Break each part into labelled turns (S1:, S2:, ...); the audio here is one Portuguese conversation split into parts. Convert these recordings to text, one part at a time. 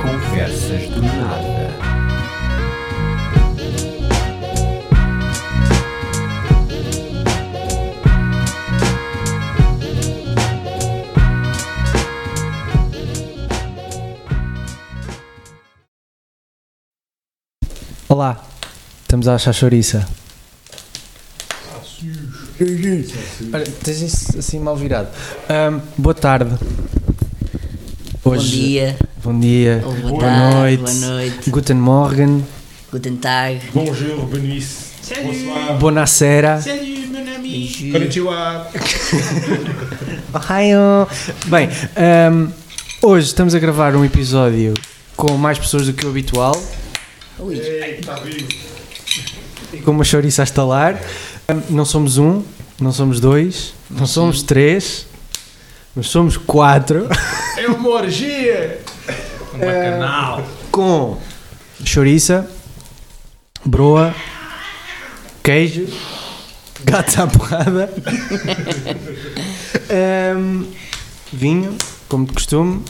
S1: Conversas do Nada.
S2: Olá, estamos à Chachoriça. Olha, tens isso assim mal virado. Ahm, boa tarde.
S3: Bom dia,
S2: Bom dia.
S3: ou boa,
S2: Boa
S3: tarde,
S2: noite.
S3: boa noite,
S2: Guten Morgen.
S3: Guten Tag,
S4: Bonjour, Benuis. Bonsoir.
S2: Buonasera.
S4: Salut, mon ami.
S3: Bonjour.
S4: Konnichiwa.
S2: Ohio. Bem, ahm, hoje estamos a gravar um episódio com mais pessoas do que o habitual.
S4: Ei, tá vivo.
S2: com uma chouriça a estalar. Hum, Não somos um, não somos dois, não somos três, mas somos quatro,
S4: É uma orgia. É. Bacanal.
S2: com chouriça, broa, queijo, gato à porrada, hum, vinho, como de costume.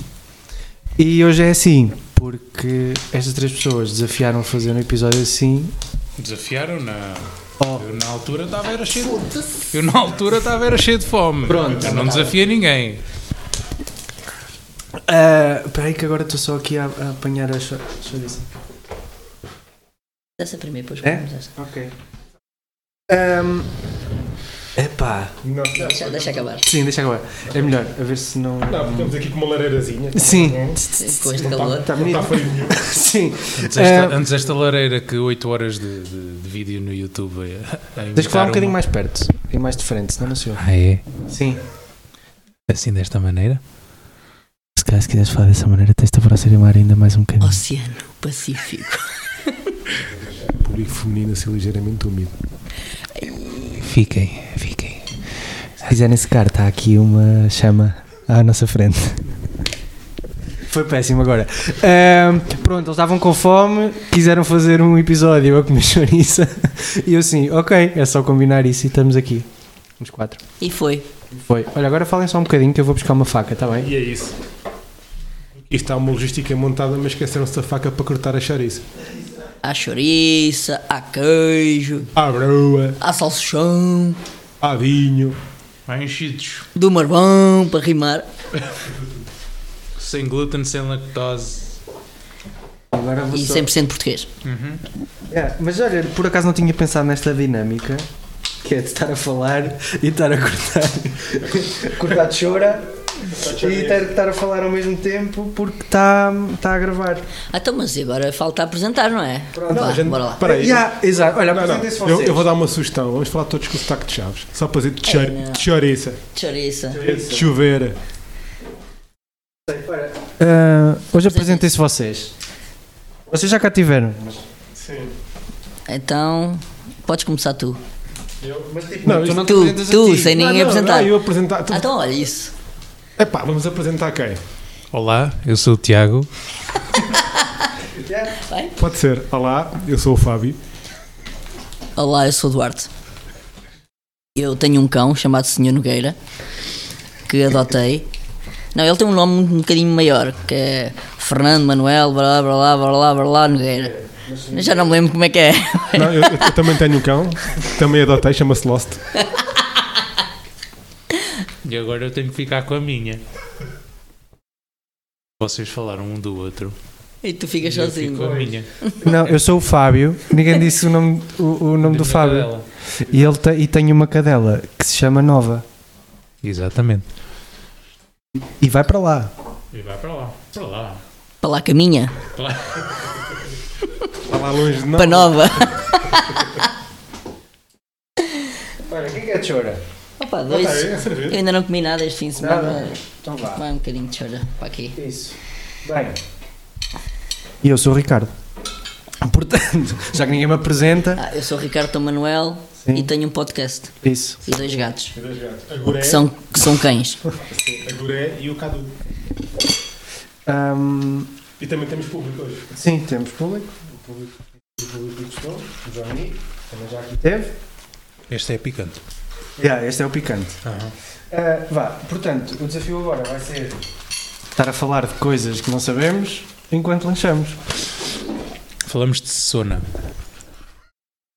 S2: E hoje é assim, porque estas três pessoas desafiaram a fazer um episódio assim.
S5: Desafiaram na.
S2: Oh.
S5: Eu na altura estava era cheio de... Eu na altura estava era cheio de fome.
S2: Pronto.
S5: Eu não desafia ninguém.
S2: Ah, Espera aí que agora estou só aqui a, a apanhar a cho- chouriça.
S3: essa primeira, depois
S2: É?
S3: vamos essa.
S2: Ok. Ahm, epá,
S4: Nós
S3: Deixa, deixa acabar,
S2: sim, deixa agora. É melhor, a ver se não.
S4: não, ficamos aqui com uma lareirazinha.
S2: Sim.
S3: com este calor,
S2: Está
S4: Não
S2: bonito.
S4: está frio nenhum.
S2: Sim.
S5: Antes esta,
S2: Ah,
S5: antes esta lareira que 8 horas de, de- de vídeo no YouTube. a- a
S2: Tens que falar um
S5: imitar
S2: bocadinho
S5: uma-
S2: mais perto e mais de frente, senão não se ouve.
S5: Ah, é?
S2: Sim.
S5: Assim desta maneira?
S2: Se calhar se quiseres falar dessa maneira, tens de aproximar ainda mais um bocadinho.
S3: Oceano Pacífico,
S4: O público feminino assim ligeiramente úmido.
S2: Fiquem, fiquem. Se quiserem secar, está aqui uma chama à nossa frente. Foi péssimo agora. Ahm, pronto, eles estavam com fome, quiseram fazer um episódio a comer chouriça. E eu assim, ok, é só combinar isso e estamos aqui. Uns quatro.
S3: e foi,
S2: Foi. Olha, agora falem só um bocadinho que eu vou buscar uma faca, está bem?
S4: E é isso. Isto está uma logística montada, mas esqueceram-se da faca para cortar a chouriça.
S3: há chouriça, há queijo,
S4: À broa,
S3: há salsichão,
S4: à vinho.
S5: Há enchidos.
S3: do marvão, para rimar,
S5: Sem glúten, sem lactose.
S2: Agora vou
S3: e 100% português,
S2: É, mas olha, por acaso não tinha pensado nesta dinâmica que é de estar a falar e estar a cortar. cortar de chora e ter que estar a falar ao mesmo tempo porque está está a gravar.
S3: ah, então mas e agora falta apresentar, não é?
S4: Não,
S3: Vá,
S4: a gente-
S3: bora lá,
S4: Espera aí.
S2: Yeah, exato. Olha,
S4: Não, não.
S2: apresentem-se
S4: Eu,
S2: vocês.
S4: eu vou dar uma sugestão. Vamos falar todos com o sotaque de chaves. Só para dizer de chor-
S3: É, não.
S4: de chouriça.
S3: chouriça,
S4: De chover.
S2: Ah, hoje apresentem-se vocês. Vocês já cá tiveram.
S3: então podes começar tu,
S4: Não, isto-
S3: tu, tu, sem ninguém
S4: não, não,
S3: apresentar,
S4: não, eu apresentar. tu-
S3: Ah, então olha isso,
S4: Epá, vamos apresentar quem?
S5: Olá, eu sou o Tiago.
S4: Pode ser. Olá, eu sou o Fábio.
S3: olá, eu sou o Duarte, eu tenho um cão chamado Senhor Nogueira, que adotei. Não, ele tem um nome um bocadinho maior, que é Fernando Manuel, blá blá blá blá blá, blá, blá Nogueira. Mas já não me lembro como é que é.
S4: Não, eu, eu- eu também tenho um cão, também adotei, chama-se Lost.
S5: E agora eu tenho que ficar com a minha. Vocês falaram um do outro.
S3: E tu
S2: É
S3: ficas
S5: E eu fico com a
S3: sozinho.
S5: minha.
S2: Não, eu sou o Fábio. Ninguém disse o nome, o, o nome Um do
S5: Da minha
S2: Fábio.
S5: cadela.
S2: E ele tem- e tem uma cadela que se chama Nova.
S5: Exatamente.
S2: E vai para lá.
S5: E vai para lá. Para lá.
S3: Para lá caminha,
S4: Está lá longe de nós.
S3: para nova.
S2: Olha, quem é que chora?
S3: Opa, dois.
S4: É
S3: Eu
S4: servido.
S3: ainda não comi nada este fim de semana.
S2: Então vá.
S3: Vai um bocadinho de chora para aqui.
S2: Isso. Bem. E eu sou o Ricardo. Portanto, já que ninguém me apresenta.
S3: Ah, eu sou o Ricardo Manuel
S2: Sim.
S3: e tenho um podcast
S2: Isso.
S3: e dois gatos.
S4: A Guré,
S3: Que são, que são cães.
S4: a Guré e o Cadu.
S2: Ahm,
S4: E também temos público hoje.
S2: sim, temos público.
S4: O público gostou, o Johnny, também já aqui.
S2: Teve?
S5: Este é picante.
S2: Yeah, este é o picante. Ah, vá, portanto, o desafio agora vai ser estar a falar de coisas que não sabemos enquanto lanchamos.
S5: Falamos de Sona.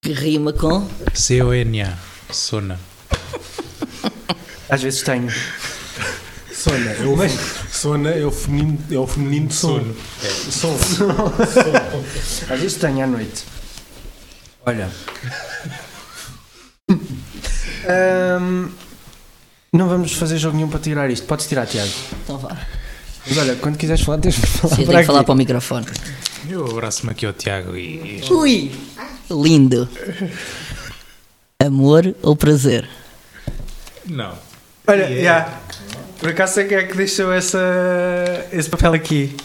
S3: Que rima com.
S5: C-O-N-A. Sona.
S2: Às vezes tenho.
S4: Sona, é o, Sona é o feminino, é o feminino de sono. Sono.
S2: Às vezes tenho à noite. Olha. Ahm, não vamos fazer jogo nenhum para tirar isto. Podes tirar, Tiago.
S3: Então vá.
S2: Mas olha, quando quiseres falar, tens de falar.
S3: Sim, eu
S2: para
S3: tenho que falar
S2: aqui.
S3: para o microfone.
S5: Eu abraço-me aqui ao Tiago e.
S3: Ui! Lindo. Amor ou prazer?
S5: Não.
S2: Olha, já. Por acaso é que é que deixou essa, esse papel aqui?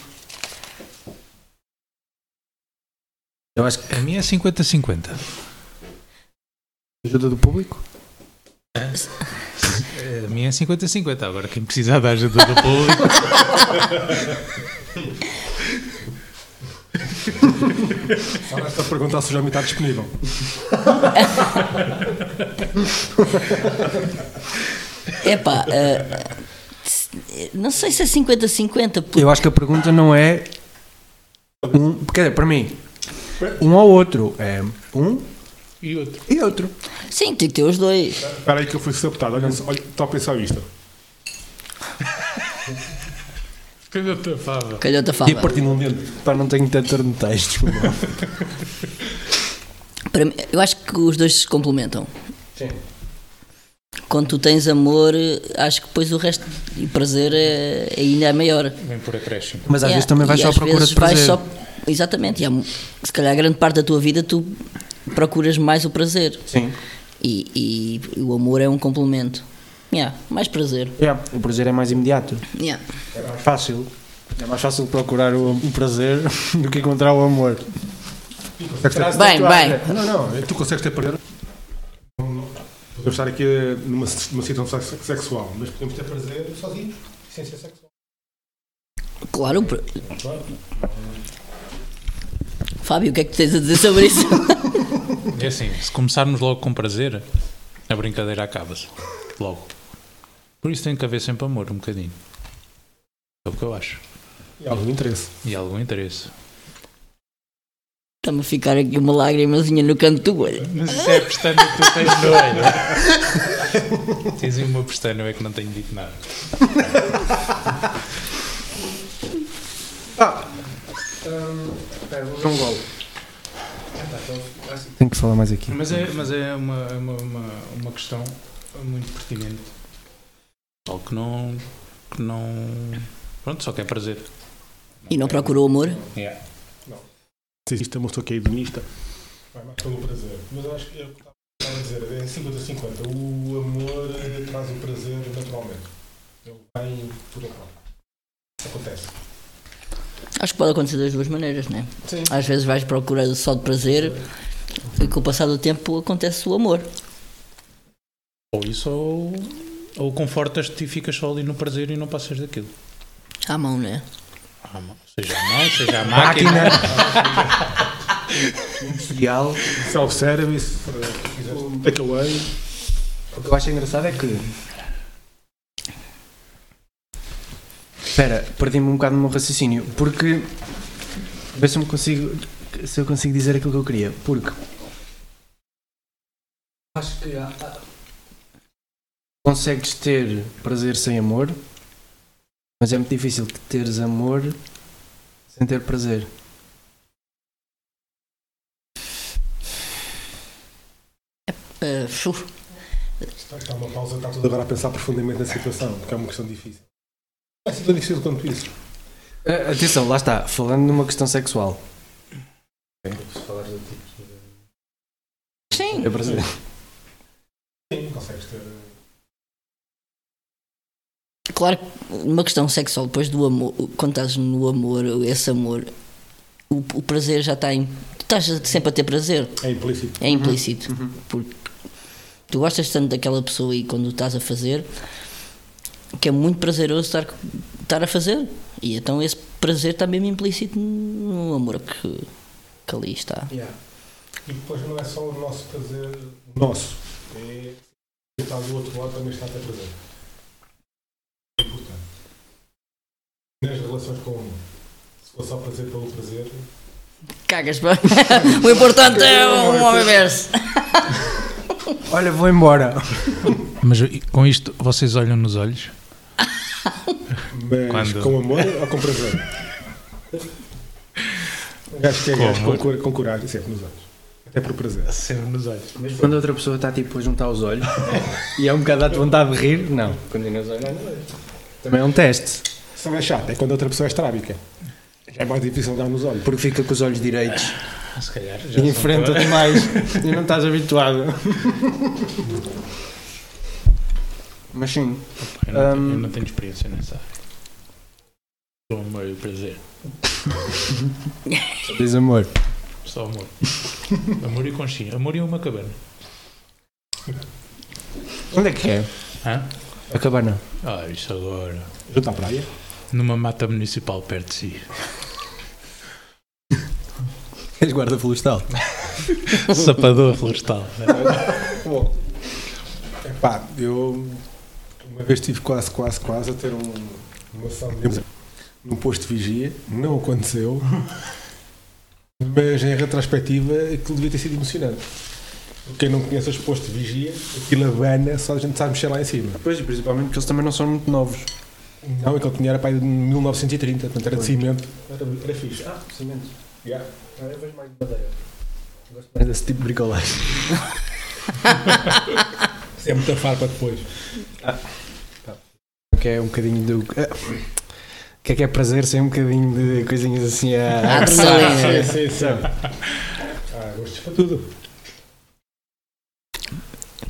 S2: Eu acho que.
S5: A minha é 50-50.
S2: Ajuda do público?
S5: É. A minha é 50-50. Agora, quem precisar da ajuda do público.
S4: Agora está a perguntar se o Jami está disponível.
S3: Epá, ah, ah, não sei se é 50-50. porque
S2: Eu acho que a pergunta não é. Um, quer dizer, para mim. Um ao outro. É um
S4: E outro.
S2: e outro.
S3: Sim, tem que ter os dois.
S4: Espera aí que eu fui sabotado. Olha, olha está a pensar isto.
S5: Cadê a fava?
S3: Calhota fala.
S2: partindo um dedo. Pá, não tenho detector de texto.
S3: Para mim, eu acho que os dois se complementam.
S2: Sim.
S3: Quando tu tens amor, acho que depois o resto e prazer é, ainda é maior.
S5: Vem por acréscimo.
S2: Mas às
S3: Yeah,
S2: vezes também vais
S3: e
S2: só à
S3: às
S2: procura de
S3: vezes vais
S2: prazer.
S3: só- Exatamente. e há- se calhar grande parte da tua vida tu procuras mais o prazer.
S2: Sim.
S3: E, e o amor é um complemento. Yeah, mais prazer.
S2: Yeah, o prazer é mais imediato.
S3: Yeah.
S2: É mais fácil. É mais fácil procurar o, o prazer do que encontrar o amor.
S4: Será-se
S3: Bem,
S4: tatuagem?
S3: bem.
S4: Não, não, tu consegues ter prazer. Não, não. Podemos estar aqui numa, numa situação sex- sexual, mas podemos ter prazer sozinhos, sem ser sexual.
S3: Claro. o pra- Fábio, o que é que tens a dizer sobre isso?
S5: É assim, se começarmos logo com prazer, a brincadeira acaba-se. Logo. Por isso tem que haver sempre amor, um bocadinho. É o que eu acho.
S4: E algum interesse.
S5: E algum interesse.
S3: Está-me a ficar aqui uma lágrimazinha no canto do olho.
S5: Mas isso é a pestana que tu tens no olho. tens aí uma pestana, eu é que não tenho dito nada.
S3: um
S2: Não golo. Tenho que falar mais aqui.
S5: Mas é, mas é uma, é uma, uma, uma questão muito pertinente. Só que não. Que não. Pronto, só quer prazer.
S3: E não procurou amor?
S5: Yeah.
S4: Se existe uma pessoa que é hedonista. Vai mais pelo prazer. Mas eu acho que é o que estava a dizer, é 50-50. O amor eh, traz o prazer naturalmente. Ele vem por ele. Acontece.
S3: Acho que pode acontecer das duas maneiras, né?
S4: Sim.
S3: Às vezes vais procurar só de prazer e com o passar do tempo acontece o amor.
S5: Ou isso ou. Ou confortas-te e ficas só ali no prazer e não passas daquilo.
S3: À mão, né?
S5: Ah, mão. Seja a mão, seja a máquina.
S2: Máquina. Industrial.
S4: é Self-service, takeaway.
S2: O que eu acho engraçado é que. Espera, perdi-me um bocado no meu raciocínio. Porque. Vê se eu, me consigo, se eu consigo dizer aquilo que eu queria. Porque. Acho que há. Consegues ter prazer sem amor, mas é muito difícil que teres amor sem ter prazer.
S3: Ah, fu.
S4: Está está uma pausa, está tudo agora a pensar profundamente na situação, porque é uma questão difícil. É assim tão difícil quanto isso.
S2: Ah, Atenção, lá está, falando numa questão sexual.
S3: Sim.
S2: É prazer.
S4: Sim, consegues ter. eh,
S3: Claro que uma questão sexual, depois do amor, quando estás no amor, esse amor, o, o prazer já está em. Tu estás sempre a ter prazer,
S4: É implícito.
S3: é implícito. Porque tu gostas tanto daquela pessoa e quando estás a fazer, que é muito prazeroso estar, estar a fazer. E então esse prazer está mesmo implícito no amor que, que ali está.
S4: E depois não é só o nosso prazer. Nosso. É. Está do outro lado também está a ter prazer. É importante. Nas relações com o mundo. Se Se for só prazer pelo prazer,
S3: Cagas, pá. o importante é um homem verso.
S2: Olha, vou embora.
S5: Mas e com isto vocês olham nos olhos?
S4: mas
S5: Quando?
S4: com amor ou com prazer? Um gajo que é
S5: Com
S4: gajo com,
S5: amor.
S4: cor- com é coragem, sempre nos olhos. Até por prazer.
S5: Sempre nos olhos.
S2: Quando outra pessoa está tipo a juntar os olhos e é um bocado à tua vontade de rir, não. Continuas a olhar. Também é um teste,
S4: Só é chato, é quando outra pessoa é estrábica. É mais difícil dar nos olhos.
S2: porque fica com os olhos direitos
S5: Ah, Se calhar
S2: e
S5: já são
S2: enfrenta demais e não estás habituado. Mas sim,
S5: Eu não, tenho,
S2: Hum.
S5: eu não tenho experiência nessa área. Só amor e prazer.
S2: diz amor.
S5: Só amor. amor e conchinha. Amor e uma cabana.
S2: Onde é que é?
S5: Hã?
S2: A cabana.
S5: Ah, isso agora.
S4: Junto à praia.
S5: Numa mata municipal perto de si.
S2: És guarda florestal.
S5: Sapador florestal. né?
S4: Bom, epá, eu uma vez estive quase, quase, quase a ter um, uma somnâmbula num posto de vigia, não aconteceu, mas em retrospectiva aquilo devia ter sido emocionante. Quem não conhece os postos de vigia, aquilo abana, só a gente sabe mexer lá em cima.
S2: Pois, principalmente porque eles também não são muito novos.
S4: Não, aquele que era pai de 1930, portanto era de cimento. Era, era fixe. Ah, cimento. Yeah. eu vejo mais de madeira. Gosto
S2: É
S4: mais desse tipo de bricolagem. Isso é muita farpa depois.
S2: Que é um bocadinho do. O que é que é prazer ser um bocadinho de coisinhas assim a.
S3: Ah,
S4: Sim,
S3: Adrenalina.
S4: sim, sim. Ah, gostos para tudo.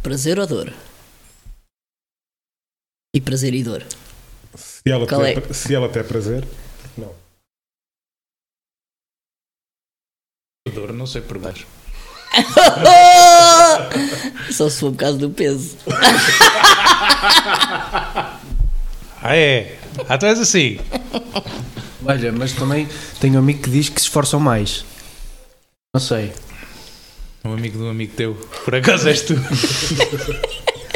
S3: Prazer ou dor? E prazer e dor.
S4: Se ela,
S3: Qual
S4: tem,
S3: é?
S4: pra- se ela tem prazer,
S5: Sapador, não sei por baixo.
S3: Só se for por causa do peso.
S5: Ah, é? Ah, tu és assim.
S2: Olha, mas também tenho um amigo que diz que se esforçam mais. Não sei.
S5: Um amigo de um amigo teu. Por acaso és tu.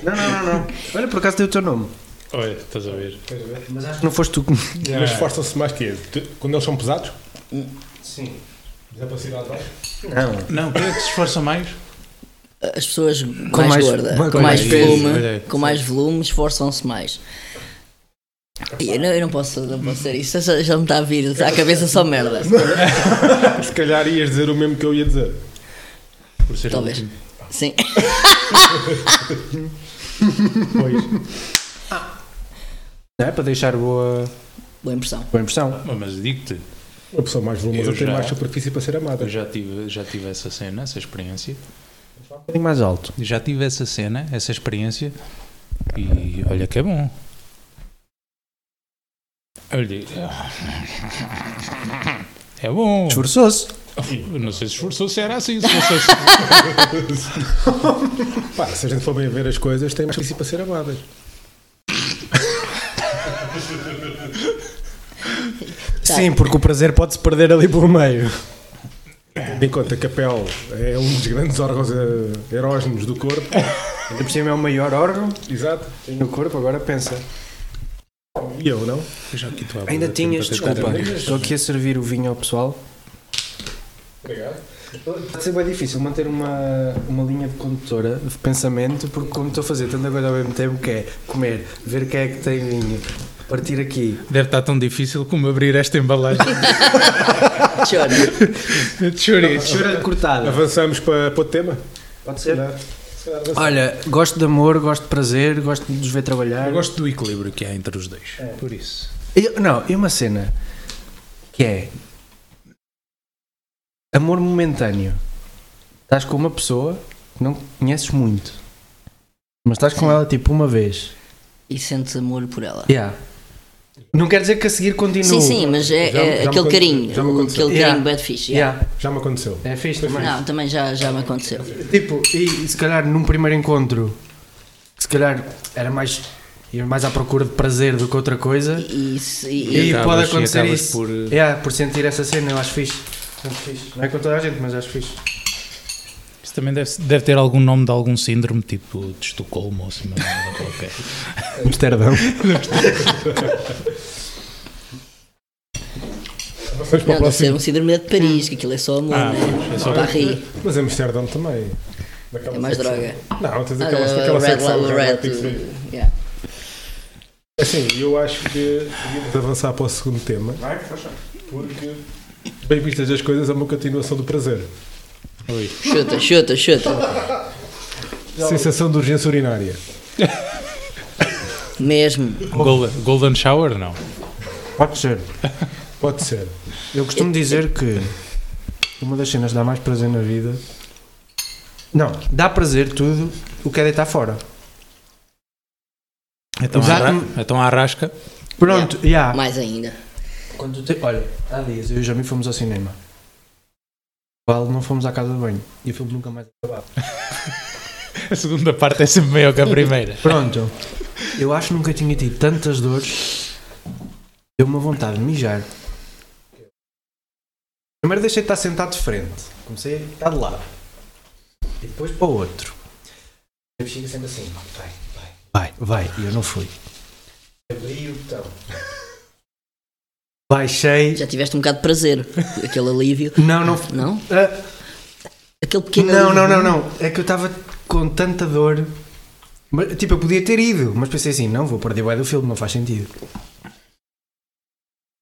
S2: Não, não, não, não. Olha, por acaso deu o teu nome.
S5: Olha, estás a ver.
S4: estás a ver?
S2: Mas acho que não foste tu que.
S3: É.
S4: Mas esforçam-se mais que eu. Tu- Quando eles são pesados,
S2: Sim.
S4: já para cidade atrás.
S2: Não.
S5: Não, quem é que se esforça mais?
S3: As pessoas
S2: Com
S3: mais,
S2: mais-
S3: gordas,
S2: com
S3: com mais,
S2: mais
S5: peso,
S3: volume,
S5: olha aí.
S3: com mais volume, esforçam-se mais. Ai, Eu não, eu não posso não posso dizer isso, já, já me está a vir à cabeça só merda.
S4: Se calhar ias dizer o mesmo que eu ia dizer.
S5: Por ser
S3: Talvez.
S5: o último.
S3: Sim.
S4: Pois.
S2: Não é? Para deixar boa,
S3: Boa impressão.
S2: boa impressão. Um
S5: Ah, Mas digo-te,
S4: Uma pessoa mais volumosa
S5: Eu
S4: tem
S5: já-
S4: mais superfície para ser amada.
S5: eu já tive, já tive essa cena, essa experiência.
S2: Um bocadinho mais alto.
S5: Já tive essa cena, essa experiência. E olha que é bom. Olha. É bom.
S2: Esforçou-se.
S5: Eu Não sei se esforçou se era assim. Se fosse assim.
S4: Pá, se a gente for bem ver as coisas, tem mais superfície para ser amadas.
S3: Tá.
S2: Sim, porque o prazer pode-se perder ali pelo meio.
S4: Tendo em conta que a pele é um dos grandes órgãos eh, erógenos do corpo.
S2: Ainda por cima é o maior órgão
S4: Exato.
S2: no corpo, agora pensa.
S4: E eu, não?
S2: Ainda tinhas,
S4: tentar
S2: desculpa.
S4: entender.
S2: Estou aqui a servir o vinho ao pessoal.
S4: Obrigado.
S2: Pode ser bem difícil manter uma, uma linha de condutora de pensamento, porque como estou a fazer tanta coisa ao mesmo tempo, que é comer, ver quem é que tem vinho, partir aqui.
S5: Deve estar tão difícil como abrir esta embalagem
S3: Chora.
S5: de chouriços.
S2: Chura cortada.
S4: Avançamos para, para o tema?
S2: Pode
S4: Se
S2: ser?
S4: calhar- se calhar avançamos.
S2: Olha, gosto de amor, gosto de prazer, gosto de nos ver trabalhar.
S5: Eu gosto do equilíbrio que há entre os dois. É, Por isso.
S2: Eu- não, e uma cena que é amor momentâneo. Estás com uma pessoa que não conheces muito, mas estás com ela tipo uma vez.
S3: E sente amor por ela.
S2: Yeah. Não quer dizer que a seguir continue.
S3: Sim, sim, mas é,
S4: Já-
S3: é
S4: já me
S3: aquele
S4: aconte-
S3: carinho.
S4: já me
S3: o- é
S4: aconteceu.
S3: Aquele
S2: Yeah.
S3: carinho bad fish. yeah.
S2: Yeah.
S4: Já me aconteceu.
S2: É fixe também.
S3: Não, também já, já me aconteceu.
S2: Tipo, e se calhar num primeiro encontro, que se calhar era mais, ia mais à procura de prazer do que outra coisa.
S3: E, se- e-
S2: E,
S5: E acabas-
S2: pode
S5: e
S2: acontecer
S5: acabas
S2: isso.
S5: por, eh,
S2: Yeah, por sentir essa cena, eu acho fixe. Acho fixe. Não é com toda a gente, mas acho fixe.
S5: Isso também deve, deve ter algum nome de algum síndrome, tipo de Estocolmo ou assim, uma merda qualquer.
S2: Amsterdão.
S4: passamos para o
S3: Não, deve ser
S4: próximo.
S3: um síndrome de Paris, que aquilo é só amor,
S5: Ah,
S3: né?
S5: é
S3: Só
S5: só-
S3: Paris.
S4: Mas Amsterdão também. Daquela
S3: É mais
S4: secção.
S3: droga.
S4: Não, tens
S3: Ah,
S4: aquela, aquela tipo
S3: Red,
S4: secção
S3: Red,
S4: que
S3: Red,
S4: agora tem que ser.
S3: yeah.
S4: Assim, eu acho que devíamos avançar para o segundo tema. Porque, bem vistas as coisas, é uma continuação do prazer.
S5: Oi.
S3: Chuta, chuta, chuta.
S4: Sensação de urgência urinária.
S3: Mesmo.
S5: Golden, golden Shower, não.
S2: Pode ser.
S4: Pode ser.
S2: Eu costumo dizer que uma das cenas que dá mais prazer na vida. Não, dá prazer tudo o que é deitar fora.
S5: Então,
S2: Já-
S5: arra- então arrasca.
S2: Pronto, já.
S4: Ah.
S3: Mais ainda.
S2: Quando te- Olha, há dias eu e o Jami fomos ao cinema. Vale, não fomos à casa de banho. E o filme nunca mais.
S5: A segunda parte é sempre maior que a primeira.
S2: Pronto, eu acho que nunca tinha tido tantas dores. Deu-me uma vontade de mijar. Primeiro deixei de estar sentado de frente. Comecei a estar de lado. E depois para o outro. A bexiga sempre assim. Vai, vai, vai, vai. E eu não fui. Abri o botão. Baixei.
S3: Já tiveste um bocado de prazer. Aquele alívio.
S2: Não, não. f-
S3: Não?
S2: Ah,
S3: Aquele pequeno
S2: Não, não,
S3: alívio.
S2: não, não. É que eu estava com tanta dor. Mas, tipo, eu podia ter ido, mas pensei assim: não, vou perder o do filme, não faz sentido.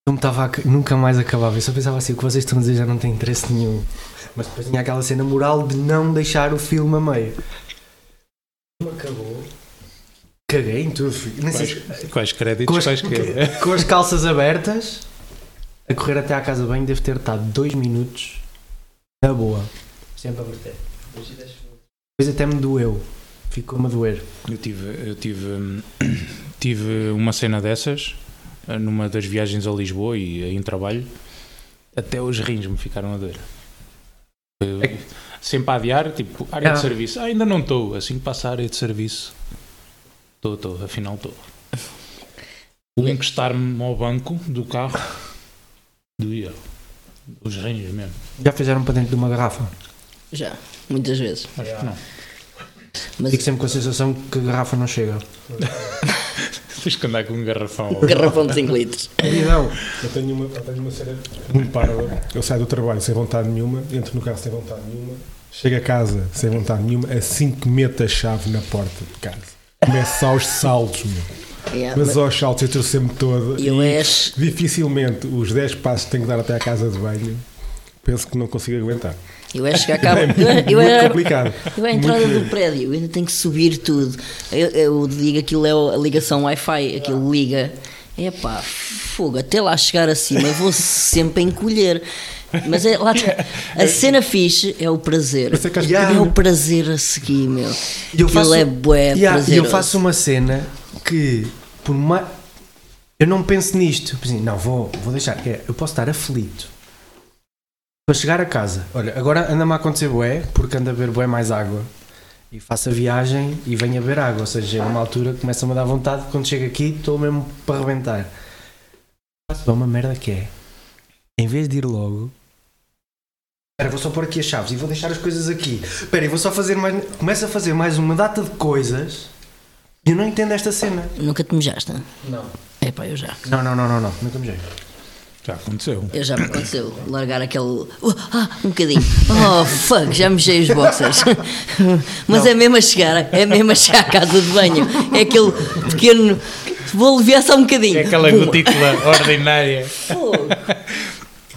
S2: Não estava a ca- nunca mais acabava. Eu só pensava assim: o que vocês estão a dizer já não tem interesse nenhum. Mas depois tinha aquela cena moral de não deixar o filme a meio. Acabou. Caguei em tudo. filho. Nem sei se-
S5: Quais, quais créditos, quais que...
S2: com as calças abertas, a correr até à casa de banho, devo ter estado dois minutos na boa. Sempre a bater. Depois até me doeu. Ficou-me a doer.
S5: Eu tive, eu tive, hum, tive uma cena dessas eh, numa das viagens a Lisboa e aí em trabalho. Até os rins me ficaram a doer. Eu-
S2: É que-
S5: Sempre a adiar, tipo, área
S2: Ah.
S5: de serviço. Ah, ainda não estou. Assim que passa a área de serviço, estou, estou, afinal estou. O encostar-me ao banco do carro doía. Os rins mesmo.
S2: Já fizeram para dentro de uma garrafa.
S3: Já. Muitas vezes.
S5: Acho que não.
S3: Mas
S2: Fico sempre com a sensação que a garrafa não chega.
S5: Tens que andar com um garrafão.
S3: um garrafão de 5 litros.
S4: É.
S2: Não.
S4: Eu tenho uma, eu tenho uma série muito parva. Eu saio do trabalho sem vontade nenhuma, entro no carro sem vontade nenhuma, chego a casa sem vontade nenhuma, assim que meto a chave na porta de casa. Começo aos saltos, meu.
S3: Yeah,
S4: Mas aos saltos eu trouxe-me todo.
S3: E eu és-
S4: Dificilmente os 10 passos que tenho que dar até à casa de banho, penso que não consigo aguentar.
S3: Eu acho que acaba.
S4: É muito
S3: Eu, eu, era-
S4: complicado.
S3: Eu à entrada do prédio, eu ainda tenho que subir tudo. Eu, eu digo aquilo é a ligação Wi-Fi, aquilo liga. Epá, fogo, até lá chegar acima eu vou sempre a encolher. Mas é, lá está. a cena fixe é o prazer.
S4: Mas é que acho que-
S3: É o prazer a seguir, meu.
S2: E eu
S3: aquilo
S2: faço,
S3: é bué
S2: Yeah, e eu
S3: prazeroso.
S2: faço uma cena que, por mais. Eu não penso nisto. Tipo assim, Não, vou, vou deixar. É, eu posso estar aflito. Para chegar a casa. Olha, agora anda-me a acontecer bué, porque anda a beber bué mais água. E faço a viagem e venho a beber água. Ou seja, é uma altura que começa-me a dar vontade. Quando chego aqui, estou mesmo para arrebentar. Faço uma merda que é. Em vez de ir logo. Espera, vou só pôr aqui as chaves e vou deixar as coisas aqui. Espera, eu vou só fazer mais. Começo a fazer mais uma data de coisas e eu não entendo esta cena.
S3: Nunca te mejaste?
S2: Não.
S3: Epá, eu já.
S2: Não, não, não, não, não. Nunca me
S5: Já aconteceu.
S3: Eu já me aconteceu largar aquele. Uh, ah, um bocadinho. Oh fuck, já mexei os boxers. Mas é mesmo a chegar, é mesmo a chegar à casa de banho. É aquele pequeno. Vou aliviar só um bocadinho.
S5: É aquela
S3: Puma.
S5: gotícula ordinária.
S3: Fogo.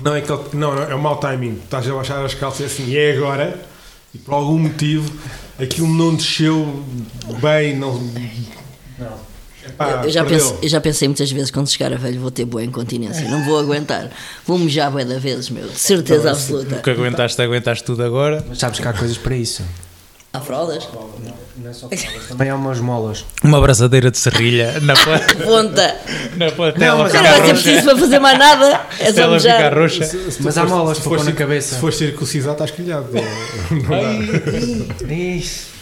S4: Não é, aquele, não, não, é o mau timing. Estás a baixar as calças e é assim, é agora. E por algum motivo aquilo não desceu bem, não.
S5: Ah,
S4: Epá,
S3: Eu já,
S4: perdeu.
S3: pense- eu já pensei muitas vezes quando chegar a velho vou ter boa incontinência, não vou aguentar. Vou mejar bué da vezes, meu, de certeza absoluta.
S5: O que
S2: Então-
S5: aguentaste, aguentaste tudo agora.
S2: Mas sabes que há coisas para isso.
S3: Há fraldas?
S2: Não é só Também há umas molas.
S5: Uma abraçadeira de serrilha na, pla-
S3: Ponta!
S5: na platela
S2: Não, mas é
S3: Já não vai
S5: ficar
S3: ser
S5: roxa.
S3: preciso para fazer mais nada, é só
S2: um
S5: Ela ficar
S3: mejar.
S5: roxa.
S4: Se tu
S2: Mas há
S4: fores-
S2: molas
S4: se
S2: para pôr
S4: fores
S2: na
S4: cir-
S2: cabeça.
S4: Se fores circuncisado, estás calhado. Não dá.
S2: Isso.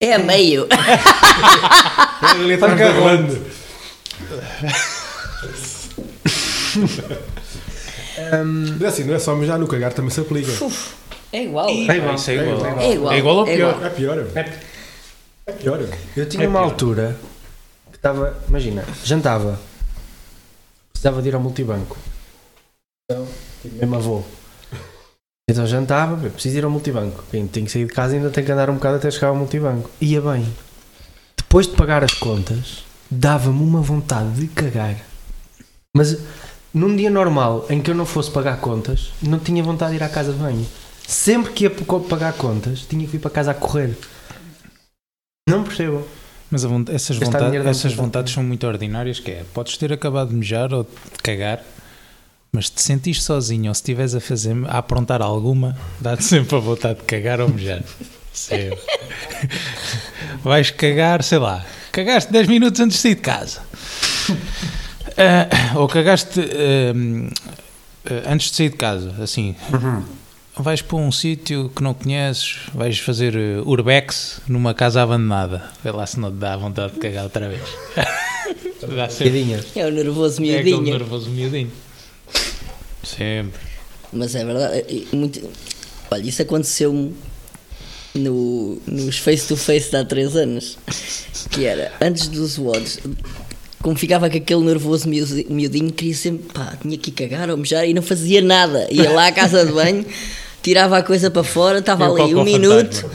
S3: É a meio.
S4: Ele está
S2: agarrando.
S4: é grande.
S2: Hum,
S4: Mas assim, não é só mijar no cagar, também se aplica.
S3: É igual.
S2: É igual,
S5: Isso
S2: é igual.
S3: É igual.
S5: É igual ou
S3: é
S5: pior?
S4: É pior.
S2: É-
S4: É pior.
S2: eu tinha
S5: É
S2: uma
S5: pior.
S2: altura que estava. Imagina, jantava. Precisava de ir ao multibanco.
S4: Não, tive
S2: mesmo avô. Então jantava, eu preciso ir ao multibanco. Quem tem que sair de casa ainda tem que andar um bocado até chegar ao multibanco. Ia bem. Depois de pagar as contas, dava-me uma vontade de cagar. Mas num dia normal em que eu não fosse pagar contas, não tinha vontade de ir à casa de banho. Sempre que ia p- pagar contas, tinha que ir para casa a correr. Não percebo.
S5: Mas a von- essas,
S2: Gastar
S5: vontade-
S2: dinheiro dá
S5: essas
S2: muita vontade.
S5: vontades são muito ordinárias, que é, podes ter acabado de mejar ou de cagar, mas te sentires sozinho ou se estiveres a fazer, a aprontar alguma, dá-te sempre a vontade de cagar ou mejar. Sempre. Vais cagar, sei lá, cagaste 10 minutos antes de sair de casa. Ah, ou cagaste ah, ah, antes de sair de casa, assim, Vais para um sítio que não conheces, vais fazer eh, urbex numa casa abandonada. Vê lá se não te dá vontade de cagar outra vez. dá sempre.
S2: Cadinha.
S3: É o nervoso
S5: É aquele
S3: miudinho.
S5: nervoso miudinho. Sempre.
S3: Mas é verdade. e Muito... Olha, isso aconteceu-me no, nos face-to-face de há 3 anos. Que era, antes dos WODs, como ficava com aquele nervoso miusi- miudinho, queria sempre, pá, tinha que ir cagar ou mejar e não fazia nada. Ia lá à casa de banho, tirava a coisa para fora, estava
S5: Eu
S3: ali
S5: coloco
S3: um
S5: ao
S3: minuto.
S5: fantasma.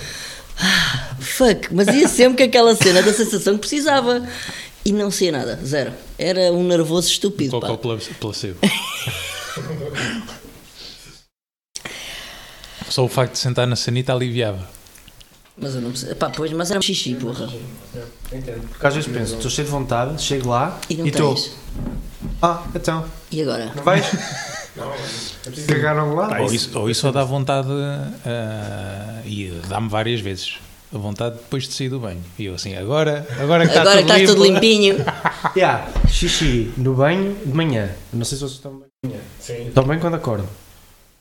S3: Ah, fuck, mas ia sempre com aquela cena da sensação que precisava. E não saía nada, zero. Era um nervoso estúpido.
S5: Coca
S3: Pá.
S5: ou pla- placebo. Só o facto de sentar na sanita aliviava.
S3: Mas eu não precisava. Pá, pois, mas era um xixi, porra.
S2: Porque às vezes penso, estou cheio de vontade, chego lá
S3: E não
S2: e estou.
S3: tens.
S2: Ah, então,
S3: E agora?
S2: não vais?
S4: é
S2: Cagaram lá?
S5: Ou isso, ou isso só dá vontade, ah, e dá-me várias vezes, a vontade depois de sair do banho. E eu assim, agora, agora que está
S3: Agora
S5: tudo,
S3: que estás tudo
S5: limpo,
S3: limpinho.
S2: Yeah, xixi no banho de manhã. Não sei se vocês estão bem.
S4: Sim.
S2: Estão bem quando acordo.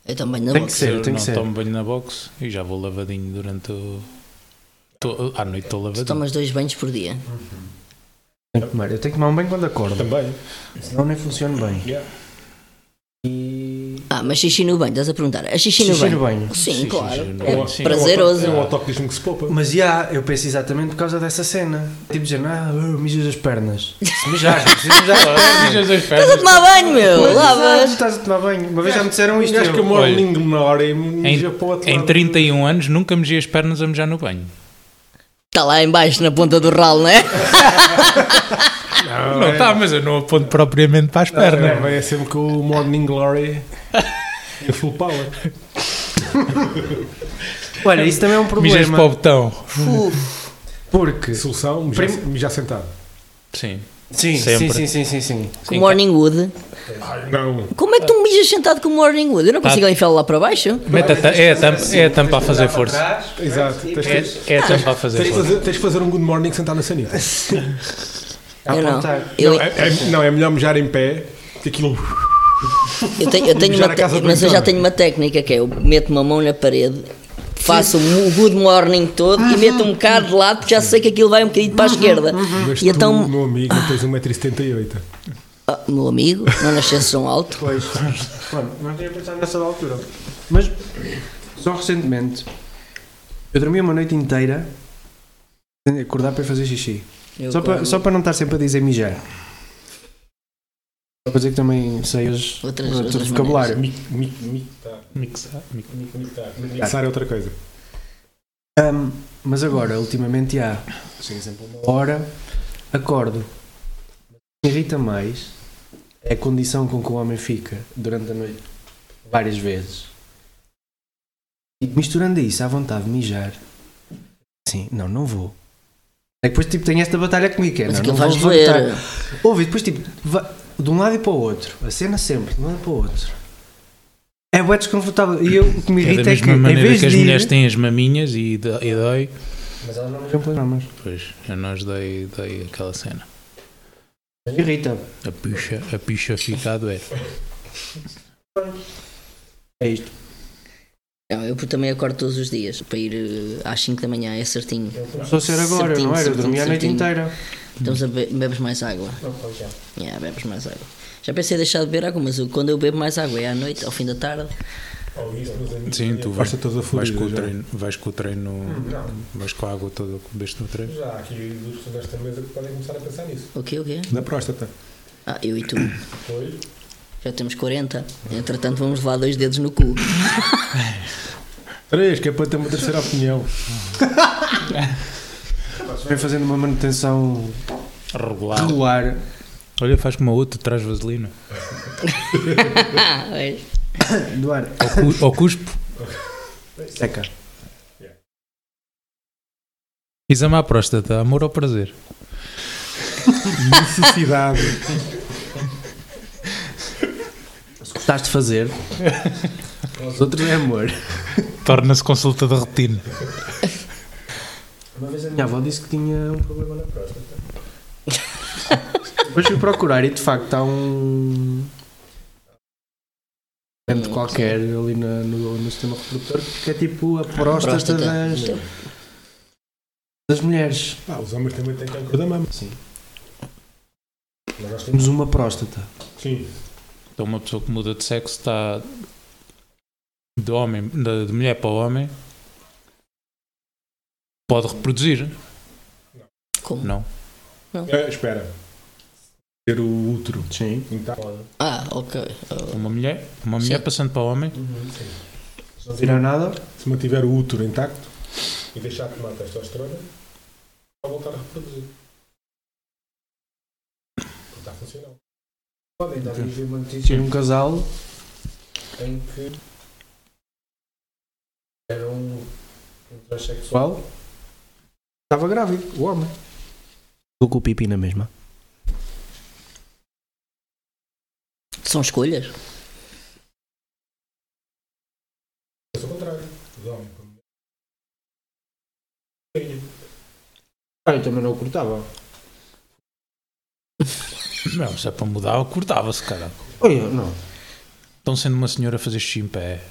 S3: Eu também não
S2: Tem
S3: vou.
S2: que ser,
S5: eu
S2: tem
S5: não
S2: que ser.
S5: tomo banho na box e já vou lavadinho durante o. tô- à noite estou
S3: Tu
S5: lavadinho.
S3: tomas dois banhos por dia.
S2: Tenho que tomar. Eu tenho que tomar um banho quando acordo.
S4: Também.
S2: Senão nem funciona bem.
S4: Yeah. E.
S3: Ah, mas xixi no banho, estás a perguntar. É xixi no
S2: Xixi no
S3: banho?
S2: banho.
S3: Sim,
S5: Xixi
S3: claro.
S5: no
S3: É
S5: banho, sim.
S3: prazeroso.
S4: É um autoclismo que se poupa.
S2: Mas já, eu penso exatamente por causa dessa cena. Tipo dizendo, ah, uh, mijas as pernas. Se mijar, se mijar.
S5: Mijas Ah, as
S3: Estás a
S5: pernas.
S3: tomar banho, meu!
S2: Lavas.
S3: Lavas!
S2: Estás a tomar banho. Uma vez já me disseram
S4: Um
S2: isto.
S4: gajo que
S2: eu-
S4: amor
S5: Olha,
S4: ignora e me
S5: Em,
S4: já é para o outro
S5: em
S4: lado.
S5: 31 anos nunca megi as pernas a mejar no banho.
S3: Está Tá lá embaixo na ponta do ralo, não é?
S5: não está, mas eu não aponto propriamente para as pernas.
S4: É, é sempre com o Morning Glory e Full Power.
S2: Olha, isso também é um
S5: Mijas para o
S2: problema.
S5: botão.
S2: Porque.
S4: Solução, mijar, mijar sentado.
S5: Sim.
S2: Sim, sim,
S5: Sempre.
S2: sim, sim, sim, sim.
S3: Com o Morning Wood.
S4: Não.
S3: Como é que tu mijas sentado com o Morning Wood? Eu não consigo enfiá-lo lá para baixo.
S5: Mete a ta- é, a tampa, é a tampa a fazer força.
S4: Exato. Tens,
S5: É,
S4: tens-
S5: é a tampa a
S4: tens
S5: fazer
S4: de
S5: força.
S4: fazer, tens de fazer um good morning sentado na sanita.
S3: Eu não.
S2: Apontar.
S3: Eu,
S4: É- é- não, é melhor mejar em pé que aquilo.
S3: eu tenho, eu tenho
S4: Mijar
S3: uma
S4: a casa
S3: te-
S4: do
S3: mas eu já
S4: Vitória.
S3: tenho uma técnica que é eu meto uma mão na parede, faço o good morning todo e meto um bocado de lado porque já sei que aquilo vai um bocadinho para a esquerda.
S4: Uhum. Mas
S3: E
S4: tu,
S3: então
S4: meu amigo, não tens 1,78m.
S3: Ah, meu amigo, não nascesse tão alto.
S2: Pois. Mano, não tinha pensado nessa da altura. Mas, só recentemente, eu dormi uma noite inteira sem acordar para ir fazer xixi.
S3: Eu
S2: Só para,
S3: como
S2: só para não estar sempre a dizer mijar. Só para dizer que também sei os,
S3: Outras-
S2: outro
S3: outras
S2: vocabulário.
S5: Mixar. mixar.
S4: Mixar é outra coisa.
S2: Ahm, mas agora, ultimamente há uma hora, acordo. O que irrita mais é a condição com que o homem fica durante a noite, várias vezes. E misturando isso à vontade de mijar, sim, não, não vou. É que depois tipo, tenho esta batalha comigo, que é,
S3: Mas
S2: não,
S3: aquilo
S2: não
S3: faz
S2: vou
S3: doer.
S2: levantar. Ouve, e depois tipo, va- de um lado e para o outro, a cena sempre, de um lado para o outro. É bué desconfortável. E eu o que me
S5: É da
S2: irrita é, que,
S5: mesma
S2: em
S5: maneira
S2: vez
S5: que
S2: de
S5: as
S2: ir-
S5: mulheres têm as maminhas e, do- e dói,
S2: Mas elas não vejam programas.
S5: pois a nós dói, dói aquela cena.
S2: Irrita.
S5: A picha, a picha fica a doer.
S2: É isto.
S3: Não, eu também acordo todos os dias para ir eh, às 5 da manhã, é certinho.
S2: Só ser agora,
S3: Certinho,
S2: não era? Eu
S3: certinho,
S2: dormia a noite
S3: certinho.
S2: inteira.
S3: Estamos a Então, be bebes mais água. Yeah, bebes mais água. Já pensei em deixar de beber água, mas eu- quando eu bebo mais água é à noite, ao fim da tarde.
S4: é
S5: Sim, tu vais,
S4: Força toda
S5: vais, com
S4: fodida.
S5: o
S4: já.
S5: treino, vais com o treino, vais com a água toda que bebeste no treino.
S4: Já há aqui duas pessoas nesta mesa que podem começar a pensar nisso.
S3: O quê, o quê?
S4: Na próstata.
S3: Ah, eu e tu.
S4: Foi.
S3: Já temos 40. Entretanto, vamos levar dois dedos no cu.
S4: Três, que é para ter uma terceira opinião.
S2: Vem fazendo uma manutenção
S5: Regular.
S2: regular.
S5: Olha, faz como a outra, traz vaselina.
S3: Pois.
S2: Eduardo,
S5: Ou, cu- ou cuspo.
S2: seca.
S5: Exame à próstata, amor ou prazer?
S4: Necessidade.
S2: Se gostaste de fazer, os outros é amor.
S5: Torna-se consulta de rotina.
S2: Uma vez a minha avó disse que tinha um problema na próstata. Depois fui procurar e de facto há um. Tanto qualquer ali na- no, no sistema reprodutor que é tipo a próstata,
S3: Próstata.
S2: Das, das mulheres.
S4: Ah, os homens também têm cancro da mama.
S2: Sim.
S4: Nós já temos. um.
S2: Temos uma próstata.
S4: Sim.
S5: Então uma pessoa que muda de sexo está de homem, de, de mulher para homem. Pode reproduzir?
S3: Como?
S5: Não.
S4: Ah, espera. Ter o útero.
S2: Sim.
S4: Então,
S3: Ah, ok. Ah,
S5: Uma mulher, uma mulher
S3: Sim.
S5: passando para homem,
S4: Uhum, se não
S2: Tirar
S4: tiver-
S2: nada?
S4: se mantiver o útero intacto e deixar tomar testosterona, vai voltar a reproduzir. Porque Está funcional.
S6: Podem dar aí uma notícia
S2: Tira um casal.
S6: em que era um um transexual
S2: Qual? Estava grávido, o homem. Estou com o pipi na mesma.
S3: São escolhas?
S4: Mas ao contrário. De homem para mulher. Carinha.
S6: Ah, eu também não o cortava.
S5: não, se é para mudar, eu cortava-se, cara.
S6: Olha, não.
S5: Estão sendo uma senhora a fazer é. chimpé.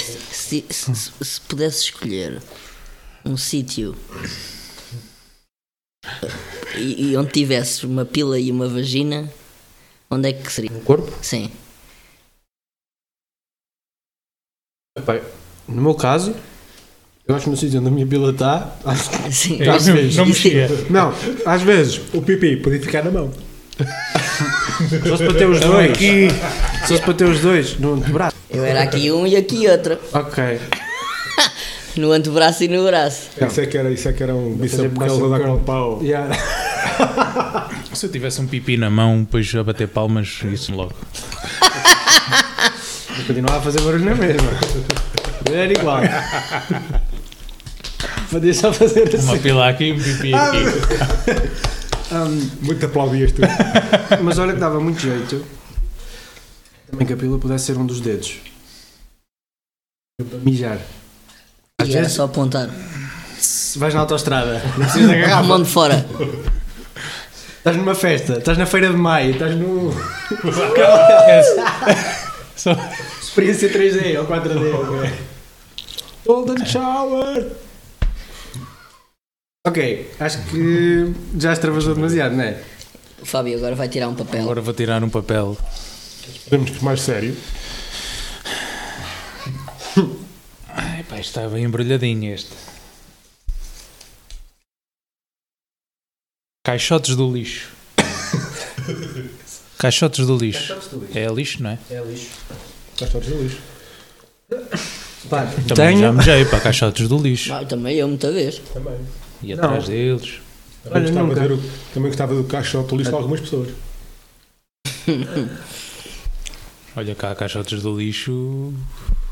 S3: Se, se- se- se pudesse escolher um sítio eh, e, e onde tivesse uma pila e uma vagina, onde é que seria?
S6: No corpo?
S3: Sim.
S6: Epá, no meu caso, eu acho que no sítio onde a minha bila está. acho que-
S3: Sim.
S6: É isso mesmo, não
S5: mexia.
S6: Não, às vezes.
S4: O pipi podia ficar na mão.
S2: Se fosse para ter os dois. Aqui. Se fosse para ter os dois, no antebraço.
S3: Eu era aqui um e aqui outro.
S2: Ok.
S3: No antebraço e no braço.
S4: Isso é que era, isso é que era um
S2: fazer
S4: bicep curl
S2: bicep
S4: a dar
S2: curl.
S4: com pau.
S2: Yeah.
S5: Se eu tivesse um pipi na mão, depois a bater palmas, isso logo.
S2: Continuava a fazer barulho na mesma.
S6: Era igual. Podia só fazer
S2: assim.
S5: Uma pila aqui, um pipi aqui.
S2: Hum,
S4: Muito tipo. aplaudias tu.
S2: mas olha que dava muito jeito. Também que a pila pudesse ser um dos dedos. Mijar. Às
S3: E era
S2: vezes
S3: só apontar.
S2: se vais na autostrada, não precisas agarrar.
S3: A mão de fora.
S2: Estás numa festa, estás na feira de maio, estás num.
S5: Só-
S2: Experiência 3D ou 4D. ok.
S4: Golden Shower!
S2: Ok, acho que já extravasou demasiado, não é?
S3: O Fábio agora vai tirar um papel.
S5: Agora vou tirar um papel.
S4: Podemos ir mais sério.
S5: Ai, pá, está bem embrulhadinho este. Caixotes do lixo. Caixotes do lixo. É lixo, não é?
S4: Estás todos no lixo.
S5: Também
S2: Tenho-
S5: já mejei para caixotes do lixo.
S3: Ah, também eu muita vez.
S4: Também.
S5: E
S2: Não.
S5: atrás deles.
S4: Também,
S2: Olha,
S4: gostava
S2: nunca.
S4: de ver o- também gostava do caixote do lixo de algumas pessoas.
S5: Olha cá, caixotes do lixo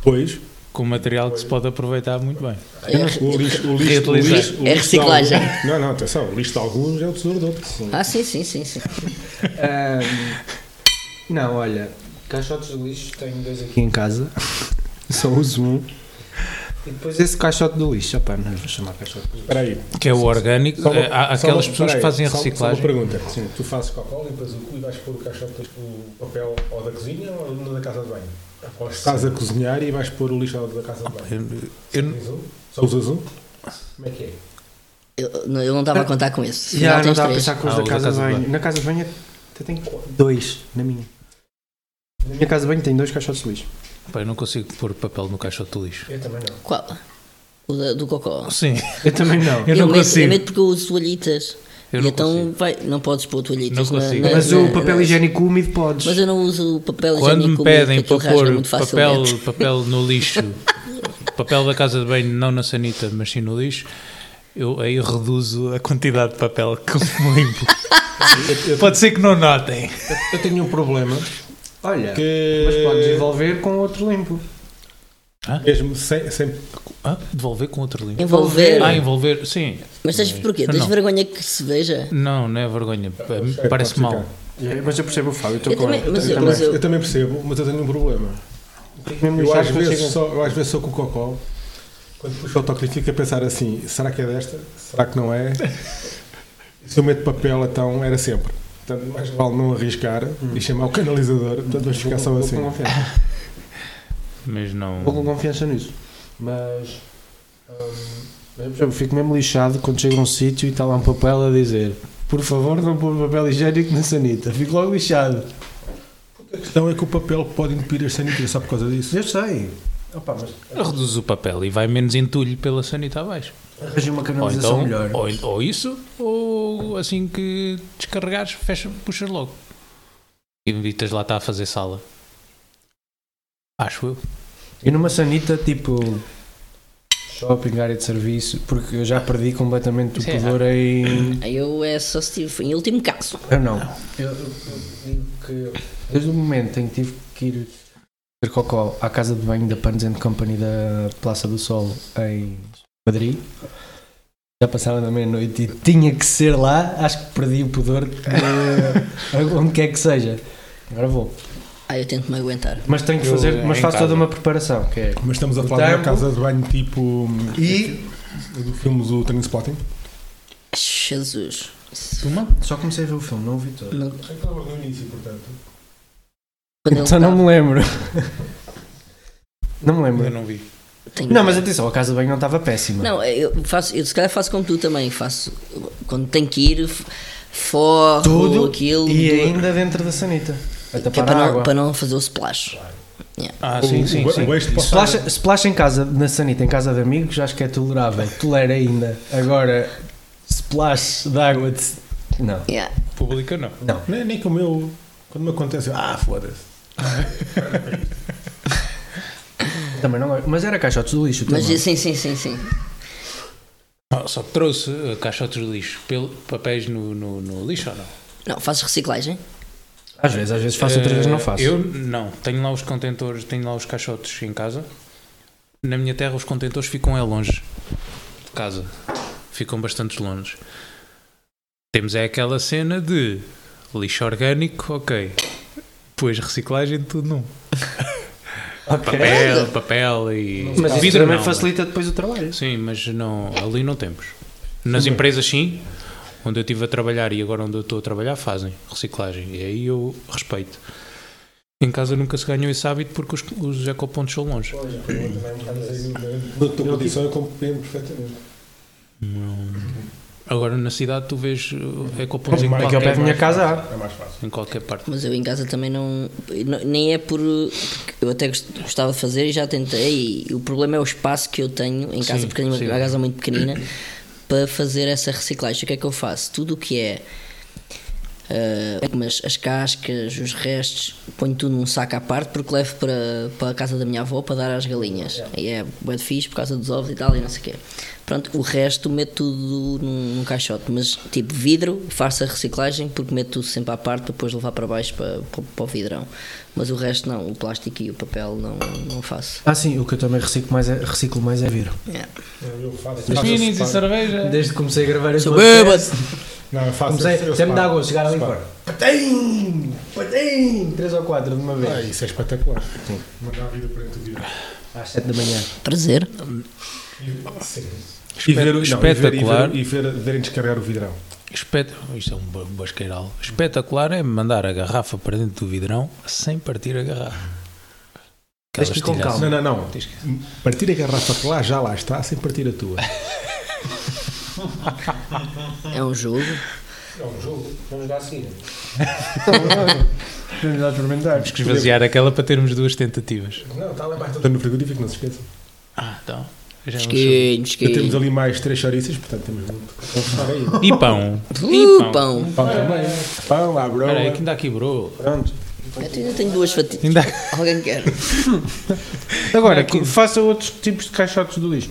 S4: Pois,
S5: com material que se pode aproveitar muito bem.
S3: É,
S4: o lixo, o lixo, o
S5: Reutilizar.
S4: lixo, o
S3: É
S4: lixo de
S3: reciclagem.
S4: alguns- Não, não, atenção, o lixo de alguns é o tesouro de outros.
S3: Ah, sim, sim, sim, sim.
S2: Ahm, não, olha,
S6: Caixotes de lixo, tenho dois aqui.
S2: aqui em casa só uso um. E depois esse caixote do lixo, opá, não vou chamar caixote do lixo.
S4: Espera aí.
S5: Que é o orgânico.
S4: Só uma-
S5: é, há
S4: só
S5: aquelas
S4: uma-
S5: pessoas que
S4: espera aí,
S5: fazem a
S4: só- só
S5: reciclagem.
S4: uma pergunta. Sim, tu fazes cocó, limpas o cu e vais pôr o caixote, do- o papel ou da cozinha ou na da casa de banho? Ou estás a cozinhar e vais pôr o lixo ao da casa de banho?
S5: Eu- eu-
S4: Tens um? Só usas um? Como é que é?
S3: Eu, não- eu não estava a contar com isso.
S2: Já
S3: Afinal,
S2: não
S3: tens
S2: estava a
S3: três.
S2: pensar com os
S5: Ah,
S2: da
S5: o da
S2: casa de
S5: casa de
S2: banho.
S5: banho.
S2: Na casa de banho até tem dois, na minha. Na minha casa de banho tem dois caixotes de lixo.
S5: Pá, eu não consigo pôr papel no caixote do lixo.
S4: Eu também não.
S3: Qual? O da- do Cocó.
S5: Sim,
S2: Eu também não.
S5: eu não
S3: meto, eu
S5: consigo.
S3: meto porque eu uso é toalhitas.
S5: Eu
S3: E
S5: não
S3: então
S5: consigo.
S3: vai, não podes pôr toalhitas.
S5: Não
S3: na-
S5: consigo.
S3: na-
S2: Mas
S3: na-
S2: o papel
S3: na-
S2: higiênico úmido podes.
S3: Mas eu não uso o papel
S5: Quando
S3: higiênico
S5: me
S3: úmido,
S5: pedem
S3: porque
S5: para
S3: aquilo rasga
S5: pôr
S3: muito
S5: papel,
S3: facilmente.
S5: papel no lixo, papel da casa de banho, não na sanita, mas sim no lixo, eu aí eu reduzo a quantidade de papel que eu limpo. Pode ser que não notem.
S6: Eu tenho um problema
S2: Olha,
S4: Que...
S2: mas podes envolver com outro limpo.
S4: Mesmo sem, sem
S5: Ah, devolver com outro limpo.
S3: Envolver.
S5: Ah, envolver, sim.
S3: Mas tens porquê? Tens
S5: Não.
S3: vergonha que se veja?
S5: Não, não é vergonha. Parece
S4: pode
S5: mal.
S4: ficar.
S2: Mas eu percebo o Fábio, estou
S3: Eu
S2: com
S3: também,
S2: ele.
S3: mas,
S4: Eu,
S3: eu,
S4: também,
S3: mas eu,
S4: eu também percebo, mas eu tenho um problema. Eu às, vezes só, eu às vezes sou com o Cocó. Quando puxo o autoclante fico a pensar assim, será que é desta? Será que não é? Se eu meto papel, então era sempre. Portanto, mais vale não arriscar e chamar o canalizador. Portanto, vamos ficar só
S2: Vou
S4: assim.
S2: com confiança.
S5: Mas não.
S2: Vou com confiança nisso. Mas. hum, eu percebo, fico mesmo lixado quando chego a um sítio e está lá um papel a dizer: Por favor, não pôr papel higiênico na sanita. Fico logo lixado.
S4: A questão é que o papel pode entupir as sanitas só por causa disso.
S2: Eu sei. Opa, mas
S5: Reduz o papel e vai menos entulho pela sanita abaixo.
S2: arranjei uma
S5: Ou
S2: canalização
S5: então,
S2: é melhor.
S5: ou, ou isso, ou assim que descarregares, fecha, puxas logo. E evitas lá estar a fazer sala. Acho eu.
S2: E numa sanita, tipo. Shopping, área de serviço, porque eu já perdi completamente o
S5: Sim, é.
S2: pudor em.
S3: eu é só se tive, em último caso.
S2: Eu não. Eu, eu- eu digo que desde o momento em que tive que ir ter cocó à casa de banho da Pans and Company da Plaça do Sol em Madrid, já passava da meia-noite e tinha que ser lá, acho que perdi o pudor de onde quer que seja. Agora vou.
S3: Ah, eu tento me aguentar.
S2: Mas tenho que
S5: Eu,
S2: fazer, mas
S5: em
S2: faço
S5: casa.
S2: toda uma preparação, que é
S4: Mas estamos a
S2: O
S4: falar de uma
S2: tempo-
S4: casa de banho tipo.
S2: E-
S4: Do filme do Training Spotting.
S3: Jesus. Isso-
S2: só comecei a ver o filme, não o vi todo.
S3: não-
S4: Reclama no início, portanto.
S3: quando ele
S2: Então não
S3: tá-
S2: me lembro. Não me
S5: Eu
S2: lembro.
S5: não vi.
S3: tem-
S2: Não, mas atenção, a casa de banho não estava péssima.
S3: Não, eu faço, eu se calhar faço como tu também, faço quando tenho que ir, f- forro
S2: Tudo
S3: Oh, aquilo,
S2: E
S3: do-
S2: ainda dentro da sanita. A
S3: que é
S2: tapar
S3: para,
S2: a
S3: não,
S2: água.
S3: para não fazer o splash.
S5: Ah,
S4: O-
S5: sim,
S4: o-
S5: sim,
S4: o-
S5: sim.
S4: o eixo
S5: Isso-
S4: passa-
S2: Splash, splash em casa, na sanita, em casa de amigos, acho que é tolerável. Tolera ainda. Agora, splash de água de... Não.
S3: Yeah.
S5: Pública não.
S4: Nem, é nem que o meu. Quando me acontece, eu, ah, foda-se.
S2: Também não gosto. Mas era caixotes do lixo
S3: Mas
S2: também.
S3: sim, sim, sim, sim.
S5: Ah, Só que trouxe eh, caixotes de lixo, pel- papéis no, no- no lixo ou não?
S3: Não, fazes reciclagem?
S2: Às vezes, às vezes faço, outras
S5: Eh,
S2: vezes não faço.
S5: Eu não. Tenho lá os contentores, tenho lá os caixotes em casa. Na minha terra os contentores ficam é longe de casa. Ficam bastante longe. Temos é aquela cena de lixo orgânico, ok. Depois reciclagem, tudo num. Papel, papel e.
S2: Mas isso
S5: vidro
S2: também
S5: não,
S2: facilita depois o trabalho. Uhum.
S5: mas- Sim, mas não, ali não temos. Nas empresas sim, onde eu estive a trabalhar e agora onde eu estou a trabalhar fazem reciclagem. E aí eu respeito. Em casa nunca se ganhou esse hábito porque os, os ecopontos são longe.
S4: Na tua condição eu tipo compreendo perfeitamente.
S5: Agora na cidade tu vês uh, ecopontos em
S4: Mas
S2: Aqui ao pé da
S5: qualquer,
S2: minha casa há.
S4: É mais fácil.
S5: em qualquer parte.
S3: Mas eu em casa também não. não- Nem é por. porque Eu até gost- gostava de fazer e já tentei. E o problema é o espaço que eu tenho em casa,
S5: Sim,
S3: porque tenho uma
S5: sim.
S3: uma casa é muito pequenina, para fazer essa reciclagem. O que é que eu faço? Tudo o que é. ah, mas as cascas, os restos, ponho tudo num saco à parte porque levo para, para a casa da minha avó para dar às galinhas. E é bué de fixe por causa dos ovos e tal e não sei o quê. Pronto, o resto meto tudo num, num caixote, mas tipo vidro, faço a reciclagem porque meto tudo sempre à parte para depois levar para baixo para, para, para o vidrão. Mas o resto não, o plástico e o papel não, não faço.
S2: Ah sim, o que eu também reciclo mais é, reciclo mais é vidro.
S3: Yeah.
S4: Eh, Eu faço.
S5: Pinis e cerveja.
S2: Desde que comecei a gravar este
S3: Sou
S2: podcast,
S4: Não, eu faço.
S2: comecei,
S4: eu
S2: até me dá
S4: separo.
S2: gosto chegar ali
S4: Separo.
S2: fora. Patim! Patim! 3 ou 4 de uma vez.
S4: Ah, isso é espetacular. Mandar a vida para dentro do
S2: Às 7 da manhã.
S3: Prazer.
S4: E ver, o-
S5: Espetacular.
S4: não, e ver, e ver, e verem descarregar o vidrão.
S5: Espet... Isto é um ba- basqueiral. Espetacular é mandar a garrafa para dentro do vidrão sem partir a garrafa.
S2: Tens que ir com
S5: Aquelas
S2: calma.
S4: Não, não, não.
S5: tilhaças.
S4: Partir a garrafa que lá já lá está, sem partir a tua.
S3: É um jogo.
S4: um
S2: Vamos lá experimentar.
S5: Temos que esvaziar aquela para termos duas tentativas.
S4: tá Não, está lá embaixo. Está no frigorífico, não se esqueça.
S5: Ah, então. Já
S3: um
S5: não sei.
S3: Pesquinho,
S4: Já temos
S3: pesquinho.
S4: ali mais três chouriças, portanto temos muito. Vamos estar aí.
S5: E pão.
S3: Uh, pão.
S4: Pão também. Pão, à broa.
S5: Espera aí, que ainda aqui, bro.
S4: Pronto.
S3: Eu ainda tenho duas fatias.
S7: Ainda-
S3: Alguém quer?
S6: Agora, que- faça outros tipos de caixotes do lixo.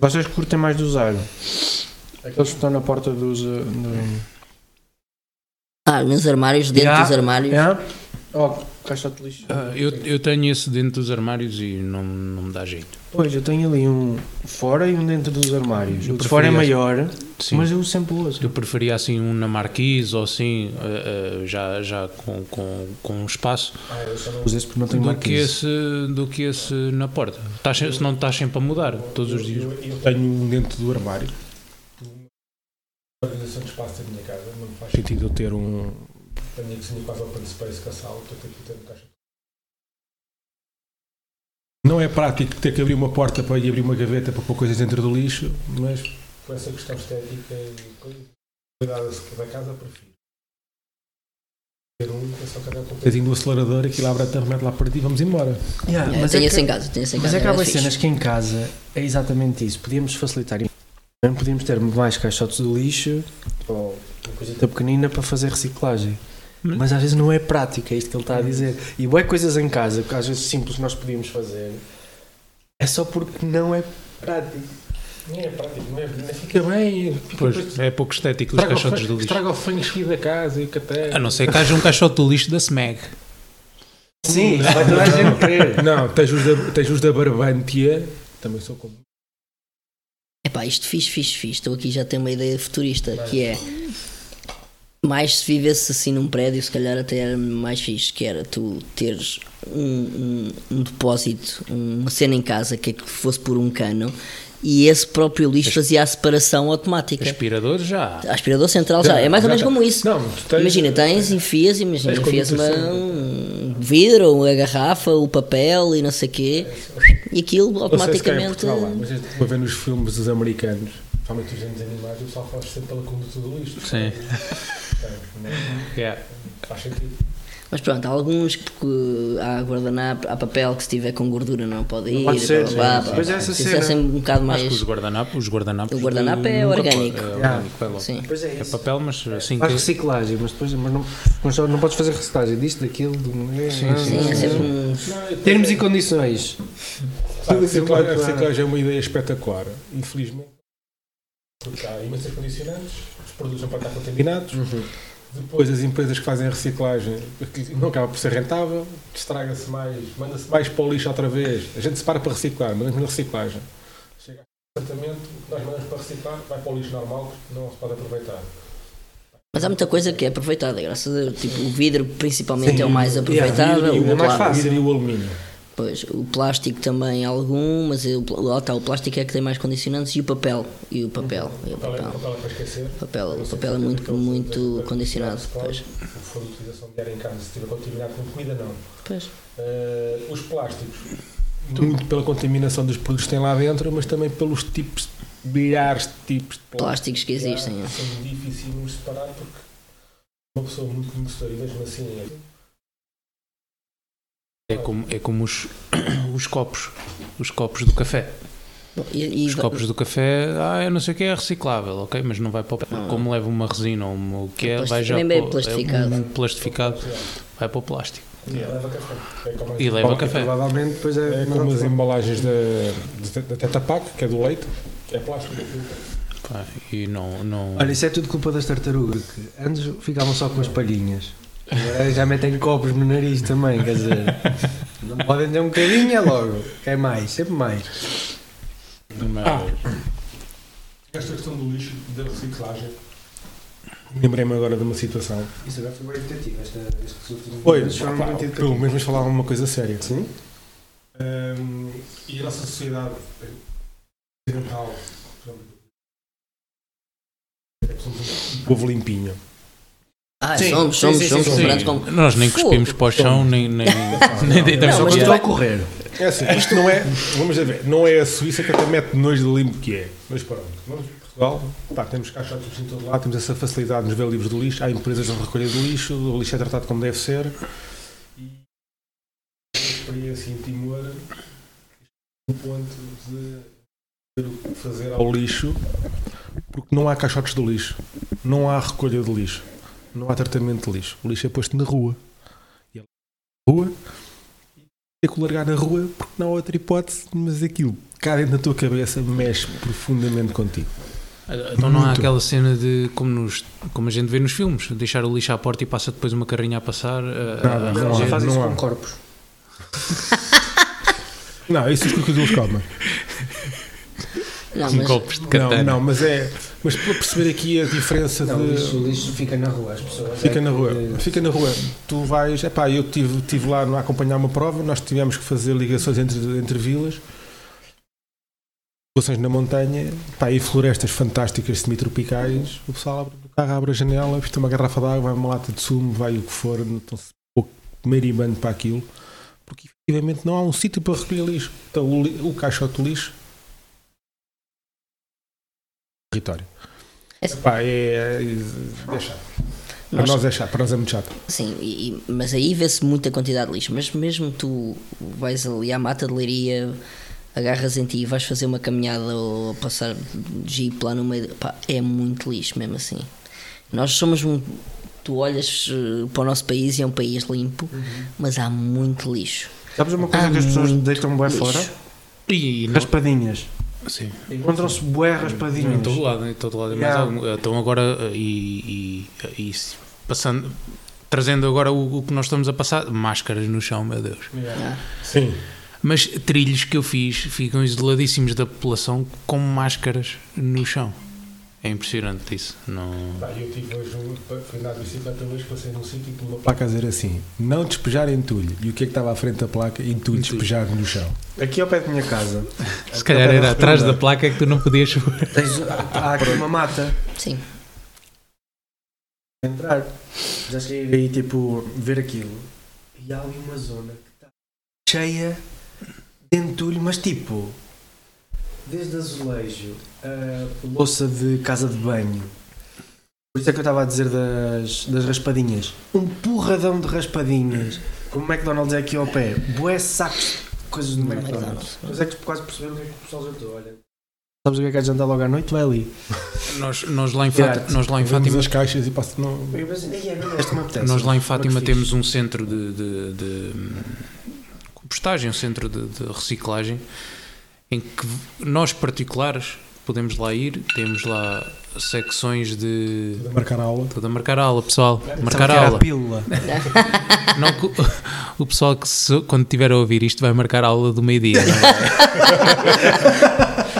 S6: Vocês curtem mais de usar. Aqueles que estão na porta dos. uh, do-
S3: Ah, nos armários, dentro
S6: Yeah.
S3: dos armários.
S6: É? Oh, caixote de lixo.
S5: Ah, eu, eu tenho esse dentro dos armários e não, não me dá jeito.
S6: Pois, eu tenho ali um fora e um dentro dos armários.
S5: Eu
S6: o de fora é
S5: preferia-
S6: maior,
S5: Sim.
S6: mas eu sempre uso.
S5: Eu preferia assim um na marquise ou assim, ah, ah, já, já com, com, com um espaço,
S6: uso esse porque não tenho
S5: do que,
S6: marquise.
S5: esse, do que esse na porta. Estás, se- senão estás sempre a mudar, todos os dias.
S4: Eu, eu tenho um dentro do armário. A organização de espaço da minha casa não me faz sentido eu ter um. A minha cozinha é quase open space com a sala, portanto aqui tenho caixa. Não é prático ter que abrir uma porta para ir abrir uma gaveta para pôr coisas dentro do lixo, mas com essa questão estética e coisa, cuidado da casa, eu prefiro. Ter um, é só cada um com o pezinho do acelerador, aquilo abre a tampa, mete lá para ti e vamos embora.
S6: Yeah,
S3: É,
S6: mas é
S3: tenho
S6: que-
S3: esse em casa, tenho esse em
S6: Mas
S3: casa.
S6: é que há
S3: era
S6: boas
S3: fixe.
S6: cenas que em casa é exatamente isso. Podíamos facilitar. Não podíamos ter mais caixotes do lixo ou uma coisita pequenina para fazer reciclagem.
S5: Mas-
S6: Mas às vezes não é prático, é isto que ele está a dizer. E boas coisas em casa, que às vezes simples nós podíamos fazer, é só porque não é prático.
S4: Não é prático, não é, não fica bem. Fica depois-
S5: Pois, é pouco estético os
S4: Estraga o
S5: caixotes
S4: feng-
S5: do lixo.
S4: Estraga o feng shui da casa e o caté.
S5: A não ser que haja um caixote do lixo da SMEG.
S6: Sim, vai toda a gente querer.
S4: Não, tens os da, tens os da Barbantia. Também sou como.
S3: Epá, isto fixe, fixe, fixe. Estou aqui já tenho uma ideia futurista, que é mais se vivesse assim num prédio, se calhar até era mais fixe, que era tu teres um, um- um depósito, uma cena em casa que é que fosse por um cano e esse próprio lixo fazia a separação automática.
S5: Aspirador já. há.
S3: Aspirador central já,
S4: Já,
S3: é mais ou
S4: já
S3: menos
S4: tá.
S3: como isso.
S4: Não, tu tens-
S3: imagina, tens, enfias, imagina,
S4: Tens
S3: enfias uma,
S4: condutor
S3: um vidro, a garrafa, o papel e não sei o quê, e aquilo
S4: Não é? sei se cá em
S3: automaticamente.
S4: Portugal há, mas uma vez nos filmes dos americanos, principalmente os grandes animais, o pessoal faz sempre pela conduta do lixo.
S5: Sim.
S4: Portanto, não
S5: Yeah.
S4: Faz sentido.
S3: Mas pronto, há alguns que porque há guardanapo, há papel que se tiver com gordura não pode ir.
S6: pode ser,
S3: blá,
S6: sim,
S3: blá, blá,
S6: sim. Pois
S3: blá.
S6: é, essa
S3: Isso
S6: cena.
S3: é sempre um bocado
S5: Mas
S3: mais.
S5: com os guardanapos, os guardanapos.
S3: O guardanapo é
S5: nunca pode-
S3: orgânico.
S5: É
S6: Yeah.
S5: orgânico, é logo.
S3: Sim.
S6: Pois é
S5: É
S6: isso.
S5: papel, mas assim
S6: Faz
S5: que.
S6: reciclagem, mas depois mas não, mas só não podes fazer reciclagem disto, daquilo. um- do-
S5: Sim, sim,
S3: Sim, é sempre um.
S6: Termos e condições.
S4: Pá, A reciclagem- a reciclagem é uma ideia espetacular, infelizmente. Porque há imensas condicionantes, os produtos não podem estar contaminados. Depois as empresas que fazem a reciclagem aquilo não acaba por ser rentável, estraga-se mais, manda-se mais para o lixo outra vez. A gente se para para reciclar, mandamos na reciclagem. Chega ao tratamento, o que nós mandamos para reciclar vai para o lixo normal que não se pode aproveitar.
S3: Mas há muita coisa que é aproveitada, graças a Deus. Tipo, o vidro principalmente é o mais
S4: O
S3: aproveitável.
S4: vidro é e
S3: o
S4: o,
S3: plástico.
S4: o vidro e o alumínio.
S3: Pois, o plástico também há algum, mas o, pl- lá está, o plástico é que tem mais condicionantes e o papel. E o papel. E o
S4: O papel é-
S3: papel.
S4: o papel é para esquecer.
S3: O papel, o papel é muito, muito condicionado. Pois,
S4: Se for de utilização diária em casa, se tiver contaminado com comida, não.
S3: pois.
S4: Eh, os plásticos, muito pela contaminação dos produtos que têm lá dentro, mas também pelos tipos, milhares de tipos de plásticos
S3: Plásticos que existem. é.
S4: que São difíceis de separar porque uma pessoa muito conhecedora e mesmo assim é.
S5: É como, é como os, os copos. Os copos do café.
S3: Bom, é. e- e
S5: Os
S3: va-
S5: copos do café, ah, eu não sei o que é reciclável, ok? Mas não vai para o papel. Como leva uma resina ou uma- o que é,
S3: Plasti-
S5: vai já
S3: também é
S5: para o-
S3: plastificado.
S5: É um plastificado, vai para o plástico.
S4: Leva café. É como as-
S5: E leva café.
S6: Provavelmente depois é.
S4: É como as embalagens da, da- da Teta Pak, que é do leite, é plástico.
S5: Pá, E não. não...
S7: Olha, isso é tudo culpa das tartarugas, que antes ficavam só com as palhinhas. Agora já metem copos no nariz também, quer dizer. Não podem ter um bocadinho é logo. Quer mais, sempre mais.
S5: não é-
S4: Esta questão do lixo, da reciclagem. Lembrei-me agora de uma situação.
S7: Isso agora foi uma educativa, esta, estes últimos
S4: Foi,
S7: meses foram muito educativos.
S4: pelo menos vamos falar uma coisa séria. Sim. e a nossa sociedade eh, ocidental, por exemplo, é que somos um povo limpinho.
S3: Ah,
S7: Sim,
S3: somos,
S7: sim,
S3: somos,
S7: sim,
S3: somos
S5: Sim,
S3: comparados com.
S5: Nós nem
S3: Fogo.
S5: cuspimos para o chão, nem, nem, nem
S3: Não, mas
S5: deitamos para o chão.
S3: tu-
S7: Estou a correr.
S4: É assim, isto não é, vamos a ver, não é a Suíça que até mete nojo de limpo que é. Mas pronto, vamos para Portugal, pá, temos caixotes de lixo em todo lado, temos essa facilidade de nos ver livros do lixo, há empresas de recolha do lixo, o lixo é tratado como deve ser. E a experiência em Timor um ponto de ter o que fazer ao lixo, porque não há caixotes de lixo, não há recolha de lixo, não há tratamento de lixo. O lixo é posto na rua. E é na rua, ter que o largar na rua porque não há outra hipótese, mas aquilo cá dentro da tua cabeça mexe profundamente contigo.
S5: Então não há
S4: Muito.
S5: aquela cena de como, nos, como a gente vê nos filmes, deixar o lixo à porta e passa depois uma carrinha a passar. a- a-
S4: Nada,
S5: a-
S4: não
S5: a-
S4: há.
S2: Já faz isso
S4: não há.
S2: com corpos.
S4: Não, isso os crocodilos calma.
S3: Não,
S5: com
S3: mas
S5: copos de
S4: Não,
S5: cartão.
S4: não, mas é. Mas para perceber aqui a diferença
S2: Não,
S4: de.
S2: lixo, lixo fica na rua, as pessoas.
S4: Fica na rua,
S2: É,
S4: fica na rua. Tu vais, epá, eu estive tive lá a acompanhar uma prova, nós tivemos que fazer ligações entre, entre vilas, ligações na montanha, pá, e florestas fantásticas semitropicais. O pessoal abre o carro, abre a janela, pista uma garrafa de água, vai uma lata de sumo, vai o que for, estão-se pouco merimando para aquilo, porque efetivamente não há um sítio para recolher lixo. Então o, li- o caixote do lixo. território.
S3: É-
S4: Epá, é, é, é chato. Para
S3: nós-
S4: nós é chato, para nós é muito chato.
S3: Sim, e- e- mas aí vê-se muita quantidade de lixo. Mas mesmo tu vais ali à mata de leiria, agarras em ti e vais fazer uma caminhada ou passar de jeep lá no meio. Pá, é muito lixo mesmo assim. Nós somos um. Tu olhas eh, para o nosso país e é um país limpo, mas há muito lixo.
S2: Sabes uma coisa
S3: Há
S2: é que as pessoas
S7: Hum,
S3: muito
S2: deitam bué
S3: lixo.
S2: fora?
S5: E, e não-
S2: Raspadinhas.
S5: sim.
S2: Encontram-se bué
S5: Em
S2: raspadinhas.
S5: todo lado, em todo lado. Mas
S2: Yeah.
S5: algum- então agora, e, e- e se- passando, trazendo agora o, o que nós estamos a passar, máscaras no chão, meu Deus.
S3: Ah,
S4: Sim.
S5: Mas trilhos que eu fiz ficam isoladíssimos da população com máscaras no chão. É impressionante isso. Não...
S4: Pá, eu tive hoje um. Fui andar de bicicleta hoje, passei num sítio e pus uma placa a dizer assim: não despejar entulho. E o que é que estava à frente da placa? Entulho despejar no chão.
S2: Aqui ao pé da minha casa
S5: Se calhar era atrás da placa que tu não podias.
S2: tens, há aqui uma mata
S3: Sim.
S2: para entrar. Já cheguei aí tipo ver aquilo. E há ali uma zona que está cheia de entulho, mas tipo desde azulejo a louça de casa de banho. Por isso é que eu estava a dizer das, das raspadinhas. Um porradão de raspadinhas. Como o McDonald's é aqui ao pé. Bué sacos de coisas do McDonald's. Mas é que quase perceberam o que é que o pessoal jantou, olha. Sabes o que é que há de jantar logo à noite? Vai ali.
S5: Nós, nós lá em, Fátima, nós lá em
S4: Vimos
S5: Fátima,
S4: as caixas e passo. Não...
S2: Eu pensei, "Ei, é verdade, isto me apetece.
S5: nós lá
S2: Como é
S5: em
S2: que
S5: Fátima
S2: fiz?
S5: temos um centro de, de- de, hum, compostagem, um centro de, de reciclagem, em que nós particulares podemos lá ir, temos lá secções de.
S4: de Marcar a aula.
S5: Estou a marcar a aula, pessoal. Marcar a
S2: Era
S5: aula.
S2: a pílula.
S5: Não, que o- o pessoal que se- quando tiver a ouvir isto vai marcar a aula do meio-dia. não é?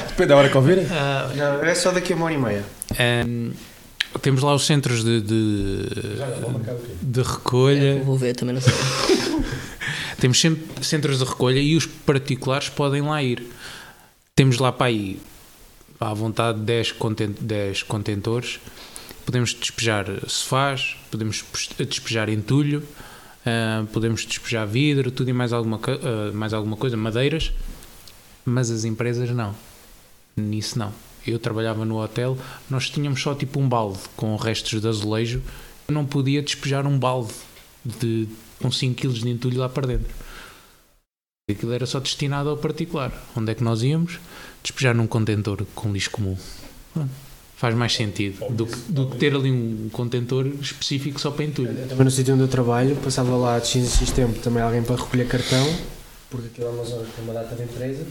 S4: Depende da hora que ouvirem.
S5: Ah,
S2: Não, é só daqui a uma hora e meia.
S5: hum, temos lá os centros de, de, de recolha.
S3: Eu vou ver, também não sei.
S5: Temos sempre centros de recolha e os particulares podem lá ir. Temos lá para aí, à vontade, 10, conten 10 contentores. Podemos despejar sofás, podemos pes- despejar entulho, ah, podemos despejar vidro, tudo e mais alguma, co- ah, mais alguma coisa, madeiras. Mas as empresas não. Nisso não. Eu trabalhava no hotel, nós tínhamos só tipo um balde com restos de azulejo. Eu não podia despejar um balde de, com 5 kg de entulho lá para dentro. Aquilo era só destinado ao particular. Onde é que nós íamos? Despejar num contentor com um lixo comum. Pronto. Faz mais sentido do que, do que ter ali um contentor específico só para entulho.
S2: Também no sítio onde eu trabalho, passava lá de X em X tempo também alguém para recolher cartão, porque aquilo é uma zona que tem uma data de empresa.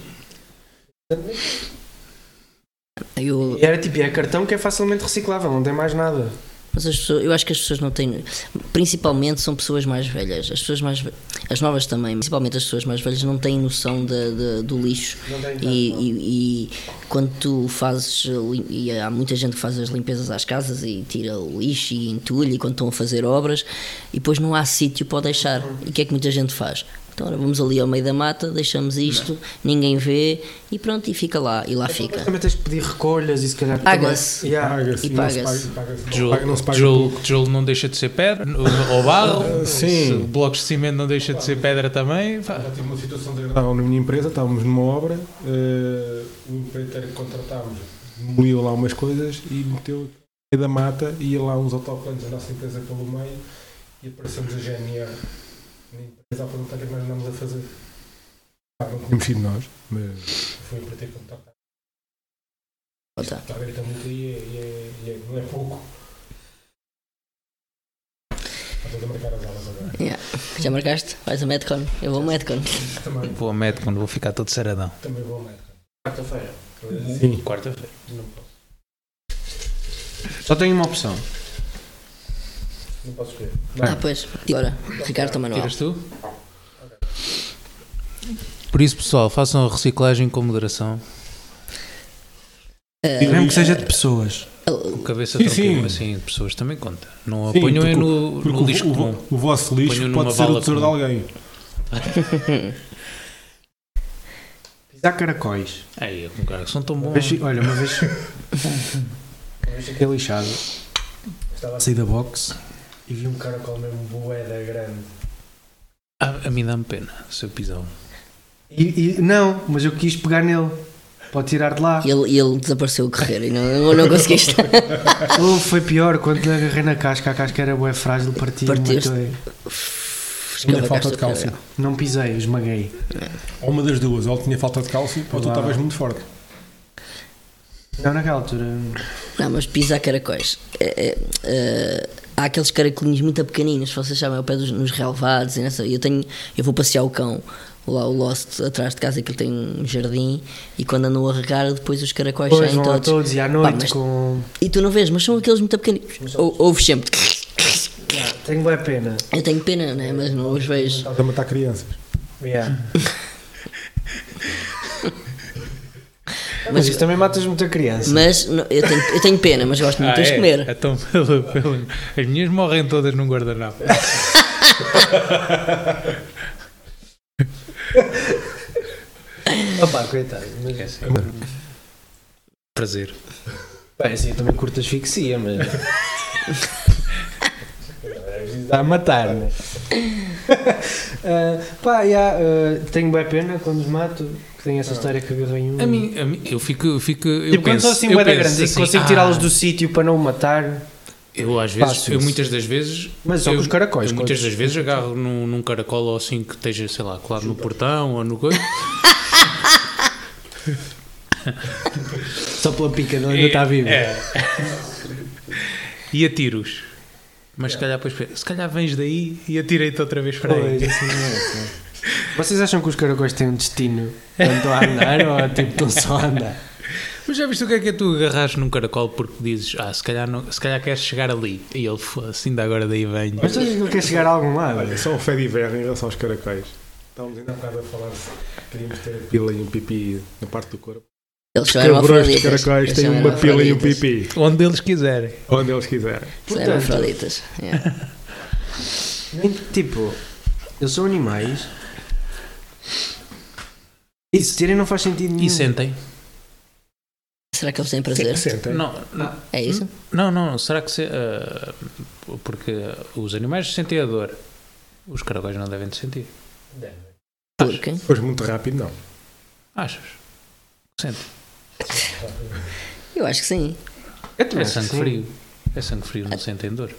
S3: Eu,
S2: E era tipo, é cartão que é facilmente reciclável, não tem mais nada.
S3: Mas as pessoas, eu acho que as pessoas não têm. Principalmente são pessoas mais velhas. As pessoas mais. ve- As novas também. Principalmente as pessoas mais velhas não têm noção da- da- do lixo. E, e- e quando tu fazes. lim- E há muita gente que faz as limpezas às casas e tira o lixo e entulha e quando estão a fazer obras e depois não há sítio para o deixar. E o que é que muita gente faz? Então ora, vamos ali ao meio da mata, deixamos isto, ninguém vê e pronto, e fica lá. E lá
S2: Então, Mas
S3: fica.
S2: Também tens que pedir recolhas e se calhar.
S3: Paga-se.
S2: também- Yeah.
S4: Paga-se.
S3: E
S4: não se
S3: paga-se.
S4: paga- paga-se- não paga-
S5: Tijolo
S4: Não se paga
S5: tijolo-
S4: pouco. Ah,
S5: tijolo não deixa de ser pedra, ou barro,
S4: sim.
S5: se blocos de cimento não deixa de ser pedra também. pá.
S4: Já tive uma situação desagradável na minha empresa, estávamos numa obra, eh, o empreiteiro que contratámos demoliu lá umas coisas e meteu no meio da mata, ia lá uns autocolantes da nossa empresa pelo meio e aparecemos a GNR na empresa a perguntar o que é que nós andamos a fazer. não tínhamos sido nós, mas foi um para ter contacto.
S3: Ah, tá.
S4: Está a ver, está muito aí e é, e é, não é pouco. Estás a marcar as aulas agora.
S3: Yeah. Já marcaste? Vais a Medcon? Eu vou a Medcon.
S4: Também,
S5: Vou a médico quando vou ficar todo saradão.
S4: também vou ao médico.
S6: Quarta-feira.
S4: Sim.
S5: Quarta-feira.
S4: Não posso.
S2: Só tenho uma opção.
S4: Não posso escolher.
S3: Ah, pois. Agora, Ricardo ou Manuel?
S5: Tiras tu? Por isso, pessoal, façam a reciclagem com moderação.
S3: Ah,
S2: Mesmo que seja de pessoas.
S5: O cabeça
S4: Sim,
S5: tranquilo,
S4: sim.
S5: assim, de pessoas também conta. Não
S4: Sim,
S5: apanham é
S4: porque
S5: no,
S4: Porque
S5: no
S4: o,
S5: disco
S4: o-
S5: comum.
S4: o vosso lixo
S5: Ponho numa
S4: pode ser
S5: vala
S4: o tesouro de
S5: comum.
S4: alguém.
S2: Pisar caracóis.
S5: Ei, um cara que são tão
S2: Uma
S5: bons.
S2: vez- olha, uma vez. uma vez fiquei lixado.
S6: Estava
S2: Saí da box.
S6: e vi um caracol mesmo boeda grande.
S5: Ah, A, a mim dá-me pena, seu pisão.
S2: E, e- não, mas eu quis pegar nele. Pode tirar de lá.
S3: e ele, e ele desapareceu a correr e não, não conseguiste.
S2: Ou Oh, foi pior, quando lhe agarrei na casca, a casca era bué frágil, parti e
S3: Partiste.
S2: matei.
S4: Tinha
S5: é
S3: Escavacaste
S4: falta de
S3: a carreira.
S4: cálcio.
S2: Não pisei, esmaguei.
S4: Ou uma das duas, ou tinha falta de cálcio, ou tu
S2: Lá.
S4: estavas muito forte.
S2: Não, naquela altura.
S3: Não, mas pisar caracóis. É, é, é, há aqueles caracolinhos muito pequeninos, se vocês sabem, ao pé dos, nos relevados. E nessa, eu, tenho, eu vou passear o cão lá, o Lost, atrás de casa, que ele tem um jardim. E quando andam a regar, depois os caracóis
S2: Pois
S3: saem
S2: vão lá
S3: todos.
S2: um todos e à
S3: então, Pá,
S2: noite
S3: mas-
S2: com.
S3: E tu não vês, mas são aqueles muito pequeninos. Ou, ouves sempre.
S2: Tenho boa pena.
S3: Eu tenho pena, né? mas não os vejo.
S4: Estavas a matar crianças.
S2: Mas isso também matas muita criança.
S3: Mas não- eu, tenho, eu tenho pena, mas gosto muito de os
S5: é?
S3: comer.
S5: Então, pelo, pelo- as minhas morrem todas num guardanapo.
S2: Opa, coitado. Mas...
S5: É assim. Prazer.
S2: Bem, assim, eu também curto asfixia, mas. Dá a matar, né? Ah, pá, já, ah, tenho bem pena quando os mato, que tenho essa história que agarrei um.
S5: A mim, a mim- eu fico. Eu fico eu
S2: tipo, quando
S5: penso,
S2: são assim,
S5: eu
S2: bué da
S5: penso
S2: grandes e
S5: assim,
S2: consigo
S5: ah,
S2: tirá-los do sítio para não o matar,
S5: Eu, às vezes,
S2: Faço
S5: eu
S2: isso.
S5: muitas das vezes.
S2: mas só
S5: eu,
S2: com os caracóis.
S5: eu
S2: quando-
S5: muitas das vezes agarro num, num caracol ou assim que esteja, sei lá, colado no portão ou no coisa.
S2: Só pela pica, não ainda está tá vivo.
S5: É. e atiros. Mas se calhar depois. Se calhar vens daí e atirei-te outra vez para aí.
S2: Pois, assim não é, assim. Vocês acham que os caracóis têm um destino? Estão a andar ou tipo, estão só a andar?
S5: Mas já viste o que é que é tu agarraste num caracol porque dizes, ah, se calhar, não, se calhar queres chegar ali. E ele, assim, ainda agora daí venho.
S2: Mas tu achas que ele quer chegar a algum lado?
S4: Olha, só o fé de inverno em relação aos caracóis. Estávamos ainda há bocado a falar se queríamos ter a pila e um pipi na parte do corpo.
S3: Eles são
S4: Cabrões de
S3: hermafroditas.
S4: caracóis
S3: Eles
S4: têm
S3: são
S4: uma pila e um
S3: hermafroditas.
S4: pipi.
S5: Onde eles quiserem.
S4: Onde eles quiserem.
S3: São
S2: Portanto-
S3: hermafroditas. Yeah.
S2: Nem- Tipo, eles são animais. E existirem não faz sentido nenhum.
S5: E sentem.
S3: Será que eles têm prazer?
S4: Sentem.
S5: Não, não,
S3: É isso?
S5: não, não, será que... Se, ah, porque os animais sentem a dor. Os caracóis não devem sentir.
S3: Porque.
S4: Depois muito rápido, não.
S5: Achas? Sentem.
S3: Eu acho que sim.
S2: Eu também
S5: É
S2: acho
S5: sangue
S2: que sim.
S5: frio. É sangue frio, não sentem dor.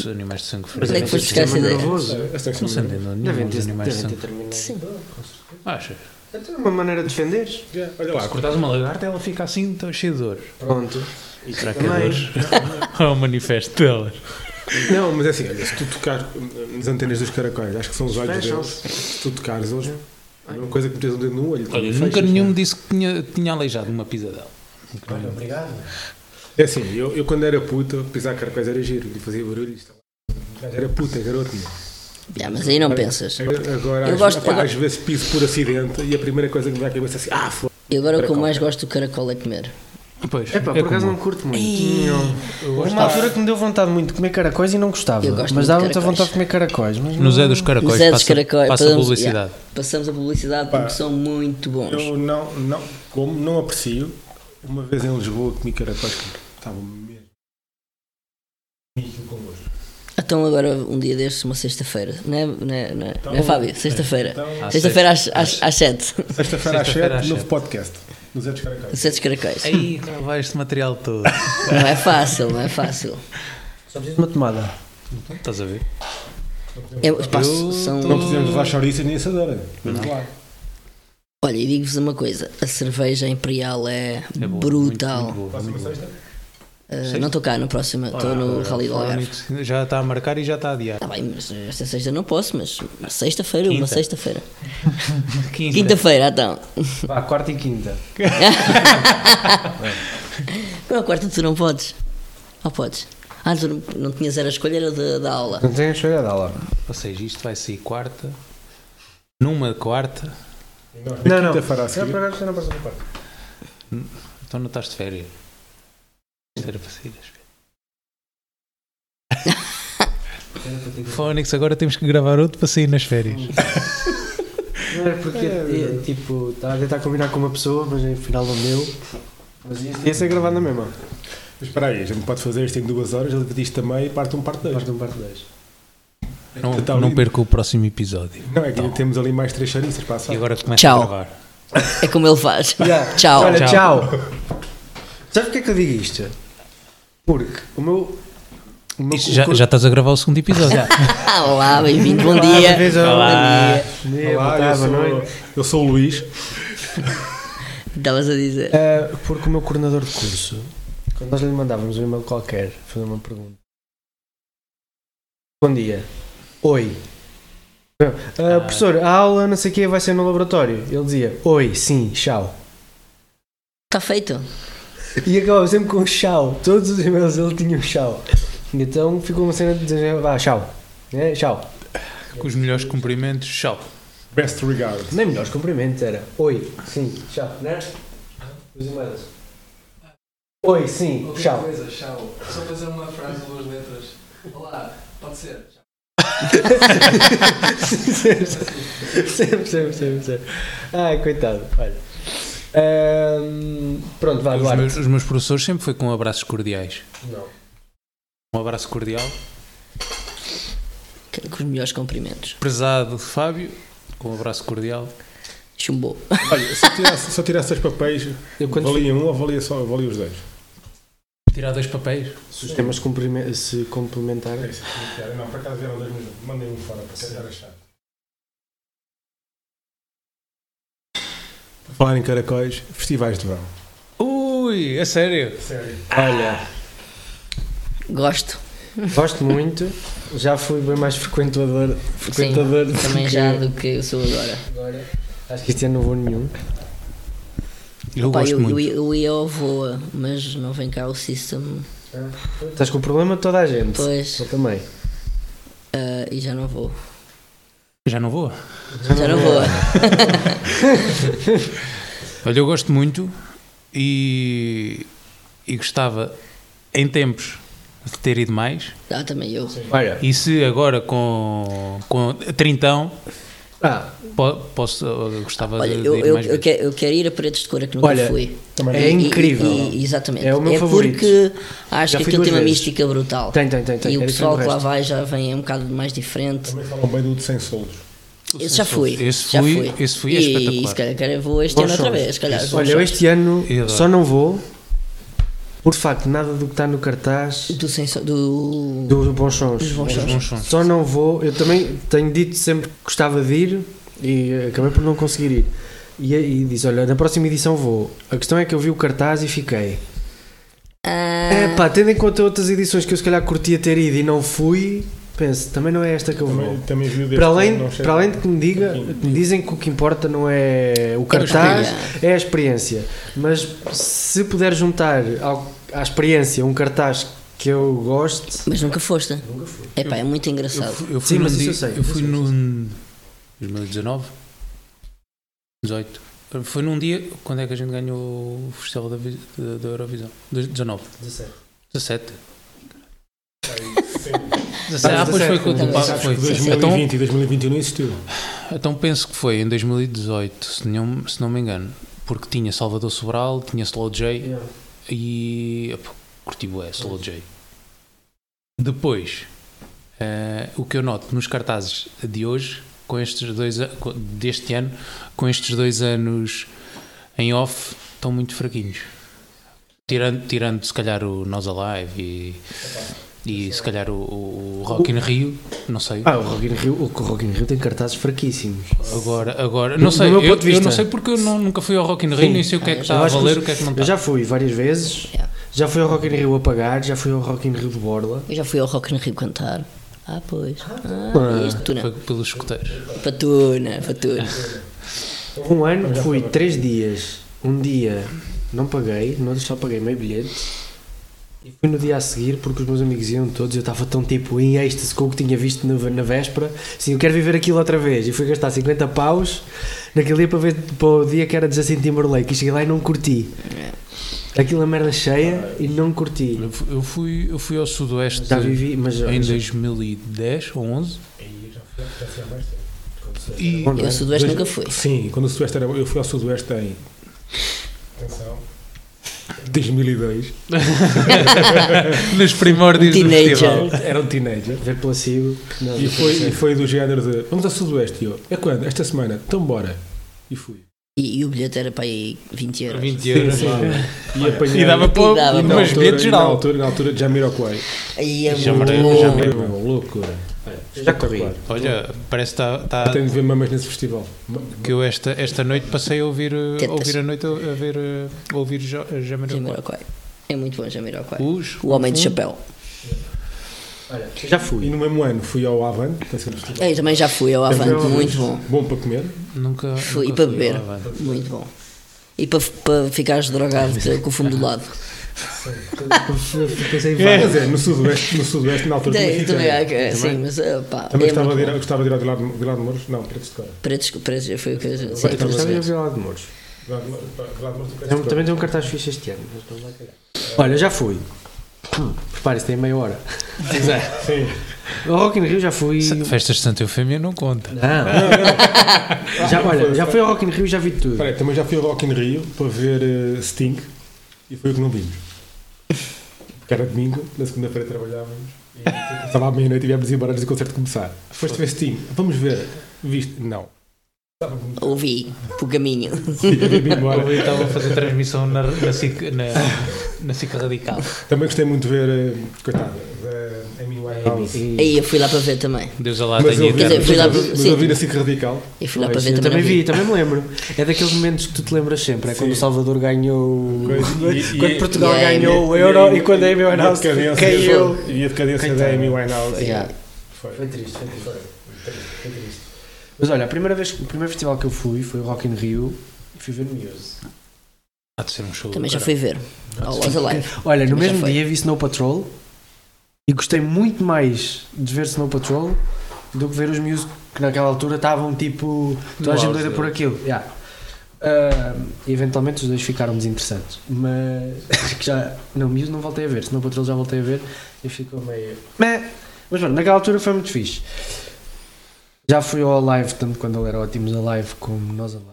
S5: Os animais de sangue frio
S3: Onde é que
S5: não
S3: foste
S5: sentem-
S3: buscar essa ideia?
S2: nervoso.
S4: Essa
S5: não sentem dor
S2: Devem
S5: nenhuma,
S2: ter,
S5: os animais de
S2: devem
S5: sangue
S2: ter terminado.
S3: Sim. Achas?
S2: Então é uma maneira de defender.
S4: Olha
S5: Se
S4: lá,
S5: cortares uma lagarta, ela fica assim, tão cheia de dor.
S2: Pronto.
S5: Será que é
S2: Também.
S5: dor? É o manifesto delas.
S4: Não, mas é assim, olha, se tu tocares hum, nas antenas dos caracóis, acho que são os olhos deles.
S2: Fecham-se.
S4: Se tu tocares eles, é uma coisa que metes um dedo no olho.
S5: Olha,
S4: também
S5: nunca
S4: fechas,
S5: nenhum
S4: não
S5: me disse que tinha, tinha aleijado uma pisadela. Nunca nenhum.
S6: Obrigado.
S4: é? É assim, eu, eu quando era puta, pisar caracóis era giro, e fazia barulho. isto- é Era puta, garoto. meu.
S3: Já, mas aí não pensas.
S4: Agora, agora,
S3: Eu
S4: às,
S3: gosto-
S4: epá,
S3: agora-
S4: às vezes piso por acidente e a primeira coisa que me dá a cabeça é assim, ah, f***.
S3: E agora o que eu
S4: Caracol.
S3: mais gosto do caracol é comer.
S5: Pois, é
S2: Epá, por acaso
S5: comum.
S2: não curto muito.
S3: Ih,
S2: Não. Houve uma altura que me deu vontade muito de comer caracóis e não gostava.
S3: Eu gosto muito
S2: Mas
S3: de
S2: dá muita
S3: caracóis.
S2: vontade de comer caracóis. Mas
S5: No
S2: não-
S5: Zé dos Caracóis
S3: No Zé é dos
S5: passa,
S3: Caracóis,
S5: passa
S3: podemos-
S5: publicidade.
S3: Passamos a publicidade
S4: Pá.
S3: porque são muito bons.
S4: Eu não, não, como, não aprecio. Uma vez em Lisboa comi caracóis que estava mesmo. E aquilo com gosto.
S3: Então agora um dia destes, uma sexta-feira. Não é, não é, não é, não é
S4: Então,
S3: Fábio? Sexta-feira.
S4: Então,
S5: Ah,
S3: Sexta-feira às, às, às sete.
S4: sexta-feira às
S5: sexta-feira
S4: 7,
S5: às
S4: novo
S5: sete.
S4: podcast. Nos Zé dos Caracóis.
S3: Os Sete caracóis.
S5: Aí lá vai este material todo.
S3: Não é fácil, não é fácil.
S2: Preciso de uma tomada.
S5: Estás a ver?
S3: É o espaço. São...
S4: Não precisamos levar chouriças nem assadora. Claro.
S3: Olha, e digo-vos uma coisa: a cerveja imperial é,
S5: É boa,
S3: brutal.
S5: Muito, muito boa,
S4: Próxima
S5: muito boa.
S4: sexta?
S3: Ah,
S5: Sexta?
S3: não estou cá na próxima, estou no Rally do Algarve. Tá
S5: Fónix. Já está a marcar e já está a adiar.
S3: Está bem, mas esta sexta não posso, mas uma sexta-feira, uma
S5: Quinta.
S3: sexta-feira. Quinta-feira, então.
S2: Vá, quarta e quinta.
S3: Não, a quarta tu não podes. Ou podes? Ah, tu não, não tinhas era a escolha, era da, da aula.
S2: Não tenho escolha dá lá.
S5: Ou seja, isto vai sair quarta. Numa quarta.
S2: Não, não.
S4: Quinta-feira a seguir.
S2: para agora na próxima parte.
S5: Então não estás de férias. Isto era para sair das férias. Fónix, agora temos que gravar outro para sair nas férias.
S2: Não era porque, é, tipo, estava a tentar combinar com uma pessoa, mas é afinal não deu. Mas é este ia ser gravado na mesma.
S4: Mas espera aí, a gente pode fazer isto em duas horas, ele diz também e parte um parte dois.
S2: Parte 1, parte 2.
S5: Não,
S4: Então,
S5: não
S4: e-
S5: perca o próximo episódio.
S4: Não, é que
S2: Tá.
S5: Então.
S4: temos ali mais três chouriças para a
S5: E
S4: sala.
S5: agora começa
S3: Tchau.
S5: a gravar.
S3: É como ele faz.
S2: Yeah.
S3: Tchau.
S2: Olha,
S5: Tchau.
S2: tchau. Sabe porquê que eu digo isto? Porque o meu. O meu
S5: Isto já, já estás a gravar o segundo episódio.
S3: Ah, olá, bem-vindo, bom dia.
S5: Olá.
S2: Bom dia, boa
S4: Olá, eu,
S2: tarde,
S4: sou,
S2: boa noite.
S4: eu sou o Luís.
S3: Estavas a dizer.
S2: Ah, porque o meu coordenador de curso, quando nós lhe mandávamos um e-mail qualquer, fazer uma pergunta. Bom dia. Oi. Ah,
S5: Ah.
S2: Professor, a aula não sei o quê vai ser no laboratório. Ele dizia, oi, sim, tchau.
S3: Está Tá feito.
S2: E acabava sempre com tchau. Todos os e-mails ele tinha um tchau. Então ficou uma cena de dizer, vá, tchau. É, tchau.
S5: Com os melhores cumprimentos, tchau.
S4: Best regards.
S2: Nem melhores cumprimentos, era oi, sim, tchau, né? Os e-mails. Oi, sim, tchau.
S7: Só fazer uma frase, duas letras. Olá, pode ser.
S2: sempre, sempre, sempre, sempre, sempre. Ai, coitado, olha. Ahm, pronto, vá,
S5: Os
S2: Duarte.
S5: meus, os meus professores sempre foi com abraços cordiais. Não. Um abraço cordial.
S3: Que- Com os melhores cumprimentos.
S5: Prezado Fábio, com um abraço cordial.
S3: Chumbou.
S4: Olha, se eu tirasse, se eu tirasse dois papéis,
S2: Eu quando
S4: valia um ou valia só valia os dois?
S5: Tirar dois papéis.
S2: Se os temas comprime- se
S4: É
S2: complementarem.
S4: Não, por acaso vieram dois minutos. Mandei um fora, porque era chato. Falar em caracóis, festivais de verão.
S5: Ui, é sério.
S4: Sério.
S2: Ah. Olha,
S3: Gosto.
S2: gosto muito. Já fui bem mais frequentador, frequentador do
S3: Também
S2: que-
S3: já do que eu sou agora.
S2: Agora, acho que este ano não vou nenhum.
S5: Eu
S3: Pá,
S5: gosto
S3: eu,
S5: muito.
S3: eu, eu ia ao voa, mas não vem cá o system.
S2: Estás com o problema de toda a gente.
S3: Pois.
S2: Eu também.
S3: ah, e já não vou.
S5: Já não vou.
S3: Já não vou.
S5: Olha, eu gosto muito e, e gostava, em tempos, de ter ido mais.
S3: Ah, também eu.
S2: Olha.
S5: E se agora com, com trintão,
S2: Ah,
S5: po- posso, eu gostava
S3: Olha,
S5: de, de
S3: eu,
S5: ir
S3: eu,
S5: mais
S3: eu,
S5: vezes.
S3: quero, eu quero ir a Paredes de Cora que nunca
S2: Olha,
S3: fui.
S4: Também
S2: É
S3: E- e-
S2: incrível.
S3: e- exatamente.
S2: É o meu favorito.
S3: porque acho
S2: Já
S3: que
S2: fui
S3: aquilo
S2: duas
S3: tem uma
S2: vezes.
S3: mística brutal.
S2: tem, tem, tem. tem.
S3: E o
S2: É
S3: pessoal que
S2: diferente
S3: lá
S2: do resto.
S3: vai já vem é um bocado mais diferente.
S4: Também falam bem do de sem solos.
S2: Tá é
S3: Esse já fui.
S5: Esse
S3: já
S5: fui,
S3: fui.
S5: esse fui, é
S3: e,
S5: espetacular.
S3: e se calhar quero- vou este
S2: Bons
S3: ano outra
S2: shows.
S3: vez. se calhar.
S5: Isso.
S3: Bons
S2: Olha, eu
S3: shows.
S2: este ano
S5: Eu adoro.
S2: só não vou por facto nada do que está no cartaz
S3: Do, senso, do...
S2: dos bons sons.
S3: dos bons
S5: Os
S3: shows.
S5: bons sons.
S2: Só não vou, eu também tenho dito sempre que gostava de ir e acabei por não conseguir ir. E, é, e diz: Olha, na próxima edição vou. A questão é que eu vi o cartaz e fiquei.
S3: Ah,
S2: É pá, tendo em conta outras edições que eu se calhar curtia ter ido e não fui, penso, também não é esta que eu vou.
S4: Também, também vi o deste,
S2: Para além,
S4: não chega-
S2: para além de que me, diga, que me dizem que o que importa não é o cartaz,
S3: experiência.
S2: é a experiência. Mas se puder juntar ao- à experiência um cartaz que eu goste,
S3: mas nunca foste. Nunca fui. Epá, é muito
S5: Eu
S3: engraçado.
S5: fui, eu fui
S2: Sim, mas
S5: num
S2: isso
S5: dia-
S2: eu sei,
S5: Eu
S2: isso
S5: fui
S2: eu
S5: num. 2019? 18. Foi num dia. Quando é que a gente ganhou o Festival da, Vi- da, da Eurovisão? De- 19. 17. 17. Ah, pois foi quando o Papa
S4: Sabes
S5: foi.
S4: que
S5: Então,
S4: 2020 e 2021 não existiu.
S5: então penso que foi em 2018, se não, se não me engano. Porque tinha Salvador Sobral, tinha Slow J e. Opa, curti bué, Slow J. Depois, eh, o que eu noto nos cartazes de hoje, com estes dois a- co- deste ano, com estes dois anos em off, estão muito fraquinhos. Tirando, tirando se calhar o Nós Alive e, e se calhar o, o, o Rock in Rio, não sei.
S2: Ah, o Rock in Rio, o Rock in Rio tem cartazes fraquíssimos.
S5: Agora, agora, não sei,
S2: meu
S5: eu,
S2: ponto de
S5: eu
S2: vista.
S5: não sei porque eu não- nunca fui ao Rock in Rio,
S2: Sim.
S5: nem sei o que é que
S3: Ah,
S5: está
S2: eu
S5: a
S2: acho que
S5: valer,
S2: os-
S5: o que é que não
S2: Eu
S5: está.
S2: já fui várias vezes,
S3: Yeah.
S2: já fui ao Rock in Rio apagar, já fui ao Rock in Rio de Borla.
S3: Eu já fui ao Rock in Rio cantar. Ah, pois.
S2: Ah.
S3: Ah, isto, tu
S5: Foi
S3: não.
S5: pelos escuteiros.
S3: Patuna, patuna.
S2: Um ano fui três dias, um dia não paguei, no outro só paguei meio bilhete. E fui no dia a seguir porque os meus amigos iam todos e eu estava tão tipo em êxtase com o que tinha visto na, na véspera. Assim, eu quero viver aquilo outra vez. E fui gastar 50 paus naquele dia para ver para o dia que era de Justin Timberlake. E cheguei lá e não curti. Aquilo é merda cheia e não curti.
S5: Eu fu- Eu fui, eu fui ao Sudoeste
S2: Já vivi, mas já-
S5: em 2010 ou 11
S4: Aí já fui, já fui há mais tempo. Quando o Sudoeste
S5: e
S3: Eu ao Sudoeste
S4: Dois-
S3: nunca fui.
S4: era- Sim, quando o Sudoeste era. Eu fui ao Sudoeste em. Atenção. 2002.
S5: nos primórdios do
S3: Teenager.
S5: festival.
S4: Era um teenager.
S2: Ver placebo. Não,
S4: E foi, e foi do género de. Vamos ao Sudoeste, e eu. É quando? Esta semana. Então bora. E fui.
S3: E, e o bilhete era para aí 20 euros.
S5: 20 euros.
S4: E apanhei.
S5: E dava
S3: E
S5: para
S3: dava
S4: na
S5: umas
S4: altura-
S5: bilhetes
S4: um né? Na
S5: geral.
S4: altura, na altura já me Iroquois.
S3: Aí é
S5: Já
S3: bom.
S5: morei- já morei.
S4: Loucura.
S2: já corri.
S5: Olha, parece que está. está-
S4: Tenho de ver mamas nesse festival.
S5: que eu esta, esta noite passei a ouvir, eh,
S3: Tetas.
S5: ouvir a noite, a ver, eh, a ouvir Jo- eh, Jamiroquai.
S3: Jamiroquai. É muito bom Jamiroquai.
S5: Os-
S3: O Homem de Chapéu.
S2: Já
S4: E
S2: fui.
S4: no mesmo ano fui ao Avante, que é sempre um festival.
S3: Eu também já fui ao Avante.
S4: Também
S3: Muito bom.
S4: Bom para comer.
S5: Nunca.
S3: Fui
S5: nunca
S3: para
S5: fui Ah,
S3: beber.
S5: ao Avante.
S3: Muito bom. E para, para ficares drogado com o fumo do lado.
S5: É.
S2: Pensei em
S4: Quer dizer, no Sudoeste, no Sudoeste na altura.
S3: Também,
S4: Também,
S3: também,
S4: também,
S3: há- sim, mas ah, pá,
S4: também
S3: é
S4: gostava,
S3: muito
S4: de ir,
S3: bom.
S4: gostava de ir ao Vilar de- Vilar de Mouros. Não, Preto de Cora.
S3: Pretos, pretos, foi o que eu sim,
S2: Vai,
S3: pretos-
S2: estamos a ver lá de Mouros.
S4: Vilar de Mouros, Vilar de Mouros e Preto de
S2: Tem-
S4: Cora.
S2: Também tem um cartaz fixe este ano. mas não vai calhar. Olha, já fui. Hum, Prepare-se, tem meia hora. É.
S4: Sim.
S2: Ao Rock in Rio já fui.
S5: Sa- Festas de Santa Eufémia não conta.
S2: Não. já, olha, já fui ao Rock in Rio e já vi tudo.
S4: Espera aí, também já fui ao Rock in Rio para ver eh, Sting e foi o que não vimos. Porque era domingo, na segunda-feira trabalhávamos e estava à meia-noite e viemos embora antes do concerto começar. Foste ver Sting, vamos ver. Viste? Não.
S3: Ouvi o caminho.
S4: Sim, vim embora.
S5: Eu estava a fazer transmissão na, na, SIC, na, na SIC Radical.
S4: Também gostei muito de ver, eh, coitada, da Amy Winehouse.
S2: E-
S3: Aí eu fui lá para ver também.
S5: Deus a lá
S4: Mas
S5: tenha
S4: eu vi,
S3: Quer dizer, fui lá para-
S4: mas
S3: sim.
S4: eu vi na SIC Radical.
S3: Eu fui lá para
S2: Pois,
S3: ver
S2: eu
S3: também.
S2: também
S3: não
S2: vi, também me lembro. É daqueles momentos que tu te lembras sempre. É quando o Salvador ganhou.
S4: Coisa- e-
S2: quando
S4: e-
S2: Portugal
S3: e-
S2: ganhou o Euro e, quando a Amy
S4: e
S2: Winehouse
S4: decadência-
S2: caiu.
S4: E a decadência da
S2: Coitada.
S4: Amy Winehouse.
S2: Yeah.
S4: Foi.
S2: Foi triste, foi triste. Mas olha, a primeira vez, o primeiro festival que eu fui foi o Rock in Rio e fui ver Muse.
S5: Há de ser um show. do
S3: Também já
S5: caralho.
S3: fui ver.
S2: Ah,
S3: Ao Was Alive.
S2: Olha, no
S3: Também já
S2: mesmo
S3: foi.
S2: dia vi Snow Patrol e gostei muito mais de ver Snow Patrol do que ver os Muse que naquela altura estavam tipo toda a
S5: No
S2: gente
S5: auge
S2: doida por
S5: dele.
S2: aquilo. Yeah. Ah, e eventualmente os dois ficaram desinteressantes, mas que já não, Muse não voltei a ver, Snow Patrol já voltei a ver e ficou meio. Meh. Mas pronto, naquela altura foi muito fixe. Já fui ao Alive, tanto quando ele era ótimos Alive como nós Alive.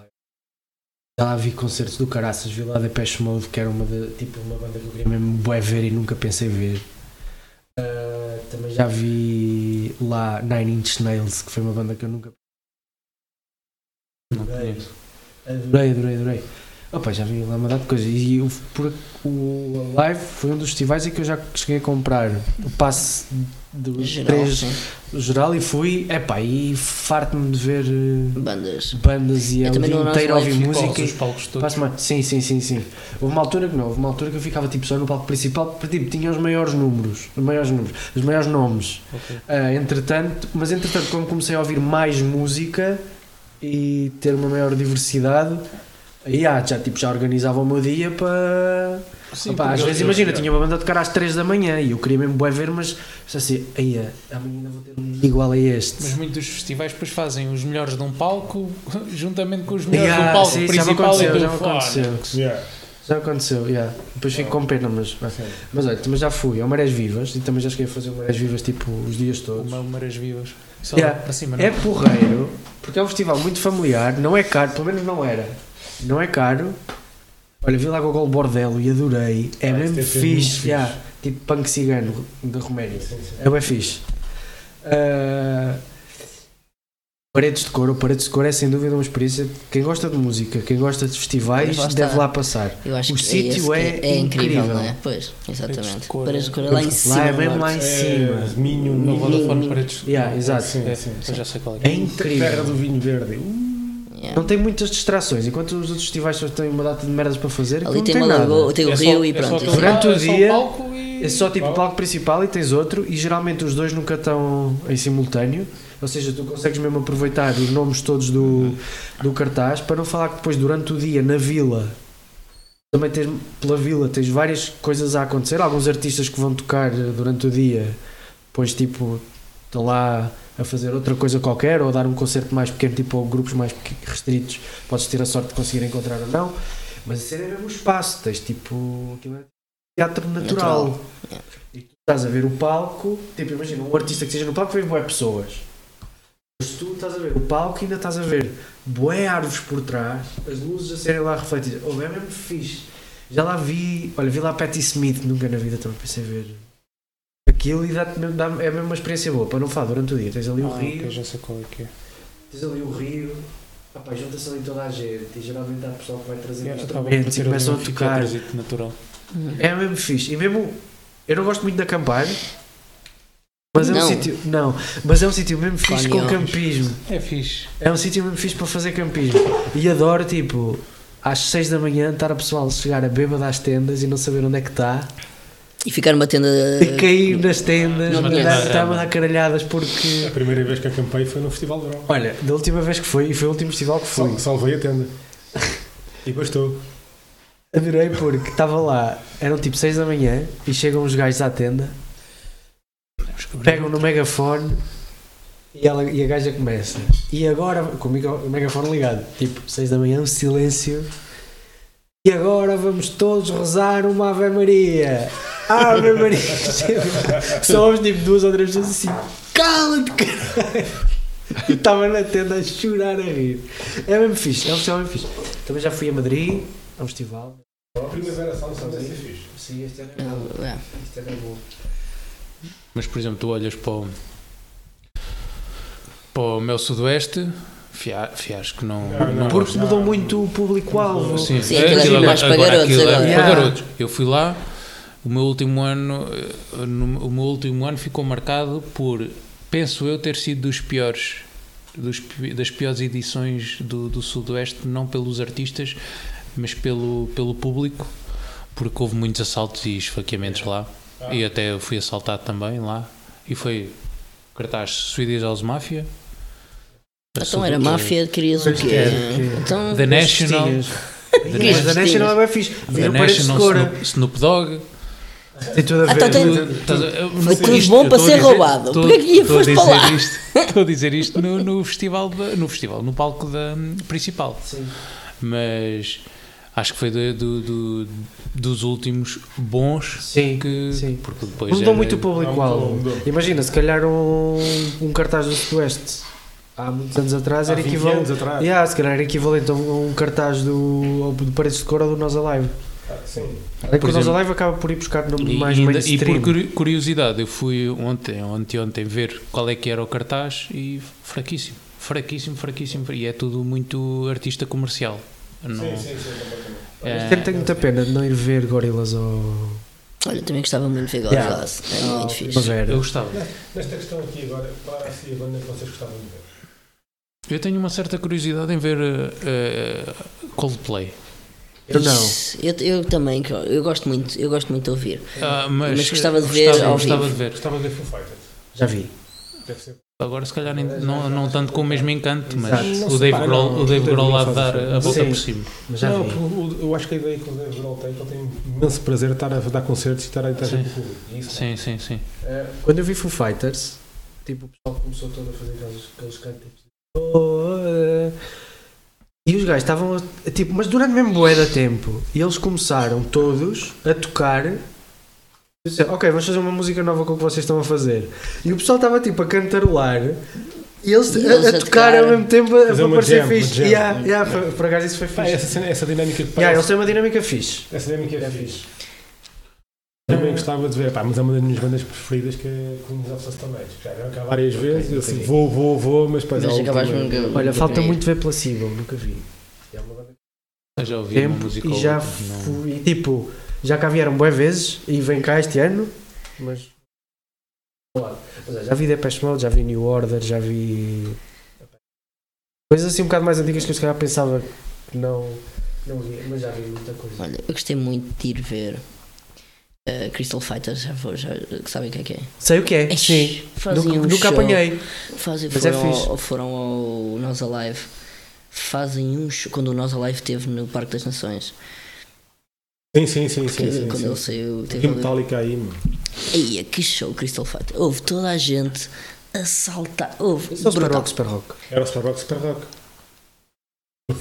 S2: Já lá vi concertos do Caraças, vi lá Depeche Mode, que era uma, da- tipo, uma banda que eu queria mesmo bué ver e nunca pensei ver. Ah, também já vi lá Nine Inch Nails, que foi uma banda que eu nunca
S5: Não conheço.
S2: adorei, adorei, adorei. Opa, já vi lá uma data de coisas. E o, por, o Alive foi um dos festivais em que eu já cheguei a comprar o passe dos
S3: Geral,
S2: três
S3: sim.
S2: geral e fui, epá, e farto-me de ver eh,
S3: Bandas.
S2: bandas e
S3: Eu
S2: eu
S3: também não-
S2: dia
S3: não
S2: inteiro
S3: sou
S2: ouvir
S3: elétrico,
S2: música.
S5: Palcos, os palcos todos.
S2: Passo mais. Sim, sim, sim, sim. Houve uma altura que não, houve uma altura que eu ficava tipo só no palco principal porque tipo, tinha os maiores números, os maiores números, os maiores nomes.
S5: Ok.
S2: Ah, entretanto, mas entretanto, quando comecei a ouvir mais música e ter uma maior diversidade, aí ah, já, tipo, já organizava o meu dia para.
S5: Sim,
S2: Opa,
S5: porque
S2: às
S5: eu-
S2: vezes
S5: eu-
S2: imagina, tinha uma banda a tocar às 3 da manhã e eu queria mesmo bué ver, mas pensei assim, aí amanhã ainda vou ter um dia igual a este.
S5: Mas muitos dos festivais depois fazem os melhores de um palco juntamente com os melhores
S2: Yeah,
S5: de um palco
S2: sim, já me
S5: principal
S2: aconteceu,
S5: e
S2: já
S5: do
S2: me
S5: fone.
S2: aconteceu.
S4: Yeah.
S2: Já aconteceu, yeah. depois fico com pena, mas. mas-
S4: Sim.
S2: Mas olha, também já fui ao Marés Vivas e também já cheguei a fazer o Marés Vivas tipo os dias
S5: O
S2: todos.
S5: meu Marés Vivas. Só
S2: Yeah.
S5: para cima, não
S2: É porreiro, porque é um festival muito familiar, não é caro, pelo menos não era. Não é caro. Olha, vi lá com o Gol Bordello e adorei. É
S4: Ah, isso
S2: mesmo
S4: deve ser
S2: fixe,
S4: muito fixe.
S2: yeah. tipo punk cigano da Roménia.
S4: Sim, sim.
S2: É bem fixe. Ah, Paredes de Cor, o Paredes de Cor é sem dúvida uma experiência. Quem gosta de música, quem gosta de festivais,
S3: Pois lá está.
S2: deve lá passar.
S3: Eu acho
S2: O
S3: que
S2: sítio
S3: esse que
S2: é incrível.
S3: não é? Pois,
S5: Paredes
S3: exatamente.
S5: de cor,
S3: Paredes de
S5: é.
S3: cor é lá em cima.
S2: Lá é mesmo lá em cima.
S4: É, Minho,
S5: No
S4: Minho.
S5: Vodafone Paredes.
S2: Yeah, exato.
S4: Sim, sim.
S5: Eu já sei qual é.
S2: É
S4: Terra
S2: incrível.
S4: do vinho verde. Uh,
S3: Yeah.
S2: Não tem muitas distrações, enquanto os outros festivais só têm uma data de merdas para fazer. que
S3: Ali
S2: não
S3: tem uma
S2: nada.
S3: lagoa, tem o
S5: É só-
S3: rio e
S5: é só
S3: pronto.
S5: aquele
S3: isso é-
S2: Durante o
S5: é só
S2: dia,
S5: palco e-
S2: É só tipo palco principal e tens outro, e geralmente os dois nunca estão em simultâneo. Ou seja, tu consegues mesmo aproveitar os nomes todos do, do cartaz para não falar que depois durante o dia na vila também tens pela vila tens várias coisas a acontecer. Alguns artistas que vão tocar eh, durante o dia, depois tipo estão lá a fazer outra coisa qualquer ou a dar um concerto mais pequeno, tipo ou grupos mais pequ- restritos. Podes ter a sorte de conseguir encontrar ou não, mas a cena é mesmo o espaço. Tens tipo aquilo é teatro natural.
S3: Natural.
S2: E tu estás a ver o palco, tipo, imagina um artista que seja no palco, vem boé pessoas. Mas tu estás a ver o palco e ainda estás a ver boé árvores por trás, as luzes a serem lá refletidas. Oh, é mesmo fixe. Já lá vi, olha, vi lá Patti Smith, nunca na vida também pensei ver aquilo e dá-te mesmo- dá- é mesmo uma experiência boa, para não falar durante o dia. Tens ali o
S5: Ah,
S2: rio,
S5: ok, já sei qual é que é.
S2: tens ali o rio, rapaz, junta-se ali toda a gente e geralmente há pessoal que vai trazer
S5: Yeah,
S2: uns
S5: acaba por
S2: instrumentos e
S5: ter ali
S2: começam
S5: um
S2: a tipo, é tocar.
S5: ficatrozito natural.
S3: Uhum.
S2: É mesmo fixe. E mesmo. Eu não gosto muito de acampar. Mas é um
S3: Não.
S2: sítio. Não, mas é um sítio mesmo fixe com
S3: Canhões.
S2: campismo.
S5: É fixe.
S2: É um sítio mesmo fixe para fazer campismo. E adoro, tipo, às 6 da manhã estar a pessoal chegar a bêbada às tendas e não saber onde é que está.
S3: E ficar numa tenda.
S2: E cair nas tendas,
S3: É, Não
S2: mandar-
S3: conheço.
S2: estar a mandar caralhadas porque.
S4: A primeira vez que acampei foi no Festival de Verão.
S2: Olha, da última vez que foi, e foi o último festival que fui.
S4: Sal- Salvei a tenda. E gostou.
S2: Adorei porque estava lá, eram tipo 6 da manhã e chegam os gajos à tenda, pegam no megafone e, ela, e a gaja começa. E agora, com o micro- o megafone ligado, tipo 6 da manhã, um silêncio. E agora vamos todos rezar uma Ave Maria. Ave Maria. tipo, Só ouves tipo duas ou três vezes assim, cala-te, caralho. Eu estava na tenda a chorar a rir. É mesmo fixe, é um festival mesmo fixe. Também já fui a Madrid, a um festival.
S4: A primavera só não sabe ser fixe.
S2: Sim, este ano é bom.
S3: eh, é.
S2: Este ano é bom.
S5: Mas, por exemplo, tu olhas para o, para o meu sudoeste, fia- fiasco, não.
S4: Não, não.
S2: Porque se mudou
S4: Ah,
S2: muito o público-alvo.
S5: Sim,
S3: Sim, aquilo é mais para garotos
S5: aquilo é
S3: agora.
S5: para
S2: Yeah.
S5: garotos. Eu fui lá, o meu último ano, eh, no- o meu último ano ficou marcado por, penso eu, ter sido dos piores, dos pi- das piores edições do, do Sudoeste, não pelos artistas, mas pelo, pelo público, porque houve muitos assaltos e esfaqueamentos lá. E até eu fui assaltado também lá. E foi cartaz Swedish House Mafia.
S3: Então era máfia, querias o quê?
S2: é,
S3: Então.
S5: The National. The
S2: Mas
S5: National.
S2: a National é bem fixe.
S3: um
S5: The
S2: Viram paredes de
S5: National,
S2: cora.
S5: um Snoop, Snoop Dogg.
S2: Então Tem tudo a
S3: Ah, tá, tem-
S2: ver.
S5: Estás a- eu não
S3: Foi
S5: sei
S3: tudo
S5: isto,
S3: bom
S5: eu
S3: para
S5: estou a
S3: ser
S5: dizer-
S3: roubado.
S5: estou-
S3: Porquê que ia-
S5: estou a
S3: foste
S5: dizer
S3: para lá?
S5: isto- Estou a dizer isto no, no festival, da- no festival, no palco da, principal.
S2: Sim.
S5: Mas acho que foi do- do- do- dos últimos bons
S2: Sim,
S5: que.
S2: sim.
S5: Porque depois.
S2: Mudou
S5: era-
S2: muito o
S4: Não,
S2: público-alvo.
S4: mudou, mudou.
S2: Imagina, se calhar um, um cartaz do Sudoeste há muitos anos atrás
S4: Há
S2: era
S4: 20 anos
S2: equivalente.
S4: atrás.
S2: Yeah, se calhar era equivalente a um, um cartaz do, ao- do Paredes de Cor ou do Nós Alive.
S4: Ah, Sim.
S2: É que
S5: Por
S2: o Nós
S5: exemplo-
S2: Alive acaba por ir buscar no
S5: E,
S2: mais
S5: ainda- e por
S2: mainstream.
S5: curi- curiosidade, eu fui ontem, ontem, ontem ver qual é que era o cartaz e fraquíssimo, fraquíssimo, fraquíssimo. E é tudo muito artista comercial. Não,
S4: Sim, sim, sim. completamente.
S5: é-
S2: Sempre tenho muita pena de não ir ver gorilas ou.
S3: Olha, também gostava muito de ver Gorillaz. É muito
S2: ou
S3: fixe.
S2: ver.
S5: eu gostava.
S4: Nesta questão aqui agora, qual era assim a banda que vocês gostavam de ver?
S5: Eu tenho uma certa curiosidade em ver eh, eh, Coldplay.
S2: Eu Então não.
S3: Isso, Eu, eu também, que eu- eu gosto muito, eu gosto muito de ouvir.
S5: Ah, mas,
S3: Mas gostava de ver
S5: Gostava,
S3: ao
S5: gostava
S3: vivo.
S5: de ver.
S4: Gostava de ver Foo Fighters.
S2: Já vi.
S4: Deve ser.
S5: Agora, se calhar, nem- não, não tanto com o mesmo encanto, mas
S2: Exato.
S5: o Dave Grohl o Dave Grohl há de dar a volta
S2: Sim.
S5: por cima.
S2: Mas já
S4: não,
S2: vi.
S4: porque o- eu acho que a ideia que o Dave Grohl tem, que ele tem imenso prazer de estar a dar concertos e estar a interagir
S5: Sim.
S4: com o público. E Isso,
S5: Sim, sim, sim.
S2: Eh, Quando eu vi Foo Fighters, tipo, o pessoal começou todo a fazer aqueles, aqueles cantos tipo, "Oh, eh", e os gajos estavam a- tipo, mas durante mesmo bué da tempo, e eles começaram todos a tocar. Disse, ok, vamos fazer uma música nova com o que vocês estão a fazer. E o pessoal estava tipo a cantarolar e eles,
S3: E
S2: a-
S3: eles
S2: a,
S3: a
S2: tocar ao
S3: tocar.
S2: mesmo tempo a-
S4: Fazer
S2: para
S4: uma
S2: parecer
S4: jam, uma
S2: fixe.
S4: jam.
S2: Yeah, yeah, foi- por acaso isso foi
S4: Pá,
S2: fixe.
S4: essa, cena- essa dinâmica que
S2: Yeah, eles
S4: parece-
S2: têm uma dinâmica É fixe.
S4: Essa dinâmica é fixe. Também gostava de ver, pá, mas é uma das minhas bandas preferidas que é Queens of Sastamage. Já viram cá várias vezes, eu assim, vou, vou, vou, mas
S2: é,
S4: depois há
S3: Mas
S4: última-
S3: acabaste nunca.
S2: Olha,
S3: nunca
S2: falta
S3: vi.
S2: muito ver Placebo, nunca vi. É uma banda
S5: Eu já ouvi uma
S2: tempo
S5: música
S2: e
S5: ou
S2: já
S5: outra, não-
S2: fui. e, Tipo, já cá vieram boas vezes e vem cá este ano, mas. Claro. Ou seja, Já vi Depeche Mode, já vi New Order, já vi. Coisas assim um bocado mais antigas que eu se calhar pensava que não, não via, mas já vi muita coisa.
S3: Olha, eu gostei muito de ir ver eh, Crystal Fighters, já vou, já que sabem o que é que é.
S2: Sei o que é, sim.
S3: Ixi, fazem
S2: nunca
S3: um
S2: nunca
S3: show,
S2: apanhei.
S3: Fazem,
S2: mas é
S3: foram,
S2: fixe.
S3: ao, foram ao Nós Alive. Fazem um show, quando o Nós Alive esteve no Parque das Nações.
S4: Sim, sim, sim, sim.
S3: que-
S4: sim,
S3: quando
S4: sim.
S3: ele saiu,
S4: Que
S3: teve ali.
S4: metálica aí, mano.
S2: tá-
S3: Eia, que show, Crystal Fighter. Houve toda a gente a saltar. Houve.
S2: Só é Super
S3: brutal.
S2: Rock, Super Rock.
S4: Era o Super Rock, Super Rock.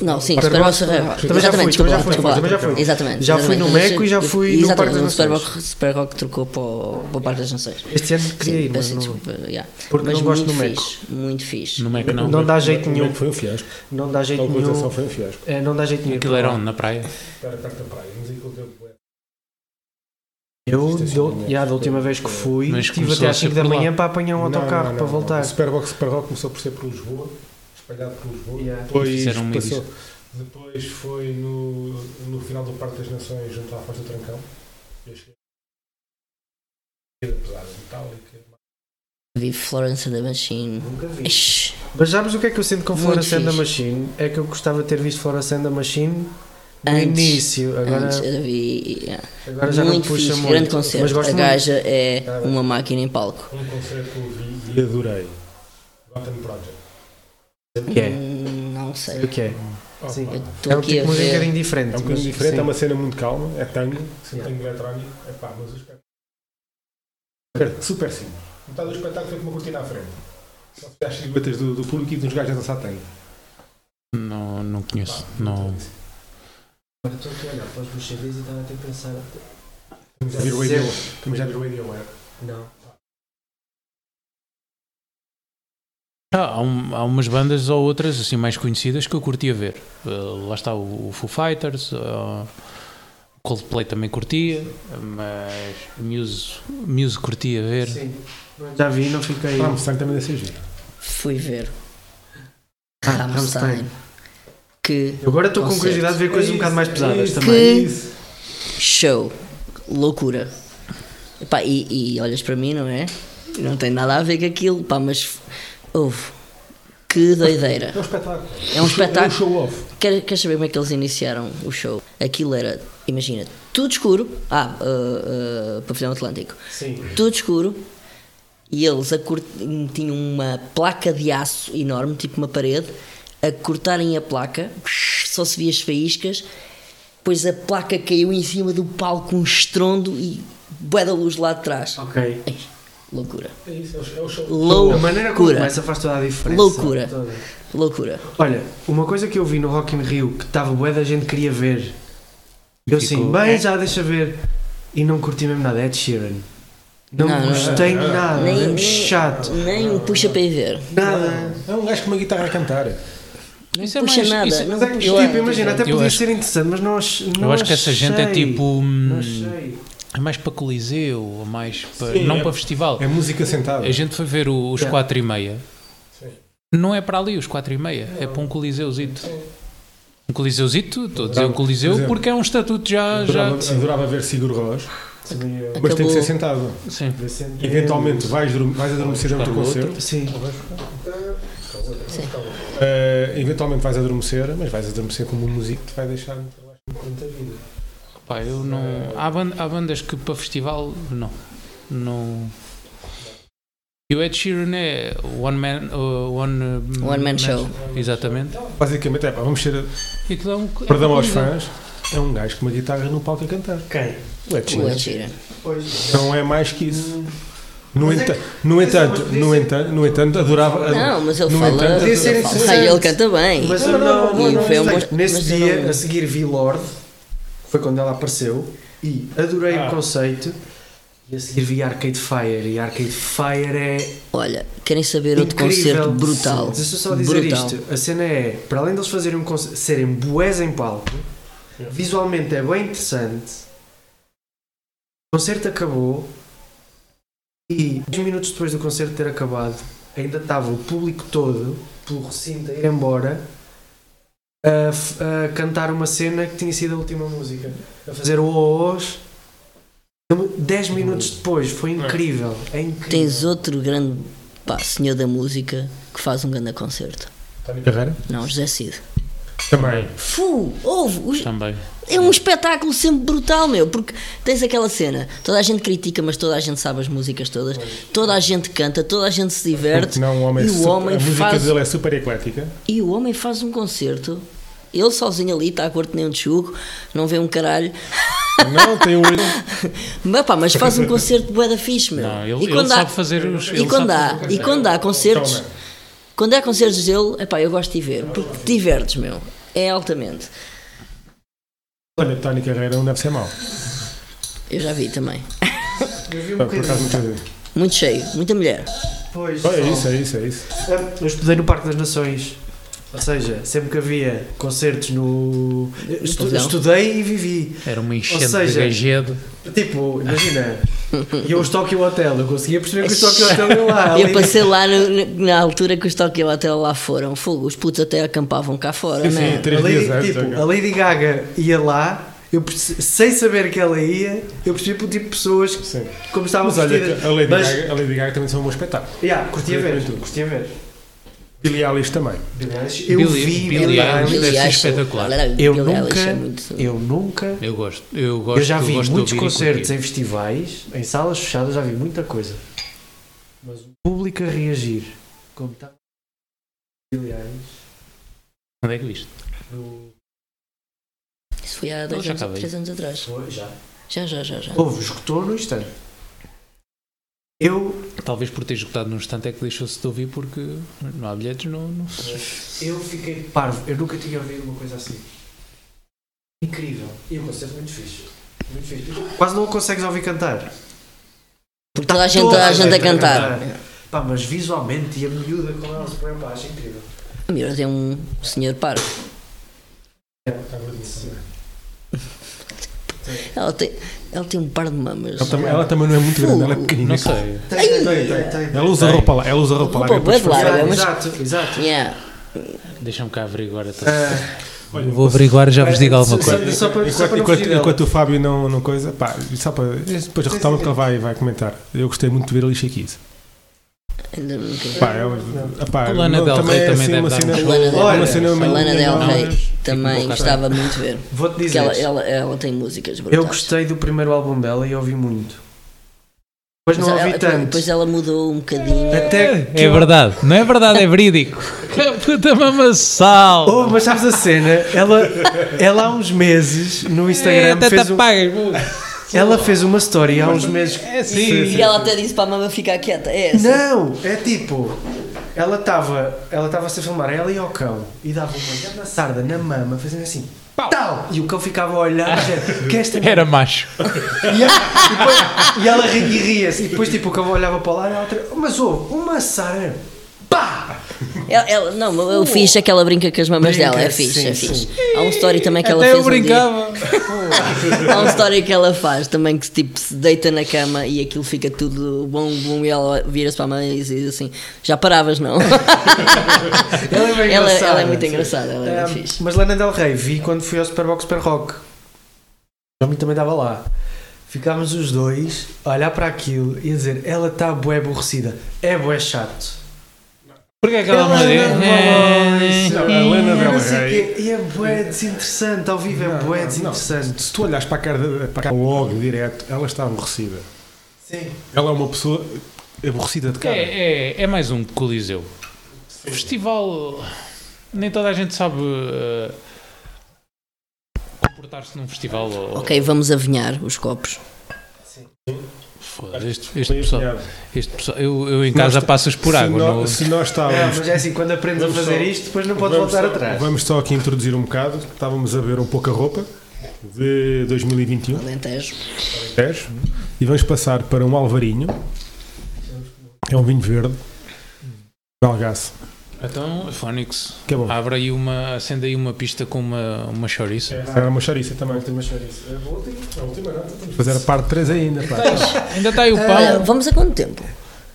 S3: Não, sim, Super Rock. Super Rock.
S2: Também já fui,
S3: Exatamente,
S2: também já
S3: desculpa,
S2: fui,
S3: desculpa.
S2: também já fui.
S3: Exatamente.
S2: Já fui
S3: exatamente.
S2: no
S3: Mas
S2: Meco e já
S3: eu-
S2: fui no
S3: exatamente,
S2: Parque das
S3: o Super
S2: Nações.
S3: Rock, Super Rock trocou para o, para o Parque das Nações.
S2: Este ano queria
S3: Sim,
S2: ir, mas
S3: peço
S2: não,
S3: desculpa, yeah.
S2: porque
S3: Mas
S2: não gosto do
S3: muito
S2: Meco.
S3: fixe, muito fixe.
S5: Não é que não.
S2: Não dá jeito
S4: Como é
S2: nenhum.
S4: que Foi um fiasco.
S2: Não dá
S4: A
S2: jeito nenhum.
S4: localização foi um fiasco.
S2: É, não dá jeito nenhum.
S5: Aquilo era onde? Na praia?
S4: Era perto da praia, mas aquilo deu
S2: Eu,
S4: Existe
S2: do,
S4: assim,
S2: já, da última vez que fui,
S5: Mas
S2: estive
S5: começou
S2: até
S5: a
S2: às 5
S5: ser
S2: da
S5: por lá.
S2: manhã para apanhar um
S4: Não,
S2: autocarro
S4: não, não,
S2: para
S4: não.
S2: voltar.
S4: O Superbox Superrock começou por ser por Lisboa, espalhado por Lisboa.
S2: Yeah.
S4: Depois,
S5: Fizeram uma
S4: passou- depois foi no, no final do Parque das Nações, junto à Foz do Trancão. Eu cheguei. Pesada, metálica.
S3: Vi Florence and the Machine.
S2: Nunca vi.
S3: Ixi,
S2: Mas sabes o que é que eu sinto com
S3: Muito
S2: Florence and the
S3: fixe.
S2: Machine? É que eu gostava de ter visto Florence and the Machine no
S3: Antes.
S2: início. Agora,
S3: antes eu vi. yeah.
S2: agora já não
S3: muito
S2: puxa
S3: fixe,
S2: muito.
S3: grande concerto.
S2: Mas gosto
S3: a
S2: muito.
S3: gaja é uma máquina em palco.
S4: Um concerto que eu vi e adorei. Gotham Project.
S2: O que é?
S3: Hum, Não sei.
S2: O que é?
S4: Oh,
S2: Sim.
S4: pá.
S3: Eu estou
S2: É um
S3: aqui
S2: tipo de
S3: a
S2: música um
S3: ver.
S2: bocadinho diferente.
S4: É um
S2: mas
S4: bocadinho diferente,
S2: sim.
S4: é uma cena muito calma, é tango, sem
S2: Yeah.
S4: tango eletrónico, é pá, mas os caras. Super simples. Metade do espetáculo foi com uma cortina à frente. Só se as silhuetas do, do público e dos gajos a dançar tango.
S5: Não, não conheço.
S4: Pá,
S5: Não.
S4: muito difícil.
S2: Agora Estou aqui a olhar para os meus CDs e estava até a pensar.
S4: Também já vi o
S2: Zero.
S4: Radiohead. Também já vi o Radiohead.
S2: Não.
S5: Ah, há, um- há umas bandas ou outras assim mais conhecidas que eu curtia ver. Eh, lá está o, o Foo Fighters, ah, o Coldplay também curtia, mas Muse, Muse curtia ver.
S2: Sim. Já vi, não fiquei.
S4: Ah, o Sangue também deve ser giro.
S3: Fui ver.
S2: Ah,
S3: Rammstein.
S2: Rammstein.
S3: Que
S2: Eu agora estou com
S3: Concerto.
S2: curiosidade de ver coisas um bocado mais pesadas
S4: Isso,
S2: também.
S4: É isso. um
S3: show. Loucura. Epá, e, e olhas para mim, não é? Não tem nada a ver com aquilo. Pá, mas. Houve. Que doideira.
S4: É um espetáculo.
S3: É um espetáculo.
S4: show off.
S3: Quer, quer saber como é que eles iniciaram o show? Aquilo era, imagina, tudo escuro. Ah, uh, uh, Pavilhão Atlântico.
S2: Sim.
S3: Tudo escuro. E eles a cort- tinham uma placa de aço enorme, tipo uma parede, a cortarem a placa, só se via as faíscas, pois a placa caiu em cima do palco, um estrondo e bué da luz lá de trás.
S2: Ok.
S3: Ai, loucura.
S4: É isso, é o- é o show.
S2: A maneira como
S3: Loucura.
S2: começa faz toda a diferença.
S3: Loucura.
S2: Toda.
S3: Loucura.
S2: Olha, uma coisa que eu vi no Rock in Rio que estava bué da gente queria ver. Eu assim,
S5: Ficou- É.
S2: bem, já deixa ver. E não curti mesmo nada, é Ed Sheeran. Não,
S3: Não, não.
S2: gostei nada, é
S3: Nem- nem-
S2: Ah, chato.
S3: Nem um puxa para ir ver.
S2: Nada.
S4: É um gajo com uma guitarra a cantar. É
S5: Isso
S3: puxa nada,
S5: isso-
S3: não
S2: Mas é que,
S3: puxa
S2: tipo,
S3: nada.
S2: imagina, até
S5: Eu
S2: podia
S5: acho-
S2: ser interessante, mas não, ach, não
S5: eu acho que essa gente é
S2: achei.
S5: tipo. hum,
S2: Não achei.
S5: é mais para Coliseu, ou mais para.
S4: Sim,
S5: não
S4: é-
S5: para festival.
S4: É música sentada.
S5: A gente foi ver o- os
S2: Yeah.
S5: 4 e meia.
S4: Sim.
S5: Não é para ali os 4 e meia, é para um coliseuzito. Um coliseuzito, estou a dizer um
S4: Adorava, por
S5: coliseu
S4: exemplo.
S5: porque é um estatuto já... já
S4: Adorava, adorava ver Sigur Rós,
S2: Sim, eu-
S4: mas tem que
S3: Acabou.
S4: ser sentado.
S5: sim.
S2: É.
S4: Eventualmente vais, dorm- vais adormecer durante o
S5: Buscar o outro.
S4: concerto.
S2: Sim.
S4: Eh, eventualmente vais adormecer, mas vais adormecer com uma música que te vai deixar muito abaixo de quanto a vida.
S5: Pá, eu
S2: É.
S5: não... Há, ban- há bandas que para festival, não. Não... E o Ed Sheeran é one man, uh, one, uh,
S3: One man show.
S5: Exatamente.
S4: Basicamente é pá, vamos ser.
S5: E aquilo é um, é
S4: Perdão
S5: um
S4: aos
S5: coliseu.
S4: fãs, é um gajo com uma guitarra no palco a cantar.
S2: Quem?
S4: O Ed
S3: O
S4: Sheeran.
S3: Ed Sheeran.
S4: Não é mais que isso. No,
S2: Mas é
S4: enta- no
S2: mas é
S4: entanto,
S2: uma
S4: no
S2: notícia-
S4: entanto, no entanto, adorava.
S3: Não, mas ele
S4: No
S3: fala.
S4: entanto,
S2: podia ser
S3: ele, fala-
S2: interessante.
S3: Ai, ele canta bem. então
S2: Mas
S4: Não,
S2: eu
S4: não,
S2: não,
S4: não,
S2: não,
S4: não,
S3: foi um
S2: sei.
S3: bom-
S2: Nesse
S3: mas eu
S2: dia,
S3: não-
S2: a seguir, vi Lorde, foi quando ela apareceu, e adorei
S4: Ah.
S2: o conceito. E a seguir vi Arcade Fire, e Arcade Fire é
S3: Olha, querem saber outro
S2: incrível.
S3: concerto brutal.
S2: Deixa eu só dizer
S3: brutal.
S2: isto: a cena é, para além deles fazerem um concerto, serem bués em palco, visualmente é bem interessante. O concerto acabou e 10 minutos depois do concerto ter acabado, ainda estava o público todo, pelo recinto a ir embora, a, f- a cantar uma cena que tinha sido a última música, a fazer o OOs. 10 minutos depois, foi incrível. É incrível.
S3: Tens outro grande pá, senhor da música que faz um grande concerto.
S4: Carreira?
S3: Não, José Cid.
S4: Também.
S3: Fu! Ouve! os-
S5: Também.
S3: É um espetáculo sempre brutal, meu, porque tens aquela cena, toda a gente critica, mas toda a gente sabe as músicas todas, toda a gente canta, toda a gente se diverte.
S4: Porque não, o homem é
S3: e o
S4: super-
S3: homem
S4: a música
S3: faz
S4: dele é super eclética.
S3: E o homem faz um concerto, ele sozinho ali, está a corte nem um tchugo, não vê um caralho,
S4: Não, tem o.
S3: mas, pá, mas faz um concerto bué da fixe, meu.
S5: Não,
S3: e
S5: ele,
S3: quando
S5: ele
S3: há,
S5: sabe fazer os.
S3: e
S5: ele
S3: quando
S5: sabe-
S3: há, e quando há concertos,
S2: Então, né?
S3: quando há concertos dele, epá, eu gosto de ver, porque te divertes, meu. É altamente.
S4: Olha, Tony Carreira não deve ser mau.
S3: Eu já vi também.
S2: um
S4: Ah, Por acaso não tenho ideia.
S3: Muito cheio, muita mulher.
S2: Pois,
S4: Oh, É isso, é isso, é isso.
S2: Eu estudei no Parque das Nações. Ou seja, sempre que havia concertos no. eu estu-
S3: Pavilhão.
S2: Estudei e vivi.
S5: Era uma enchente
S2: seja-
S5: de gajedo.
S2: Tipo, imagina. E eu estou aqui ao hotel. Eu conseguia perceber que estou aqui ao hotel eu lá.
S3: Eu
S2: Ah, ali.
S3: passei lá no- no- na altura que os Tokyo Hotel lá foram. Fogo, os putos até acampavam cá fora,
S4: sim,
S3: né?
S4: três
S2: A Lady-
S4: dias antes.
S2: tipo,
S4: ok.
S2: a Lady Gaga ia lá. Eu perce- sem saber que ela ia, eu percebi pelo tipo de pessoas que,
S4: Sim.
S2: como estavam
S4: Mas olha,
S2: vestidas.
S4: que a Lady,
S2: mas,
S4: Gaga, a Lady Gaga também são um bom espetáculo.
S2: yeah, curtia ver.
S4: Muito.
S2: Curtia ver.
S4: Billie Eilish também.
S2: Billie Eilish, Eu
S5: Billie-
S2: vi
S5: Billie
S2: Billie
S5: Eilish.
S2: Eilish.
S5: Deve ser
S3: Eilish,
S5: espetacular.
S3: galera,
S2: Eu
S3: Billie Eilish
S2: nunca-
S3: é muito-
S2: Eu nunca
S5: Eu gosto. Eu gosto
S2: eu já vi
S5: gosto de
S2: muitos
S5: ouvir e
S2: concertos
S5: curtir.
S2: em festivais, em salas fechadas, já vi muita coisa. Mas o público a reagir, como está. Aliás,
S5: Onde é que viste?
S2: no-
S3: Isso foi há
S5: Não,
S3: dois
S5: já
S3: anos, ou
S5: acabei.
S3: três anos atrás.
S2: já.
S3: Já, já, já, já.
S2: Houve, escutou no instante. Eu,
S5: Talvez por ter esgotado num instante é que deixou-se de ouvir porque não há bilhetes, não. não.
S2: eu fiquei parvo, eu nunca tinha ouvido uma coisa assim. Incrível. E um concerto muito fixe. Muito fixe. Quase não o consegues ouvir cantar.
S3: Porque toda a gente, Tá toda a gente a cantar.
S2: Pá, mas visualmente e a miúda com ela se põe em baixo, incrível.
S3: A melhor é um senhor parvo. Ela tem, ela tem um par de mamas.
S4: Ela, também, ela também não é muito grande, ela é pequenina.
S5: Não sei.
S2: Tem, tem, tem, tem.
S4: Ela usa roupa lá, ela usa roupa
S3: Roupa
S4: larga.
S3: bué de larga, mas...
S2: Exato, exato.
S3: Yeah.
S5: Deixa-me cá averiguar então. até.
S2: É. Ah,
S4: Olha,
S7: Vou averiguar, já vos digo alguma
S2: Só-
S7: coisa.
S2: Só para, só
S4: Enquanto,
S2: para não
S4: enquanto-
S2: fugir dela.
S4: enquanto o Fábio não, não coisa, pá, só para. Depois retoma que ele vai, vai comentar. Eu gostei muito de ver a lixa 15.
S3: Ainda nunca.
S4: Pá, é, pá,
S5: A Lana
S4: não-
S5: Del
S4: também
S5: Rey
S4: é
S5: também
S4: assim
S5: deve
S4: uma
S5: dar
S4: cena.
S5: um show.
S3: Lana Del
S4: uma
S2: Rey.
S4: cena meio-
S3: Lana Del Rey também
S5: Fico com
S3: gostava muito de ver.
S2: Vou-te
S3: Porque
S2: dizer,
S3: ela, ela, ela tem músicas brutais.
S2: eu gostei do primeiro álbum dela e ouvi muito. Depois não
S3: Mas
S2: ouvi
S3: ela-
S2: tanto.
S3: Depois ela mudou um bocadinho.
S2: Até que
S7: É verdade, não é verdade, é verídico. Que puta mamassal.
S2: Oh, mas sabes a cena? Ela, ela há uns meses no
S7: É,
S2: Instagram
S7: até
S2: fez
S7: te
S2: um,
S7: apagas, puto.
S2: ela fez uma story há uns meses.
S7: É sim.
S3: E ela até disse para a mama ficar quieta. É essa.
S2: Não, é tipo, ela estava ela estava a se filmar, ela e o cão, e dava uma grande sarda na mama, fazendo assim, tal! E o cão ficava a olhar, dizendo, que esta
S7: Era macho.
S2: E, ela- e depois- e ela ri- e ria-se. E depois, tipo, o cavalo olhava para lá e ela. outra- "Oh, Mas houve uma Sara. Pá!
S3: Ela, ela- não, mas eu fiz aquela brinca com as mamas
S2: Brinca,
S3: dela. É fixe,
S2: sim,
S3: é fixe. Há um story também que ela
S7: Até eu
S3: fez. um dia-
S7: brincava.
S3: Há uma história que ela faz também que tipo se deita na cama e aquilo fica tudo bom, bom e ela vira-se para a mãe e diz assim: Já paravas, não?
S2: Ela é bem
S3: ela,
S2: engraçada.
S3: ela é muito engraçada, ela é
S2: Ah,
S3: bem fixe.
S2: mas Lana Del Rey, vi quando fui ao Superbox Super Rock. O homem também estava lá. Ficámos os dois a olhar para aquilo e a dizer: ela está bué aborrecida. É bué chato.
S7: Porquê que ela não
S5: é?
S7: é?
S2: Não,
S4: a Lana Del
S2: não sei
S4: Rey.
S2: o quê. E é bué desinteressante. Ao vivo é
S4: Não,
S2: bué
S4: não,
S2: desinteressante.
S4: Se tu olhas para a cara, da- para a cara logo, direto, ela está aborrecida.
S2: Sim.
S4: Ela é uma pessoa aborrecida de cara.
S5: É, é, é mais um de Coliseu. Festival. Nem toda a gente sabe eh, comportar-se num festival. ou-
S3: Ok, vamos avinhar os copos.
S5: Foda-se, Este, este
S4: Bem
S5: pessoal,
S4: apanhado.
S5: este pessoal- eu, eu em
S4: Se nós
S5: casa
S4: ta-
S5: passas por
S4: se
S5: água.
S4: nó-
S5: não-
S4: Se nós
S2: É,
S4: estávamos
S2: mas é assim, quando aprendes a
S4: Vamos
S2: fazer
S4: só-
S2: isto, depois não podes
S4: Vamos
S2: voltar
S4: só-
S2: atrás.
S4: Vamos só aqui introduzir um bocado. Estávamos a ver um pouco a roupa de 2021,
S3: Alentejo.
S4: 10, e vamos passar para um alvarinho. É um vinho verde, de algaço.
S5: Então, Fónix,
S4: Que é bom.
S5: abre aí uma. acende aí uma pista com uma, uma chouriça.
S4: Era uma É chorice também.
S6: Última chorice. A última?
S4: A última não. Então, Vamos fazer a parte 3 ainda. pá.
S5: Ainda está aí o
S3: Olha,
S5: pau.
S3: Ah, vamos a quanto tempo?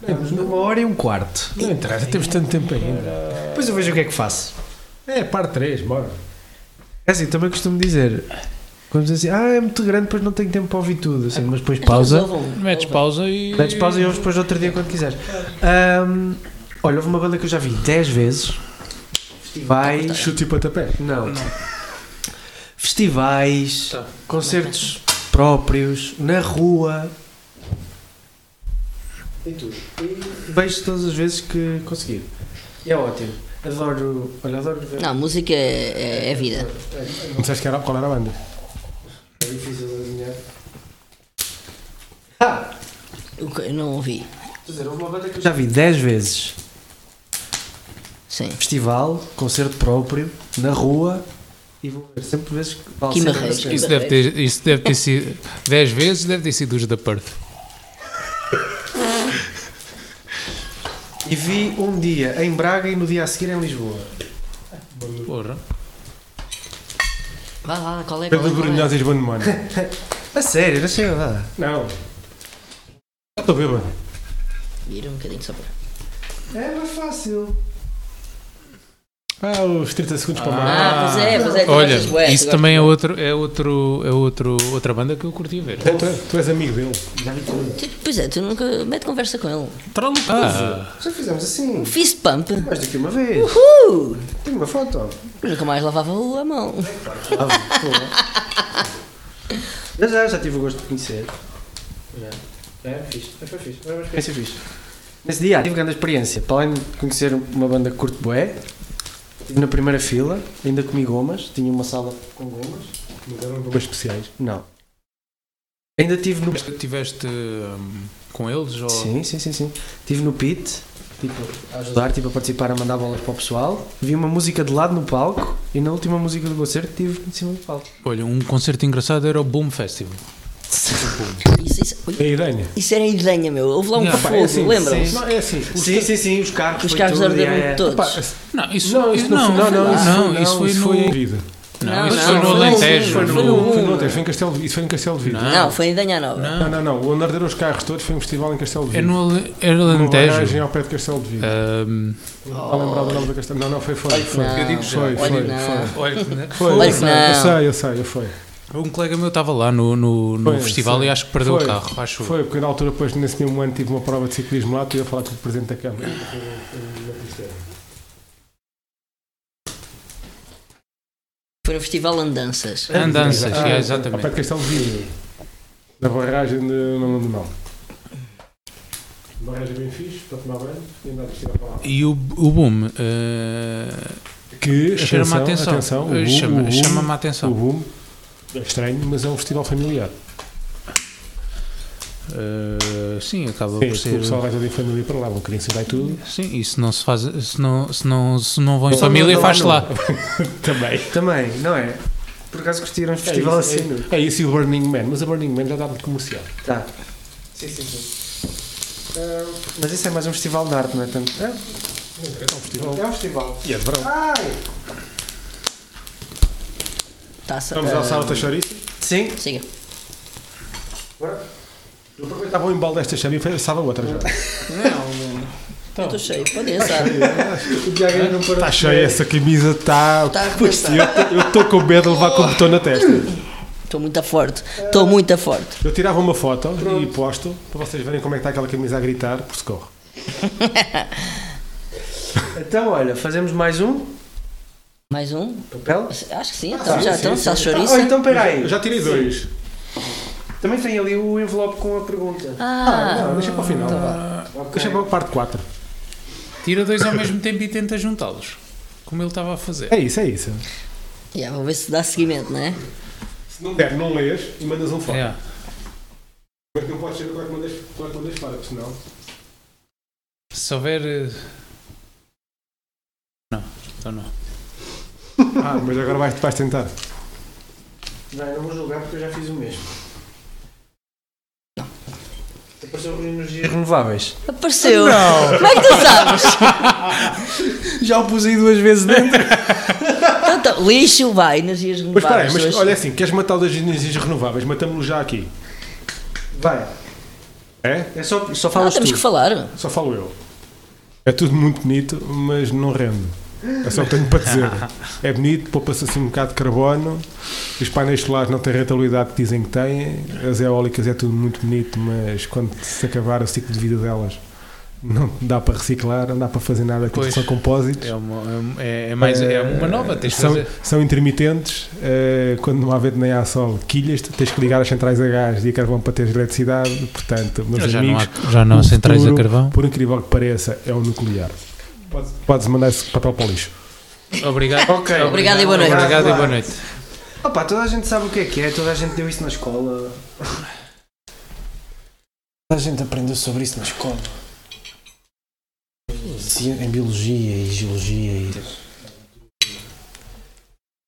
S2: Temos uma hora e um quarto.
S4: Não interessa, temos tanto tempo ainda.
S2: Depois eu vejo o que é que faço.
S4: É, parte 3, bora.
S2: É assim, também costumo dizer. Quando dizem assim, ah, é muito grande, depois não tenho tempo para ouvir tudo. Assim, mas depois pausa.
S3: um.
S5: Metes pausa e.
S2: Metes pausa e ouves depois outro dia quando quiseres. Ahm, olha, houve uma banda que eu já vi 10 vezes. Festivais.
S4: Chute e pontapé.
S2: Não. Festivais,
S5: Tá.
S2: concertos próprios, na rua. E tudo. E vejo todas as vezes que conseguir. E é ótimo. Adoro. Olha, adoro ver.
S3: Não, música é, é- é vida.
S4: Não disseste que era, qual era a banda?
S2: É difícil adivinhar.
S3: Eu que- eu não ouvi.
S2: Ah, Quer dizer, houve uma banda que eu já vi 10 vezes.
S3: Sim.
S2: Festival, concerto próprio, na rua. E vou ver sempre vezes que vale
S3: Kim
S2: sempre a
S3: Arreia.
S2: pena.
S5: Isso deve, ter, isso deve ter sido. 10 vezes deve ter sido os da Perth.
S2: E vi um dia em Braga e no dia a seguir em Lisboa.
S5: Porra.
S3: Vá lá, qual é qual é,
S4: Pedro
S3: qual é?
S4: Brunhosa e João de Mano.
S2: A sério, não chega lá.
S4: Não. Estou bêbado.
S3: Vira um bocadinho só para.
S2: É mais fácil.
S4: Ah, os 30 segundos para o mar.
S3: Ah, pois é, pois é. tu
S5: Olha,
S3: gostas de West,
S5: isso
S3: eu
S5: também é,
S3: gosto
S5: outro, é, outro, é outro, outra banda que eu curti ver.
S4: Então, Tu, é- tu és amigo dele.
S3: de- Tu- Pois é, tu nunca mete conversa com ele.
S5: Ah,
S2: Já fizemos assim,
S3: Fist pump.
S2: mais do que uma vez.
S3: Uh,
S2: Tenho uma foto.
S3: nunca mais lavava a mão.
S2: Já, já, já tive o gosto de conhecer. Já. É, fixe. Foi fixe. Foi uma experiência fixe. Nesse dia tive grande experiência. Para além de conhecer uma banda que curto bué, estive na primeira fila, ainda comi gomas, tinha uma sala com gomas.
S4: Mas eram boas especiais.
S2: Não. Ainda tive no.
S5: mas tu tiveste hum, com eles? Ou...
S2: Sim, sim, sim, sim. Estive no pit, tipo, a ajudar, tipo, a participar, a mandar bolas para o pessoal. Vi uma música de lado no palco e na última música do concerto estive em cima do palco.
S5: Olha, um concerto engraçado era o Boom Festival.
S3: Isso, isso, olha,
S4: É a Iranha.
S3: isso era ideia, meu. Houve lá um
S5: Não, pá,
S3: fogo, lembram-se?
S4: Não, é assim. os-
S2: Sim, sim, sim, os carros.
S3: Os
S2: foi
S3: carros
S2: tudo,
S3: arderam
S2: yeah, yeah.
S3: todos.
S4: Pá,
S5: Não, isso
S4: não, isso não, foi- não, não, isso foi-
S5: isso foi no.
S4: em Vida.
S5: Não, isso
S3: Não,
S5: foi no
S3: não,
S5: Alentejo.
S4: Foi um. no,
S5: no-
S4: foi no, Alentejo, foi em Castelo, de- isso foi em Castelo de Vida.
S3: não, foi em Danha Nova.
S5: Não.
S4: Não, não, não. Onde arderam os carros todos foi um festival em Castelo de
S5: É
S4: Vida.
S5: no Ale- era no
S4: Uma homenagem
S5: Alentejo. É. Hum,
S4: ao pé de Castelo de Vida.
S5: Ahm,
S4: Não está lembrado o nome do Castelo. Não, não, foi fora. Foi,
S3: Não,
S5: eu digo já.
S4: foi, foi, foi.
S3: olha, não.
S5: olha, que-
S4: Foi,
S3: Olha
S4: eu
S3: que
S4: sei,
S3: não.
S4: eu sei, eu sei, eu fui.
S5: Um colega meu estava lá no, no, no
S4: Foi,
S5: festival
S4: foi.
S5: e acho que perdeu
S4: Foi.
S5: o carro, acho eu.
S4: Foi, porque na altura, depois, nesse mesmo ano, tive uma prova de ciclismo lá, tu ia falar com o Presidente da Câmara.
S3: Foi no Festival Andanças.
S5: Andanças,
S4: Ah,
S5: é,
S4: Ao pé
S5: exatamente.
S4: de Castelo de Vida. Na barragem de Mão de Mão. Barragem bem fixe, para tomar banho e andar vestido a palavra.
S5: E o, o boom eh,
S4: Que
S5: chama-me a atenção.
S4: atenção, o boom,
S5: Eh,
S4: o
S5: chama-
S4: boom,
S5: Chama-me a
S4: o
S5: atenção.
S4: boom. É estranho, mas é um festival familiar.
S5: Eh, sim, acaba
S4: Sim,
S5: por
S4: É, o
S5: ser.
S4: pessoal vai toda em família para lá, vão crianças vai tudo.
S5: Sim, e se não se faz, se não, se não, se não vão em
S2: Só não vai
S5: família,
S2: lá,
S5: faz-se
S2: não.
S5: lá.
S4: Também.
S2: Também, não é? Por acaso curtiram um festival
S4: isso,
S2: assim?
S4: É isso e o Burning Man, mas o Burning Man já dá muito comercial.
S2: Tá. Sim, sim, sim. Ah, mas isso é mais um festival de arte, não é tanto? É,
S4: É um festival.
S2: um festival.
S4: E é de verão.
S3: Taça.
S4: Vamos ao
S3: ah,
S4: sábado a chouriça.
S2: Sim.
S3: Siga.
S4: Estava um balde esta chave e foi sábado outra já.
S3: Estou cheio. Podem assar.
S2: O Tiago ainda não parou.
S4: Está cheia essa camisa, está.
S3: Tá a
S4: Pois,
S3: arrebentar.
S4: eu estou com medo de levar com o botão na testa.
S3: Estou muito a forte. Estou muito a forte.
S4: Eu tirava uma foto e posto para vocês verem como é que está aquela camisa a gritar por socorro.
S2: Então, olha, fazemos mais um
S3: Mais um?
S2: papel.
S3: Acho que sim. Então, já estão. Está chouriça.
S2: Ah, oh, então, peraí.
S4: Eu já tirei dois.
S2: Também tem ali o envelope com a pergunta.
S3: Ah,
S4: Não, deixa para o final. vá. Deixa para a parte 4.
S5: Tira dois ao mesmo tempo e tenta juntá-los. Como ele estava a fazer.
S4: É isso, é isso.
S3: já, vou ver se dá seguimento, não é?
S4: Se não der, não lês e mandas um foto.
S5: É.
S4: Mas não podes ser agora que mandas, agora que mandas para, porque senão.
S5: Se houver. eh, Não, então não.
S4: Ah, mas agora vais, vais tentar.
S2: Não, eu não vou julgar porque eu já fiz o mesmo.
S6: Apareceu energias renováveis.
S3: Apareceu. Não. Como é que tu sabes?
S2: Já o pusei duas vezes dentro.
S3: Tanto, Então, tá, lixo, vai, energias
S4: Mas espera aí,
S3: renováveis.
S4: mas
S3: pessoas-
S4: olha assim, queres matar das energias renováveis? Matámos-lo já aqui.
S6: Vai,
S4: É?
S6: é só, só
S3: Não,
S6: falas
S3: temos
S6: tu.
S3: que falar.
S4: Só falo eu. É tudo muito bonito, mas não rende. É só o que tenho para dizer. É bonito, poupa-se assim um bocado de carbono. Os painéis solares não têm a rentabilidade que dizem que têm. As eólicas é tudo muito bonito, mas quando se acabar o ciclo de vida delas, não dá para reciclar, não dá para fazer nada com
S5: Pois.
S4: são compósitos. Eh,
S5: É uma, é, é mais, é uma nova, tens que
S4: são,
S5: fazer.
S4: são intermitentes, eh, quando não há vento nem há sol, quilhas, tens que ligar as centrais a gás e a carvão para teres eletricidade, portanto, meus
S5: Já não
S4: amigos,
S5: há, já não há
S4: o
S5: centrais a
S4: futuro,
S5: carvão.
S4: por incrível que pareça, é o nuclear. Podes, podes mandar esse papel para o lixo.
S5: Obrigado.
S6: Ok.
S3: Obrigado e boa noite.
S5: Obrigado e boa noite.
S6: Opa, toda a gente sabe o que é que é, toda a gente deu isso na escola.
S2: A gente aprendeu sobre isso na escola. Ci- Em biologia e geologia e.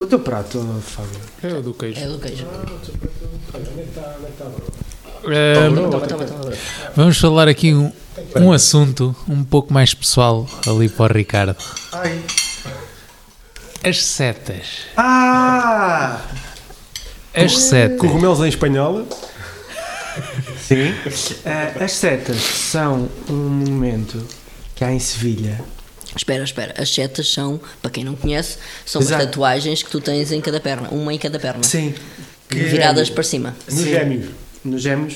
S6: O teu prato, Fábio.
S5: É o do queijo.
S3: É do queijo.
S2: Tá
S5: Ahm, Ehm, vamos falar aqui um, um assunto um pouco mais pessoal ali para o Ricardo.
S6: Ai.
S5: As setas.
S6: Ah!
S5: As setas.
S4: Cogumelos em espanhol,
S2: Sim. Eh, as setas são um monumento que há em Sevilha.
S3: Espera, espera. As setas são, para quem não conhece, são as
S2: Exato.
S3: tatuagens que tu tens em cada perna. Uma em cada perna.
S2: Sim.
S3: Viradas para cima.
S4: nos
S2: Sim.
S4: gêmeos.
S2: Nos gêmeos.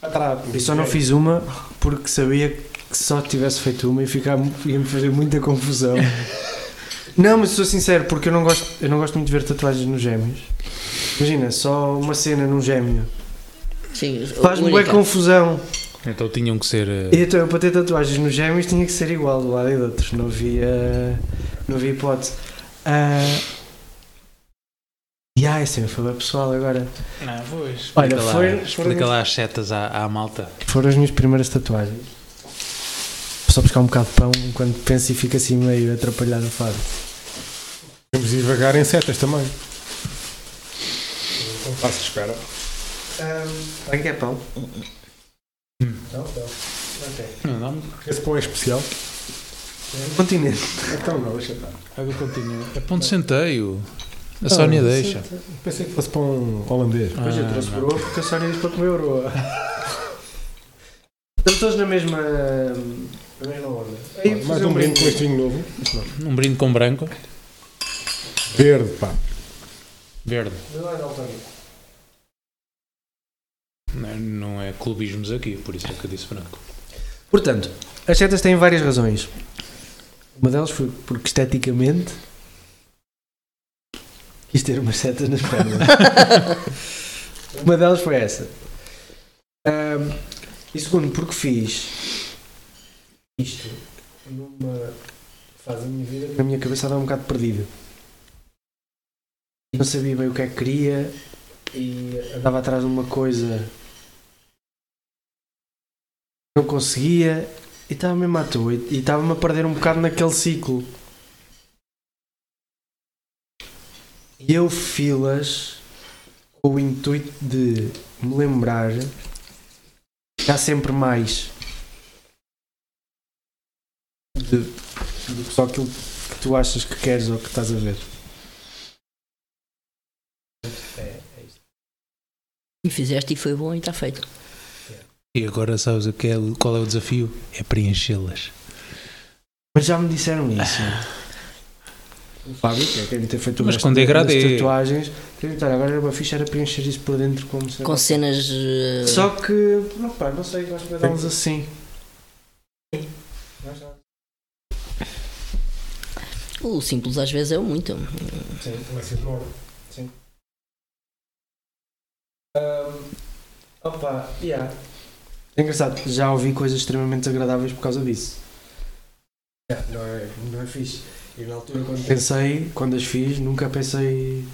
S4: Atrás.
S2: Eu só não fiz uma porque sabia que só tivesse feito uma ia ficar, ia-me fazer muita confusão. Não, mas sou sincero, porque eu não gosto, eu não gosto muito de ver tatuagens nos gêmeos. Imagina, só uma cena num gêmeo.
S3: Sim,
S2: Faz-me
S3: única.
S2: bem confusão.
S5: Então tinham que ser. eh,
S2: E então eu para ter tatuagens nos gêmeos tinha que ser igual do lado e do outro, não havia, não havia hipótese. Ah, e ah, esse foi bem pessoal agora.
S5: Não, pois.
S2: Olha,
S5: Explica lá-
S2: foi- um-
S5: Explica lá as setas à, à malta.
S2: Foram as minhas primeiras tatuagens. Vou só buscar um bocado de pão enquanto penso e fico assim meio atrapalhado a falar.
S4: Vamos devagar em setas também. Não faço de espera.
S6: Alguém quer pão?
S2: Hum.
S5: Não, não.
S4: Esse pão é especial.
S2: Continente.
S4: Então não, deixa estar.
S5: Eu continuo. É ponto de centeio. A
S2: Ah,
S5: Sónia deixa.
S4: Ah, Pensei que fosse pão holandês.
S5: Ah,
S6: Pois eu trouxe
S5: não.
S6: broa porque a Sónia disse para comer broa. Estamos todos na mesma. hum, é na mesma onda. Aí,
S4: Mais
S6: fazer
S4: um brinde com este vinho novo.
S5: Um brinde com branco.
S4: Verde, pá.
S5: Verde.
S6: Vê lá, Daltónico.
S5: Não, não é clubismos aqui, por isso é que eu disse branco.
S2: Portanto, as setas têm várias razões. Uma delas foi porque esteticamente quis ter umas setas nas pernas. Uma delas foi essa. Ahm, e segundo, porque fiz.
S6: Isto numa fase da minha vida.
S2: A minha cabeça estava um bocado perdida. Não sabia bem o que é que queria e andava atrás de uma coisa. Não conseguia e estava mesmo à toa. E e estava-me a perder um bocado naquele ciclo. E eu filas com o intuito de me lembrar que há sempre mais de, do que só aquilo que tu achas que queres ou que estás a ver.
S3: E fizeste e foi bom e está
S2: É
S3: feito.
S5: E agora sabes o que é, qual é o desafio? É preenchê-las.
S2: Mas já me disseram isso. O Fábio, que é quem ter feito o
S5: Mas
S2: resto
S5: com
S2: das
S5: degradê.
S2: tatuagens, perguntaram, agora era uma ficha era preencher isso por dentro como se...
S3: Com cenas. eh,
S2: Só que, não, pá, não sei, acho que vai dar uns assim.
S3: O simples às vezes é o muito.
S6: Sim, vai ser bom. Sim. Ahm, opa, yeah.
S2: É engraçado, já ouvi coisas extremamente desagradáveis por causa disso.
S6: Yeah, não, é, não é fixe. E na altura quando
S2: Pensei, quando as fiz, nunca pensei...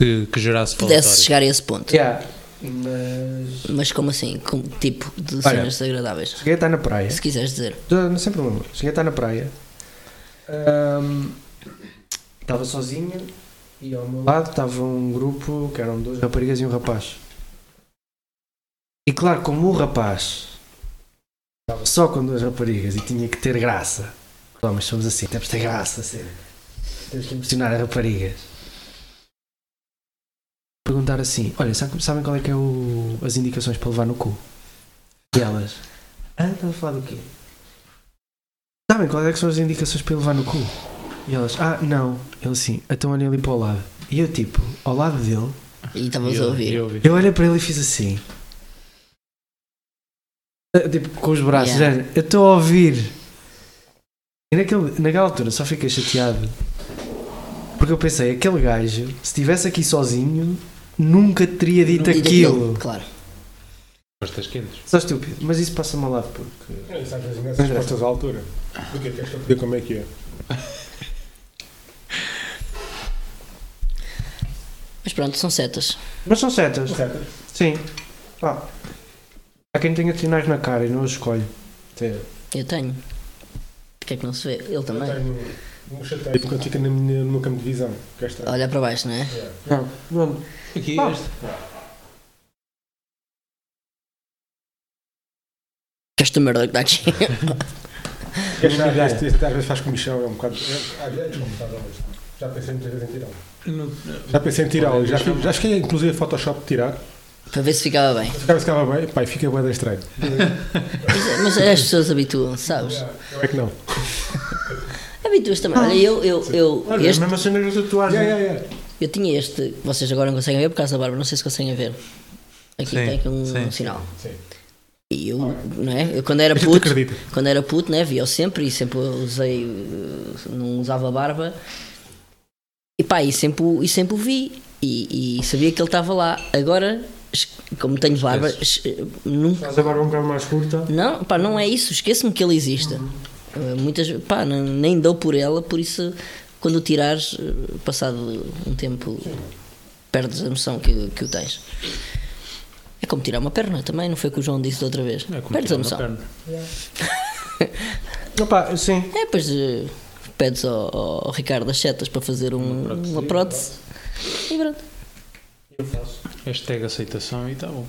S5: Que, que gerasse
S3: Pudesse
S5: falatório.
S3: chegar a esse ponto.
S2: Yeah.
S6: Mas.
S3: Mas como assim? Com que tipo de
S2: Olha.
S3: cenas desagradáveis?
S2: Cheguei a estar na praia.
S3: Se quiseres dizer.
S2: Já, não sem problema. Cheguei a estar na praia. Ahm,
S6: Estava sozinha e ao meu
S2: lado estava um grupo que eram duas raparigas e um rapaz. E claro, como o rapaz estava só com duas raparigas e tinha que ter graça, os homens somos assim, temos que ter graça, assim. temos que impressionar as raparigas. Perguntar assim: Olha, sabem sabem qual é que é o- as indicações para levar no cu? E elas: Ah, estás a falar do quê? Sabem qual é que são as indicações para levar no cu? E elas: Ah, não. Ele assim: Então olhem ali para o lado. E eu, tipo, ao lado dele,
S3: E estavas a
S5: Eu-
S3: ouvir.
S5: eu ouvi.
S2: eu olhei para ele e fiz assim. Ah, Tipo, com os braços,
S3: Yeah.
S2: género, eu estou a ouvir. E naquele, naquela altura só fiquei chateado. Porque eu pensei, aquele gajo, se estivesse aqui sozinho, nunca teria dito
S3: Não digo
S2: aquilo.
S3: Claro.
S5: Costas quentes.
S2: Só estúpido, mas isso passa-me ao lado porque.
S4: É, isso às vezes nessas respostas à altura. Do que é que és para poder como é que é?
S3: Mas pronto, são setas.
S2: Mas são setas.
S4: Correto.
S2: Sim. Pá. Há quem tenha sinais na cara e não os escolhe. Até-
S3: Eu tenho. Porquê é que não se vê? Ele
S4: Eu
S3: também.
S4: tenho um chateio quando fica na minha, no meu campo de visão. Que é estranho.
S3: Olhar para baixo, não é?
S4: É.
S2: Não, não,
S5: Aqui
S2: Pá.
S5: este.
S3: Que esta merda que está aqui.
S4: Este, este, este às vezes faz comichão, é um bocado. É, às vezes é desconfortável, mas já pensei muitas vezes em tirá-lo.
S5: Não-
S4: Já pensei em tirá-lo. Já,
S5: Deixa-me-
S4: já cheguei inclusive a Photoshop de tirar.
S3: para ver se ficava bem.
S4: Ficava, ficava bem. Pai, fica bem estranho.
S3: Mas, mas as pessoas habituam, sabes?
S4: Eu é que não.
S3: Habituas também. Olha, eu, eu, eu,
S2: Olha,
S3: este,
S2: a mesma cena da tatuagem.
S4: Yeah, yeah, yeah.
S3: eu tinha este, que vocês agora não conseguem ver por causa da barba, não sei se conseguem ver. Aqui
S5: Sim,
S3: tem aqui um,
S5: sim.
S3: sinal.
S4: Sim.
S3: E eu, não é? Eu quando era
S4: A gente
S3: puto,
S4: acredita.
S3: quando era puto, né, via-o sempre e sempre usei, eh, não usava barba. E pá, e sempre, o- e sempre o vi e, e sabia que ele estava lá. Agora, es- como tenho barba, es- nunca.
S2: Faz a barba um bocado mais curta.
S3: Não, pá, não é isso. Esqueço-me que ele exista. Eh, Muitas, pá, não- nem dou por ela, por isso, quando o tirares, eh, passado um tempo, perdes a noção que, que o tens. É como tirar uma perna também, não foi o que o João disse da outra vez.
S5: É como
S3: perdes
S5: tirar
S3: a
S5: uma
S3: noção.
S5: perna.
S2: Opa, sim.
S3: É, depois eh, pedes ao, ao Ricardo as setas para fazer um- uma prótese. E pronto.
S5: Hashtag aceitação e tá bom.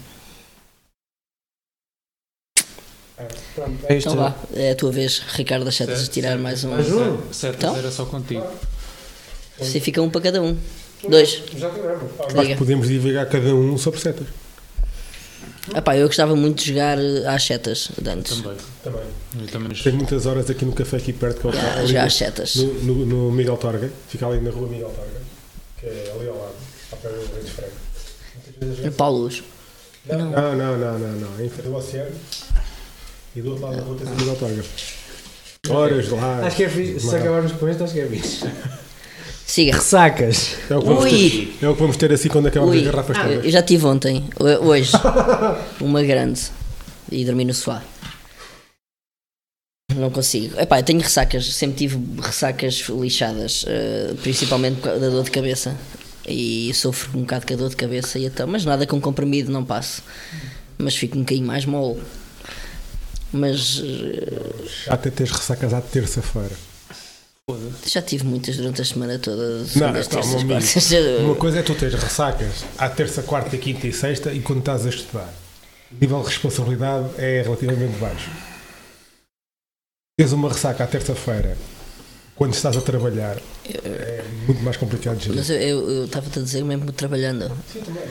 S2: É
S3: Então vá, é a tua vez, Ricardo, as setas, de tirar mais um.
S2: uh,
S5: Sete- Sete
S3: Então?
S5: era só contigo.
S3: Se fica um para cada um. Dois.
S4: Já tivemos.
S3: Diga.
S4: Podemos divagar cada um sobre setas.
S3: Ah pá, eu gostava muito de jogar eh, às setas de antes.
S5: Também.
S4: Também.
S5: Eu também
S4: Tenho muitas horas aqui no café aqui perto que eu
S3: Já, Ah, já às setas.
S4: no, no, no Miguel Torga. Fica ali na rua Miguel Torga. Que é ali ao lado. Ao pé do Grande Franco. Muitas vezes a
S3: Em
S4: gente-
S3: Paulo Luz.
S4: Não, não, não, não, não. não. Em frente ao oceano. E do outro lado da rua tens o Miguel Torga. Horas lá.
S2: Acho que é fixe. Se
S4: Mas-
S2: acabarmos com isto, acho que é fixe.
S3: Siga.
S2: Ressacas.
S4: É o que vamos
S3: Ui.
S4: ter, é o que vamos ter assim quando acabarmos
S3: Ui,
S4: as garrafas
S3: ah,
S4: todas.
S3: eu já tive ontem, ho- hoje, uma grande e dormi no sofá. Não consigo. Epá, eu tenho ressacas, sempre tive ressacas lixadas, eh, principalmente por causa da dor de cabeça. E sofro um bocado com a dor de cabeça e então, mas nada com comprimido não passo. Mas fico um bocadinho mais mole. Mas eh,
S4: Até teres ressacas à terça-feira.
S3: já tive muitas durante a semana toda.
S4: Não,
S3: segundas,
S4: tá,
S3: terças,
S4: meu amigo.
S3: quartas.
S4: Uma coisa é tu teres ressacas à terça, quarta, quinta e sexta e quando estás a estudar. O nível de responsabilidade é relativamente baixo. Tens uma ressaca à terça-feira quando estás a trabalhar é muito mais complicado de gerir.
S3: Mas eu- eu estava-te a dizer mesmo trabalhando.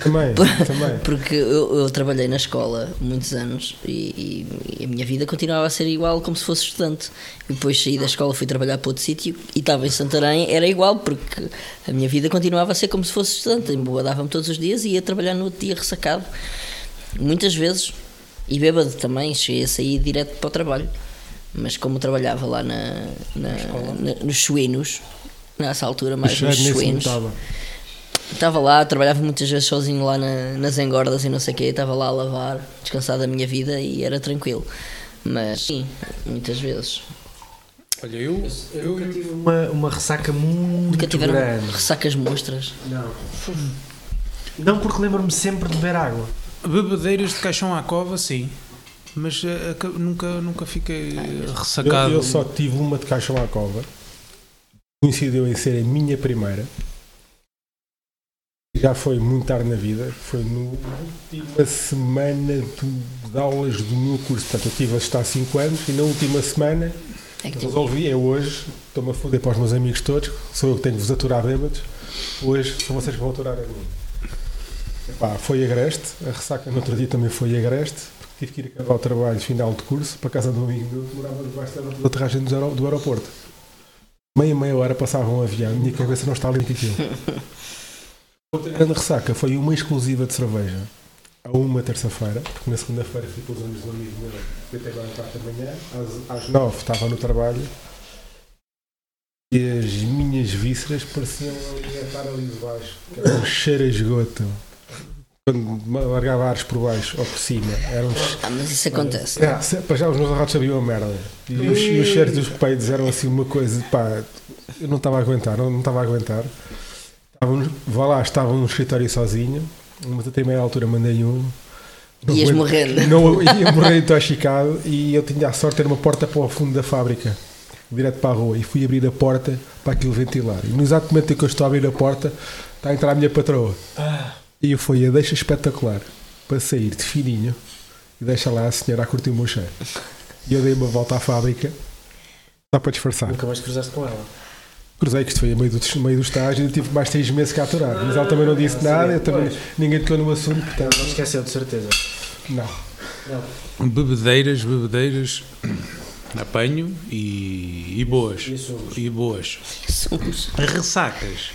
S4: Também, também.
S3: Porque eu, eu trabalhei na escola muitos anos e, e- e a minha vida continuava a ser igual como se fosse estudante. E depois saí da escola, fui trabalhar para outro sítio e estava em Santarém, era igual, porque a minha vida continuava a ser como se fosse estudante. Embobadava-me todos os dias e ia trabalhar no outro dia ressacado, muitas vezes, e bêbado também, cheguei a sair direto para o trabalho. Mas como trabalhava lá na, na- na- nos suínos, nessa altura
S4: O
S3: mais
S4: cheiro
S3: nos
S4: nem se
S3: suínos.
S4: notava.
S3: Estava lá, trabalhava muitas vezes sozinho lá na- nas engordas e não sei o quê, estava lá a lavar, descansar da minha vida e era tranquilo. Mas sim, muitas vezes.
S5: Olha, eu, eu,
S2: Eu tive uma, uma ressaca muito
S3: Nunca tiveram um
S2: grande.
S3: ressacas monstras.
S2: Não. Não, porque lembro-me sempre de beber água.
S5: Bebedeiras de caixão à cova, sim. Mas eh, aca- nunca, nunca fiquei eh,
S4: Eu,
S5: ressacado.
S4: eu só tive uma de caixa lá à cova. Coincidiu em ser a minha primeira. já foi muito tarde na vida, foi na última semana do- de aulas do meu curso. Portanto, eu estive a estar 5 anos e na última semana
S3: É que tipo,
S4: resolvi, é hoje, estou-me a foder para os meus amigos todos, sou eu que tenho que vos aturar bêbados, hoje são vocês que vão aturar a mim. Epá, foi agreste, a ressaca no outro dia também foi agreste, porque tive que ir acabar o trabalho final de curso para casa do amigo meu que morava debaixo da da aterragem do aero- do aeroporto. Meia meia hora passava um avião, minha cabeça não está ali com aquilo. Outra grande ressaca foi uma exclusiva de cerveja a uma terça-feira, porque na segunda-feira fui com os amigos do amigo meu, fui até agora às quatro da manhã, às, às nove estava no trabalho e as minhas vísceras pareciam ali a estar ali debaixo, que era um cheiro a esgoto. Quando me largava ares por baixo ou por cima, era um che-
S3: ah, mas isso acontece.
S4: ah, se- para já os meus ratos sabiam a merda. E os, e os cheiros dos peidos eram assim uma coisa, pá, eu não estava a aguentar, não não estava a aguentar. Estava, no- vá lá, estava no escritório sozinho, mas até meia altura mandei um. Não
S3: Ias
S4: aguento-
S3: morrendo.
S4: Não, ia morrer intoxicado e eu tinha a sorte de ter uma porta para o fundo da fábrica, direto para a rua, e fui abrir a porta para aquilo ventilar. E no exato momento em que eu estou a abrir a porta, está a entrar a minha patroa. E eu fui a deixa espetacular para sair de fininho e deixa lá a senhora a curtir o meu cheiro. E eu dei uma volta à fábrica, só para disfarçar.
S6: Nunca mais cruzaste com ela.
S4: Cruzei que isto foi a meio do, no meio do estágio e tive mais seis meses que a aturar. Mas ela também não disse nada, eu também, ninguém tocou no assunto, portanto,
S6: Não esqueceu, de certeza.
S4: não.
S5: Bebedeiras, bebedeiras. Apanho e, e boas.
S6: E assumos.
S5: E boas.
S3: Somos.
S5: Ressacas.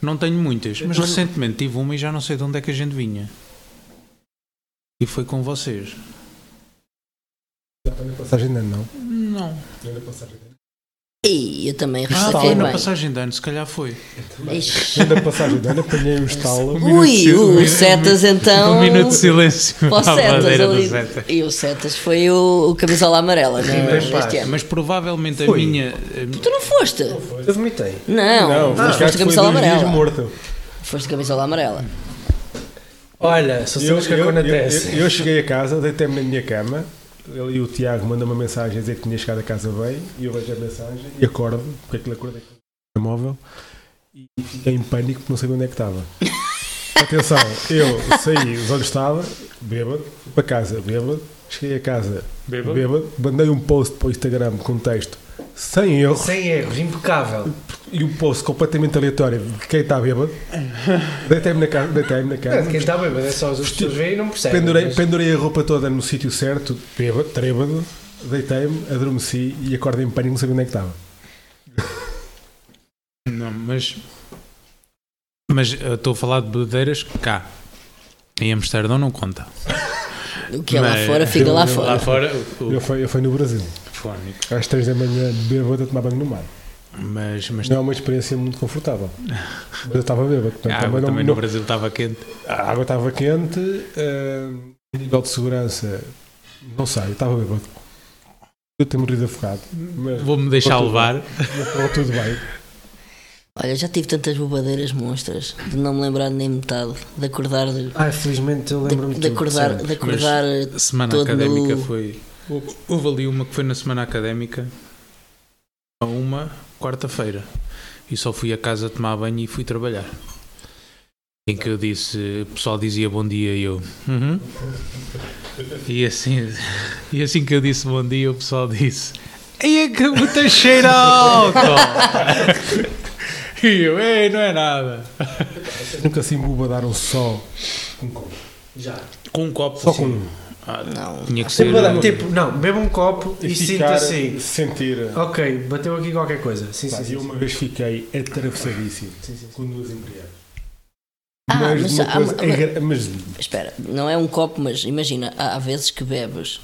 S5: Não tenho muitas, mas recentemente tive uma e já não sei de onde é que a gente vinha. E foi com vocês.
S4: Passagem de ano, não.
S5: Não.
S3: E eu também
S5: Ah,
S3: ressaquei
S5: foi na
S3: bem.
S5: passagem de ano, se calhar foi.
S3: Ixi.
S4: Ainda na passagem de ano apanhei um estalo.
S3: Ui, o
S5: minuto-
S3: Setas então.
S5: Um minuto de silêncio
S3: Para o
S5: à
S3: Setas
S5: bandeira do
S3: ali.
S5: Setas.
S3: E o Setas foi o, o camisola amarela, não é?
S6: Bem
S3: Este
S6: pá.
S3: ano.
S5: Mas provavelmente a
S6: Foi.
S5: minha. a mi-
S3: Tu não foste?
S6: Eu vomitei.
S3: Não,
S4: mas
S3: foste
S4: acho que foi
S3: camisola
S4: dois dias
S3: amarela.
S4: morto.
S3: Foste camisola amarela.
S6: Olha, só
S4: Eu,
S6: sabes
S2: é
S6: que a
S4: eu,
S6: cona
S4: eu,
S6: desce.
S4: eu- eu cheguei a casa, deitei-me na minha cama. Ele e o Tiago mandam uma mensagem a dizer que tinha chegado a casa bem. E eu vejo a mensagem e acordo, porque aquilo acordei com o telemóvel. E fiquei em pânico porque não sabia onde é que estava. Atenção, eu saí, os olhos estava, bêbado, fui para casa, bêbado. Cheguei a casa, bêbado. Mandei um post para o Instagram com texto sem erros.
S6: Sem erros, impecável.
S4: E um post completamente aleatório de quem está bêbado. Deitei-me na casa. Deitei-me na
S6: É,
S4: casa.
S6: Quem está bêbado é só as outras pessoas veem e não percebem.
S4: Pendurei,
S6: mas-
S4: pendurei a roupa toda no sítio certo, bêbado, trêbado. Deitei-me, adormeci e acordei em pânico, não sabia onde é que estava.
S5: Não, mas. Mas eu estou a falar de bebedeiras cá. Em Amsterdão não conta.
S3: O que é lá
S5: Mas-
S3: fora, fica lá
S4: Eu- eu-
S3: fora.
S5: Lá fora, o, o
S4: Eu fui, eu fui no Brasil.
S5: fónico.
S4: Às três da manhã, bêbado, a tomar banho no mar.
S5: Mas, mas
S4: Não é uma experiência muito confortável. Mas eu estava bêbado. portanto,
S5: a
S4: também não-
S5: água Ah, também
S4: não-
S5: no Brasil estava quente.
S4: a água estava quente, ah, a nível de segurança, não sei, estava bêbado. Eu tenho morrido afogado, mas
S5: Vou-me deixar
S4: Tudo
S5: levar.
S4: mas tudo bem.
S3: Olha, já tive tantas bobadeiras monstras de não me lembrar nem metade, de acordar de,
S6: Ai, felizmente eu lembro-me
S3: de
S6: tudo,
S3: acordar,
S6: sabe?
S3: de acordar
S5: Semana
S3: Todo
S5: académica
S3: nu.
S5: foi. houve- Houve ali uma que foi na semana académica, a uma quarta-feira. E só fui a casa tomar banho e fui trabalhar. Em que eu disse, o pessoal dizia bom dia e eu. "Uhum." E, assim, e assim que eu disse bom dia, o pessoal disse. Ei, é que muita cheira a álcool! E eu, ei, não é nada.
S4: Nunca se embobadaram só,
S6: Já.
S5: Com um copo
S4: só
S5: assim.
S4: com um.
S5: Ah,
S3: Não.
S5: tinha que
S6: Sempre
S5: ser.
S6: vou dar- tipo, não, bebo um copo e, sinto
S4: ficar-
S6: assim.
S4: Sentir.
S6: Ok, bateu aqui qualquer coisa. Sim,
S4: Pá,
S6: sim, sim.
S4: eu uma vez fiquei atravessadíssimo com duas embriagas.
S3: Ah,
S4: mas,
S3: mas
S4: de uma
S3: há-
S4: coisa é
S3: há-
S4: engra- mas
S3: Espera, não é um copo, mas imagina, há, há vezes que bebes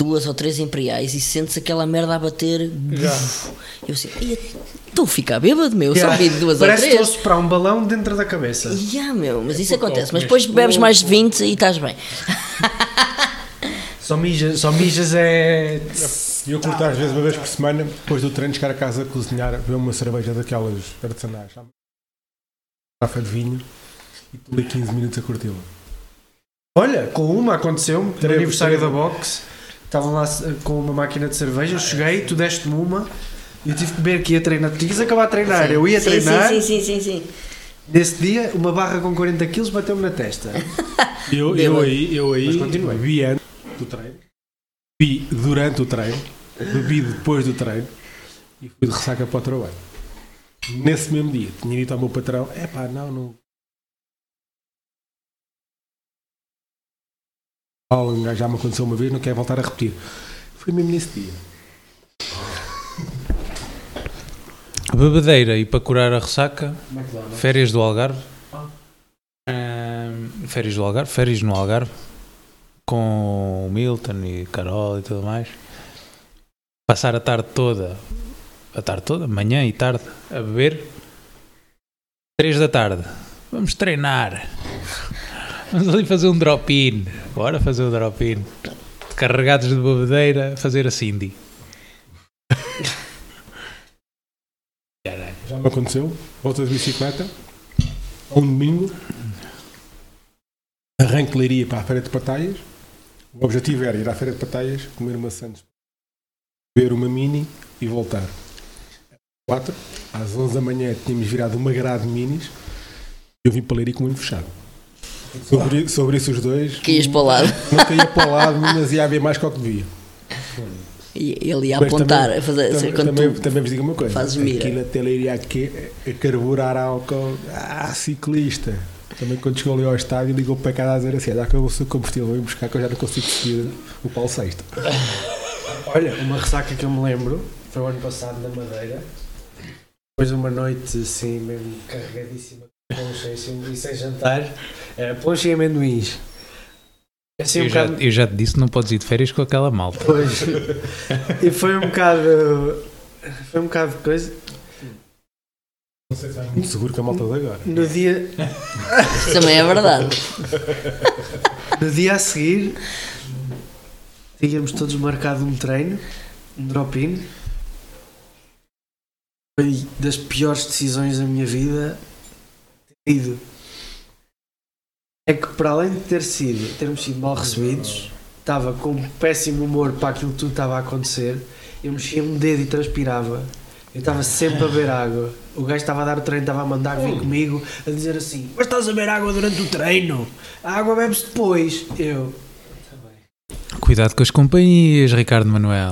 S3: duas ou três imperiais e sentes aquela merda a bater. Buf. Eu assim, "Ei, estou a ficar bêbado, meu, só
S6: Yeah.
S3: vi duas
S6: Parece É
S3: ou
S6: que estou a
S3: três.
S6: soprar um balão dentro da cabeça.
S3: Ya, meu, mas isso acontece. Mas depois bebes mais de 20 e estás bem.
S6: Só mijas, só mijas é.
S4: eu
S3: Tá.
S4: curto às vezes uma vez por semana, depois do treino, chegar a casa a cozinhar, ver uma cerveja daquelas artesanais, sabe? garrafa de vinho e pulei 15 minutos a curti-la.
S6: Olha, com uma aconteceu-me, no
S4: Três,
S6: aniversário
S4: três.
S6: da box. Estavam lá eh, com uma máquina de cerveja, eu cheguei, tu deste-me uma. e Eu tive que beber que ia treinar. Tu quis acabar a treinar, eu ia
S3: Sim,
S6: treinar.
S3: Sim, sim, sim, sim. sim.
S2: Nesse dia, uma barra com 40 kg bateu-me na testa.
S4: Eu, eu aí, eu aí
S2: Mas continua.
S4: bebi antes do treino, bebi durante o treino, bebi depois do treino e fui de ressaca para o trabalho. Nesse mesmo dia, tinha dito ao meu patrão: é pá, não, não. Paulo, um já me aconteceu uma vez, não quer voltar a repetir. Foi mesmo nesse dia.
S5: Bebedeira e para curar a ressaca,
S2: é
S5: férias do Algarve.
S2: Ah.
S5: Ahm, férias do Algarve, férias no Algarve, com o Milton e Carol e tudo mais. Passar a tarde toda, a tarde toda, manhã e tarde, a beber. Três da tarde, vamos treinar. Vamos ali fazer um drop-in. Bora fazer um drop-in. Carregados de bebedeira, fazer a Cindy. Caralho.
S4: Já me aconteceu, volta de bicicleta, a um domingo, arranque de leiria para a Feira de Pataias. O objetivo era ir à Feira de Pataias, comer uma Santos, beber uma mini e voltar. Quatro, às 11 da manhã tínhamos virado uma grade de minis e eu vim para a leiria com o olho fechado. Sobre, sobre isso os dois,
S3: Caías para o lado.
S4: não caía para o lado, mas ia haver mais que o que devia.
S3: E ele ia
S4: Mas
S3: apontar,
S4: também-
S3: a fazer,
S4: Também,
S3: quando
S4: também,
S3: tu-
S4: também vos digo uma coisa.
S3: fazes mira.
S4: Aqui na teleiria aqui a carburar álcool. Ah, ciclista. Também quando chegou ali ao estádio ligou para cá a dizer assim, olha que eu sou combustível, vim buscar que eu já não consigo seguir o Paulo VI.
S2: Olha, uma ressaca que eu me lembro foi o ano passado na Madeira. Depois de uma noite assim, mesmo carregadíssima, de poncha e sem, e sem jantar, era poncha e amendoins. Assim um
S5: Eu já,
S2: bocado.
S5: eu já te disse, não podes ir de férias com aquela malta.
S2: Pois. e foi um bocado. Foi um bocado de coisa.
S4: Muito Um seguro que a malta de agora.
S2: No dia,
S3: Isso também é verdade.
S2: No dia a seguir, tínhamos todos marcado um treino, um drop-in. Foi das piores decisões da minha vida ter tido. É que para além de ter sido, termos sido mal recebidos, estava com um péssimo humor para aquilo que tudo estava a acontecer. Eu mexia um dedo e transpirava. Eu estava sempre a beber água. O gajo estava a dar o treino, estava a mandar vir comigo, a dizer assim: Mas estás a beber água durante o treino? A água bebe-se depois. Eu.
S5: Cuidado com as companhias, Ricardo Manuel.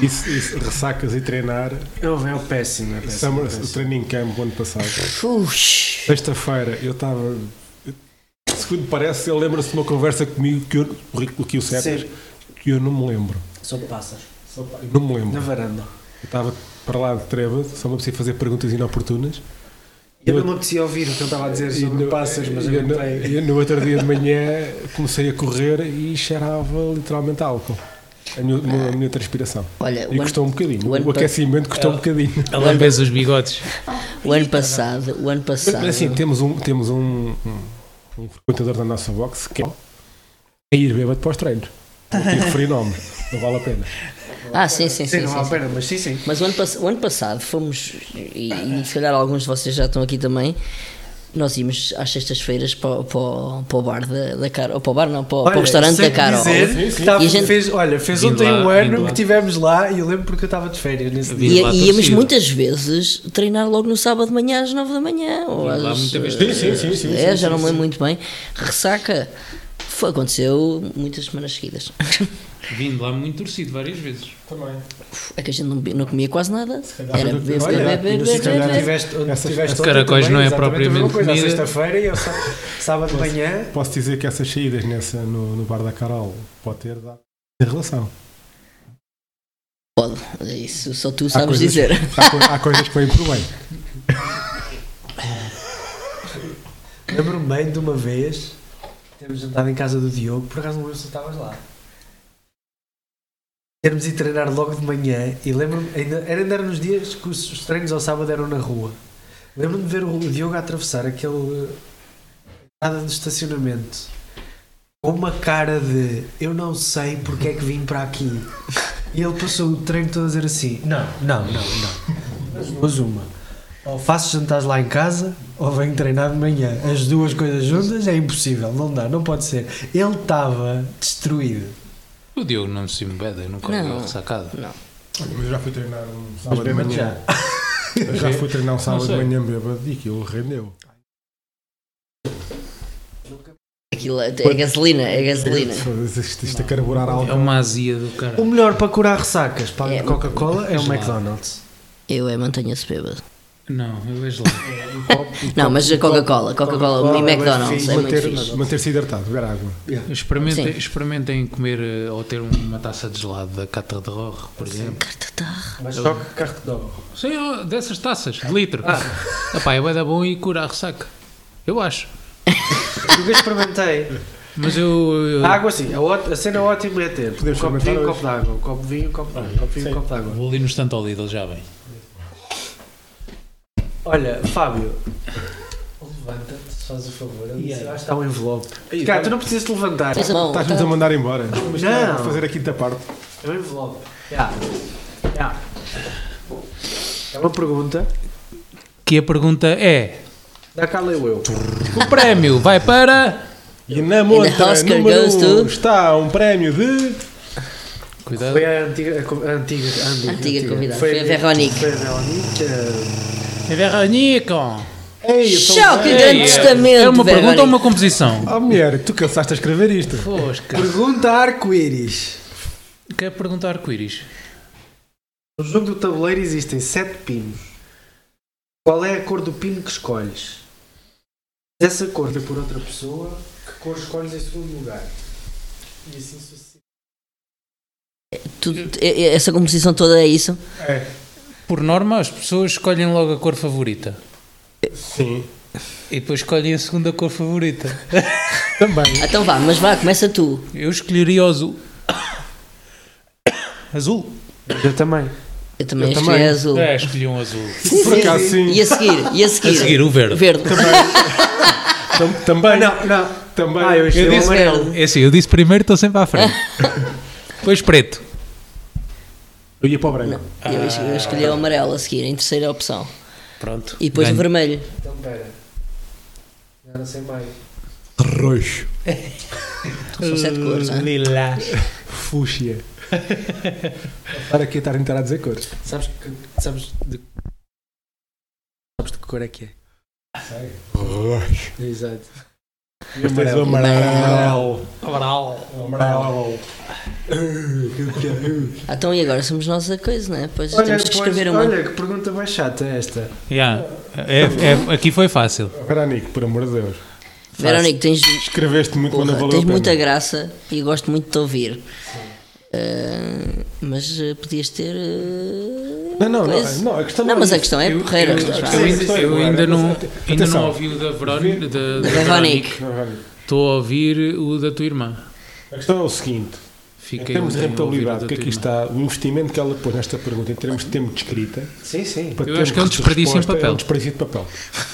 S4: Isso, isso, ressacas e treinar.
S2: Eu venho péssimo. É péssimo,
S4: Summer,
S2: é
S4: o
S2: péssimo.
S4: training camp o ano passado.
S3: Puxa.
S4: Sexta-feira eu estava. Segundo parece, ele lembra-se de uma conversa comigo que eu, o Rico- que o Cepas,
S2: Sim.
S4: que eu não me lembro.
S2: Sou pássaro.
S4: Eu Não me lembro.
S2: Na varanda.
S4: Eu estava para lá de treva, só me apetecia fazer perguntas inoportunas.
S2: Eu não me apetecia ouvir o que ele estava a dizer
S4: E
S2: sobre
S4: no-
S2: pássaros, mas
S4: e
S2: eu não
S4: no-
S2: tenho.
S4: e no outro dia de manhã comecei a correr e cheirava literalmente a álcool. A minha, a minha transpiração.
S3: Olha,
S4: E
S3: o ano,
S4: custou um bocadinho.
S3: é o ano
S4: O aquecimento custou um bocadinho.
S5: A lambes os bigodes.
S3: o ano passado, o ano
S4: tá Mas
S3: passado.
S4: assim, temos um, temos um, um, um frequentador da nossa box que é a ir bêbado para os treinos. Não quero referir nome, não vale a pena.
S3: Ah, sim,
S2: Sim,
S3: sim, sim.
S2: não
S3: sim,
S2: vale a
S3: sim.
S2: pena, mas sim, sim.
S3: Mas o ano, pass- o ano passado fomos, e, e se calhar alguns de vocês já estão aqui também, nós íamos às sextas-feiras para, o- para, o- para o bar da, da Carol, ou para o bar não, para, o- para o restaurante da Carol.
S2: Dizer, que estava-
S3: E a gente-
S2: fez, olha, fez
S5: Vim
S2: ontem
S5: lá,
S2: um
S5: vim
S2: ano
S5: lá.
S2: que estivemos lá e eu lembro porque eu estava de férias nesse
S5: Vim
S2: dia.
S3: E,
S5: lá
S3: e íamos
S5: torcido.
S3: muitas vezes treinar logo no sábado de manhã às 9 da manhã. Ou
S5: Lá
S3: às,
S5: muita vez.
S3: eh,
S4: Sim, sim, sim, sim,
S3: é,
S4: sim,
S3: já
S4: sim,
S3: não me lembro
S4: sim.
S3: muito bem. Ressaca foi, aconteceu muitas semanas seguidas.
S5: Vindo lá muito torcido várias vezes.
S4: Também.
S3: É que a gente não, be- não comia quase nada.
S4: calhar
S3: Era
S4: foi do-
S3: beber,
S4: olha,
S3: beber,
S2: E
S3: beber,
S2: no sítio onde
S3: beber, beber.
S2: tiveste, onde
S4: Essas-
S2: tiveste
S4: as
S2: ontem
S5: caracóis
S2: também,
S5: não
S2: exatamente
S5: é
S2: a mesma
S5: propriamente
S2: coisa, à
S5: comida.
S2: sexta-feira e ao sá- sábado de manhã.
S4: Posso dizer que essas saídas nessa, no, no bar da Carol pode ter dado ter relação.
S3: é Isso só tu
S4: Há
S3: sabes
S4: coisas-
S3: dizer.
S4: Há, co- há coisas que vêm por bem.
S2: Lembro-me bem de uma vez termos jantado em casa do Diogo, por acaso não lembro se tu estavas lá. Termos ido treinar logo de manhã e lembro-me, ainda, era- ainda eram nos dias que os, os treinos ao sábado eram na rua. Lembro-me de ver o Diogo a atravessar aquele eh, nada do estacionamento com uma cara de eu não sei porque é que vim para aqui. E ele passou o treino todo a dizer assim: não, não, não, não. As duas, uma. Ou faço jantares lá em casa ou venho treinar de manhã. As duas coisas juntas é impossível, não dá, não pode ser. Ele estava destruído.
S5: O Diogo não se embeda, nunca
S3: Não.
S5: viu ressacado.
S4: Mas eu já fui treinar um
S2: Mas
S6: assim,
S4: sábado de
S2: bem
S4: manhã.
S2: já.
S4: Eu já fui treinar um sábado de
S5: sei.
S4: manhã bêbado e aquilo rendeu.
S3: Aquilo é, é gasolina, é gasolina.
S4: Foda-se, Isto isto a carburar
S5: É
S4: algo.
S5: uma azia do
S2: O
S6: é.
S5: caralho.
S2: melhor para curar ressacas, para
S3: É.
S2: a Coca-Cola, é o
S5: Gelado.
S2: McDonald's.
S3: Eu é mantenha-se bêbado.
S5: Não, eu vejo lá.
S3: Não, mas a Coca-Cola, Coca-Cola e McDonald's é muito fixe.
S4: Manter-se hidratado, beber água.
S5: Experimentem,
S3: Sim.
S5: experimentem comer eh, ou ter uma taça de gelado da Cata de Roche, por exemplo.
S3: Cartatar.
S6: Mas só que carro de dó.
S5: Sim, ó, dessas taças, de litro. Epá, é bué da bom e cura a ressaca. Eu acho.
S2: Nunca experimentei.
S5: Mas eu. eu-
S2: A água sim, a, ót- a cena ótima é ter.
S4: Podemos
S2: um copo de vinho, um
S4: experimentar
S2: copo de água. Um copo de vinho, um copo de água. Um copo de vinho, um copo de água.
S5: Vou ali no estante ao Lidl, já vem.
S2: Olha, Fábio,
S6: Levanta-te, se faz o favor. Ali
S2: yeah.
S6: será-
S2: está um envelope.
S6: Aí,
S2: Cara,
S6: tá-
S2: tu não precisas te levantar.
S3: Fez é. a mão.
S4: Estás-nos a mandar embora.
S2: Não.
S4: Vou fazer a quinta parte.
S2: É um envelope. Já. Já. É uma pergunta.
S5: Que a pergunta é:
S2: Dá cá leu eu.
S5: o prémio vai para.
S4: E na monta
S3: Oscar
S4: número
S3: goes
S4: um
S3: to-
S4: está um prémio de...
S5: Cuidado.
S2: Foi a antiga. A co- a antiga, a antiga,
S3: Antiga convidada. Foi a Veronique.
S2: Foi a Veronique.
S5: Veronique!
S4: Ei, eu um tô-
S3: Tchau, que grande testamento,
S5: É uma pergunta ou
S3: Veronique.
S5: uma composição?
S4: Oh mulher, tu cansaste a escrever isto.
S2: eh,
S5: Fosca.
S2: Pergunta arco-íris.
S5: Quer perguntar arco-íris?
S2: No jogo do tabuleiro existem sete pinos. Qual é a cor do pino que escolhes? Se Essa cor é por outra pessoa, que cor escolhes em segundo lugar? E assim sucessivamente.
S3: Tudo- é- é- essa composição toda é isso.
S5: Por norma, as pessoas escolhem logo a cor favorita.
S4: Sim.
S5: E depois escolhem a segunda cor favorita.
S4: Também.
S3: Então vá, mas vá, começa tu.
S5: Eu escolheria o azul. Azul?
S2: Eu também.
S3: Eu também
S4: Eu
S3: escolhi
S4: também.
S3: azul.
S5: É, escolhi um azul.
S4: Por acaso, sim.
S3: E a seguir, e a seguir. um
S5: A seguir, o verde.
S3: Verde.
S4: Tam- Também.
S2: Ah, Não, não.
S4: Também.
S2: Ah, eu
S5: Eu
S2: escolhi o
S5: disse,
S2: amarelo.
S5: é assim, eu disse primeiro, estou sempre à frente. Depois preto.
S4: Eu ia para o branco.
S3: Eu, es- eu escolhi o amarelo a seguir, em terceira opção.
S5: Pronto.
S3: E depois o vermelho.
S2: Então pera. Já não sei mais.
S4: Roxo.
S3: Então São sete cores, é? hã?
S5: Lilás.
S4: Fúxia. Para que estar a tentar a dizer cores.
S6: Sabes que. Sabes de. Sabes de que cor é que é?
S4: Roxo.
S6: Exato.
S4: Mas tens o amarelo. Amarelo.
S3: Ah, Então e agora somos nós a coisa, né? Pois temos que escrever uma.
S2: olha, que pergunta mais chata esta.
S5: Yeah. É- é- aqui foi fácil.
S4: Veronique, por amor de Deus.
S3: Veronique, tens,
S4: Escreveste muito, mas
S3: porra,
S4: não valeu
S3: tens
S4: a pena.
S3: muita graça e gosto muito de te ouvir. Ah, mas eh, podias ter. eh,
S4: Não, não, não,
S3: coisa.
S4: não, a questão
S3: Não,
S4: é
S3: mas a
S4: isso.
S3: questão é
S5: Então, Eu-
S3: porreira. mas
S5: eu-
S3: vá.
S5: Eu ainda, eu ainda não, ainda
S4: Atenção.
S5: não ouvi o da Veroni- da- da
S3: Veronique.
S5: Veronique. Estou a ouvir o da tua irmã.
S4: A questão é o seguinte. Em
S5: Fiquei
S4: termos de
S5: a ouvir o é
S4: rentabilidade,
S5: da
S4: o que
S5: tua
S4: aqui
S5: irmã.
S4: está, o investimento que ela pôs nesta pergunta, em termos de tempo de escrita,
S2: Sim, sim.
S4: para
S5: Eu
S4: termos
S5: acho que é um
S4: de
S5: desperdício em
S4: resposta, É
S5: papel.
S4: um desperdício de papel.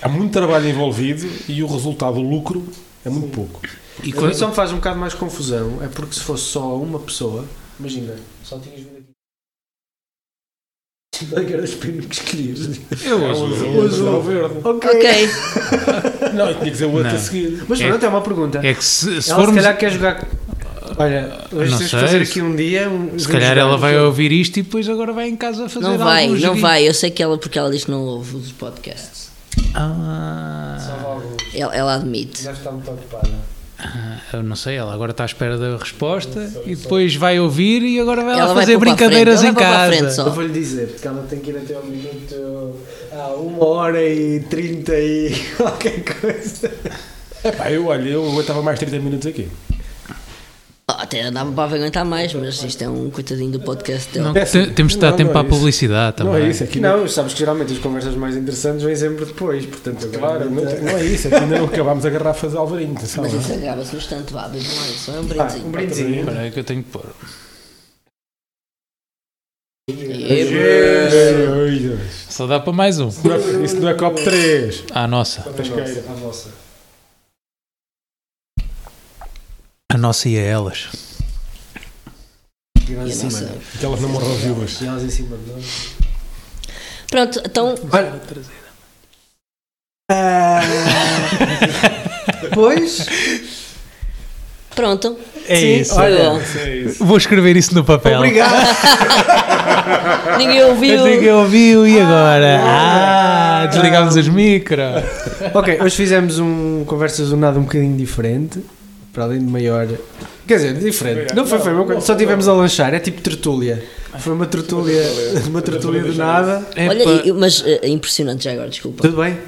S4: Há muito trabalho envolvido e o resultado, o lucro, é muito pouco.
S5: E
S2: A
S5: quando,
S2: missão faz um bocado mais confusão, é porque se fosse só uma pessoa, imagina, só tinhas vindo aqui. Qual é que era os pinos que escolhias?
S5: eu ouço.
S4: O azul ou o verde.
S3: Ok.
S4: Não, eu tinha que dizer o outro
S5: Não.
S4: a seguir.
S2: Mas
S5: É-
S2: pronto, é uma pergunta.
S5: É que se, se
S2: ela
S5: formos.
S2: se calhar quer jogar. Olha, hoje
S5: não
S2: tens
S5: sei,
S2: que fazer
S5: se-
S2: aqui um dia. Um,
S5: Se calhar ela vai ouvir isto e depois agora vai em casa fazer
S3: Não vai,
S5: algum
S3: não
S5: joguinho.
S3: vai. Eu sei que ela, porque ela diz que não ouve os podcasts.
S5: Ah,
S3: Ela, ela admite.
S2: Já está muito ocupada.
S5: eu não sei, ela agora está à espera da resposta e depois vai ouvir e agora vai lá
S3: Ela vai
S5: fazer
S3: pôr para a frente,
S5: brincadeiras
S3: ela
S5: em
S3: vai pôr para a
S5: casa.
S3: frente só.
S2: Eu vou-lhe dizer, porque ela tem que ir até ao minuto. Ah, uma hora e trinta e qualquer coisa.
S4: Epá, eu olha, eu aguentava mais 30 minutos aqui.
S3: Ah, Até dava para aguentar mais, mas isto é um coitadinho do podcast dela.
S5: Não,
S4: É assim,
S5: te- temos de dar
S4: não,
S5: tempo
S4: não é
S5: à
S4: isso.
S5: publicidade
S4: Não
S5: também.
S4: é isso, aqui não.
S2: Não, sabes que geralmente as conversas mais interessantes vêm sempre depois, portanto agora.
S4: Claro, não, não é isso,
S3: Um
S4: aqui ainda não acabámos a garrafa de Alvarinho. atenção,
S3: Mas
S4: não é?
S3: isso acaba-se bastante, vá, bebe lá, isso é um brindezinho.
S2: um brindezinho.
S5: Espera aí que eu tenho que pôr.
S3: Eba.
S4: Ai, Deus.
S5: Só dá para mais um.
S4: Isso não é- Isso não é copo 3.
S5: Ah, nossa.
S4: Tasqueira.
S2: A nossa.
S5: A nossa e a elas.
S2: E nós
S3: E
S2: em cima.
S3: a nossa.
S4: Que Então elas não morram viúvas.
S2: E elas em cima de nós.
S3: Pronto, então.
S2: Depois.
S3: Pronto.
S5: É
S3: Sim,
S5: isso.
S3: Olha,
S5: Vou escrever isso no papel.
S2: Obrigado.
S3: ninguém ouviu.
S5: Mas ninguém ouviu e agora? Ah, Ah, desligámos as micro.
S2: Ok, hoje fizemos um conversas do nada um bocadinho diferente. Para além de maior. Quer dizer, diferente. Não foi, foi uma coisa. Só tivemos a lanchar, é tipo tertúlia. Foi uma tertúlia, uma tertúlia do nada.
S3: Olha, e- mas é impressionante já agora, desculpa.
S2: Tudo bem?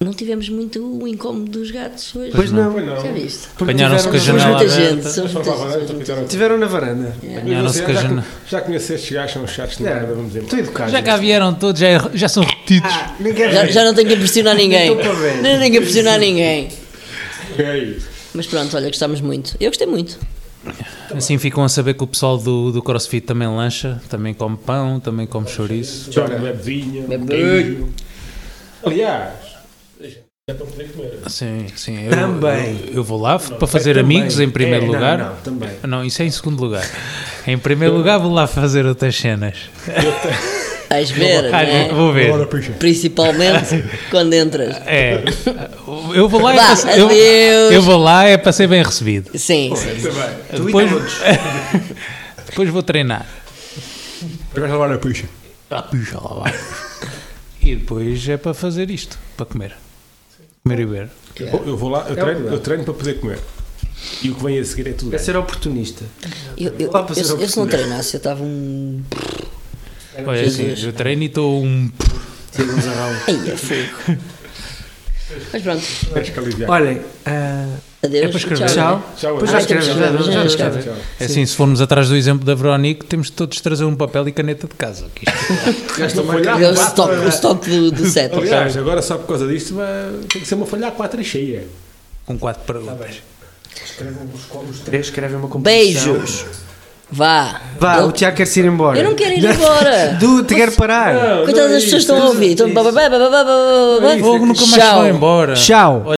S3: Não tivemos muito o incómodo dos gatos hoje.
S2: Pois não.
S4: Pois não.
S3: Já viste?
S2: porque
S5: Apanharam-se com a
S2: tiveram
S3: Somos
S2: na-
S5: janela
S3: muita gente.
S5: aberta.
S3: Somos muita
S4: Falava, né?
S3: gente.
S2: Tiveram na varanda.
S5: Apanharam-se com a
S4: Já
S5: janela.
S4: Já conheço estes gajos, são chatos
S2: É.
S4: de merda, É, vamos dizer.
S2: Estou educado.
S5: Já cá vieram todos, já, é- já são repetidos.
S2: Ah, Ninguém
S3: Já, já não tenho que impressionar ninguém.
S2: Estou para ver.
S3: Não tenho que impressionar ninguém.
S2: É
S4: Ok.
S3: Mas pronto, olha, gostámos muito. Eu gostei muito.
S5: Assim ficam a saber que o pessoal do, do CrossFit também lancha, também come pão, também come chouriço.
S4: Joga, bebe vinho.
S3: Bebe
S4: beijo. Aliás, já estão a poder comer.
S5: Sim, sim. Assim, Eu,
S2: Também.
S5: Eu, eu vou lá f- para fazer amigos em primeiro
S2: É, não,
S5: lugar.
S2: não, também.
S5: Não, isso é em segundo lugar. Em primeiro lugar vou lá fazer outras cenas.
S3: Vais ver,
S5: Ah,
S3: né?
S5: vou ver.
S3: Principalmente quando entras.
S5: É. Eu vou lá é
S3: Vá,
S5: para ser, eu,
S3: adeus.
S5: eu vou lá é para ser bem recebido.
S3: Sim,
S5: é.
S3: sim.
S5: Depois, depois vou treinar.
S4: Agora agora a puxa.
S5: Ah, puxa lá, vai. E depois é para fazer isto, para comer. Comer e beber.
S2: é?
S4: Eu eu vou lá, eu treino, eu treino para poder comer. E o que vem a seguir é tudo.
S2: É ser oportunista.
S3: Eu, eu,
S2: Lá para ser
S3: eu- eu se não
S2: oportunista.
S3: treinasse, eu estava um.
S5: Olha, assim,
S3: Jesus.
S5: eu treino e estou um.
S3: Ai, é fogo. Mas pronto,
S2: é.
S4: Tens que aliviar.
S2: Olhem, ah,
S3: adeus.
S5: É para escrever.
S2: tchau.
S4: Tchau,
S2: Pois já
S4: Ana.
S3: Ah,
S2: escreve,
S3: temos que escrever,
S2: já- já
S3: já
S2: escreve.
S4: Tchau.
S5: É assim, se formos atrás do exemplo da Veronique, temos de todos trazer um papel e caneta de casa. que isto- é
S4: Gasta uma folha
S3: É
S4: a
S3: o
S4: quatro.
S3: stock, o stock do, do set.
S4: Aliás, agora só por causa disto vai- tem que ser uma folha a quatro e cheia.
S5: com quatro perguntas.
S2: Os três escrevem uma competição.
S3: Beijos. Então, Vá.
S2: Vá,
S3: Eu-
S2: o Tiago quer-se ir embora.
S3: Eu não quero ir embora.
S2: Du, te quero parar. é
S3: Coitadas das pessoas que estão a ouvir. Então, Estão-
S2: isso.
S3: bababá, bababá, bababá.
S5: Fogo nunca mais
S3: Tchau.
S5: foi embora.
S2: Tchau.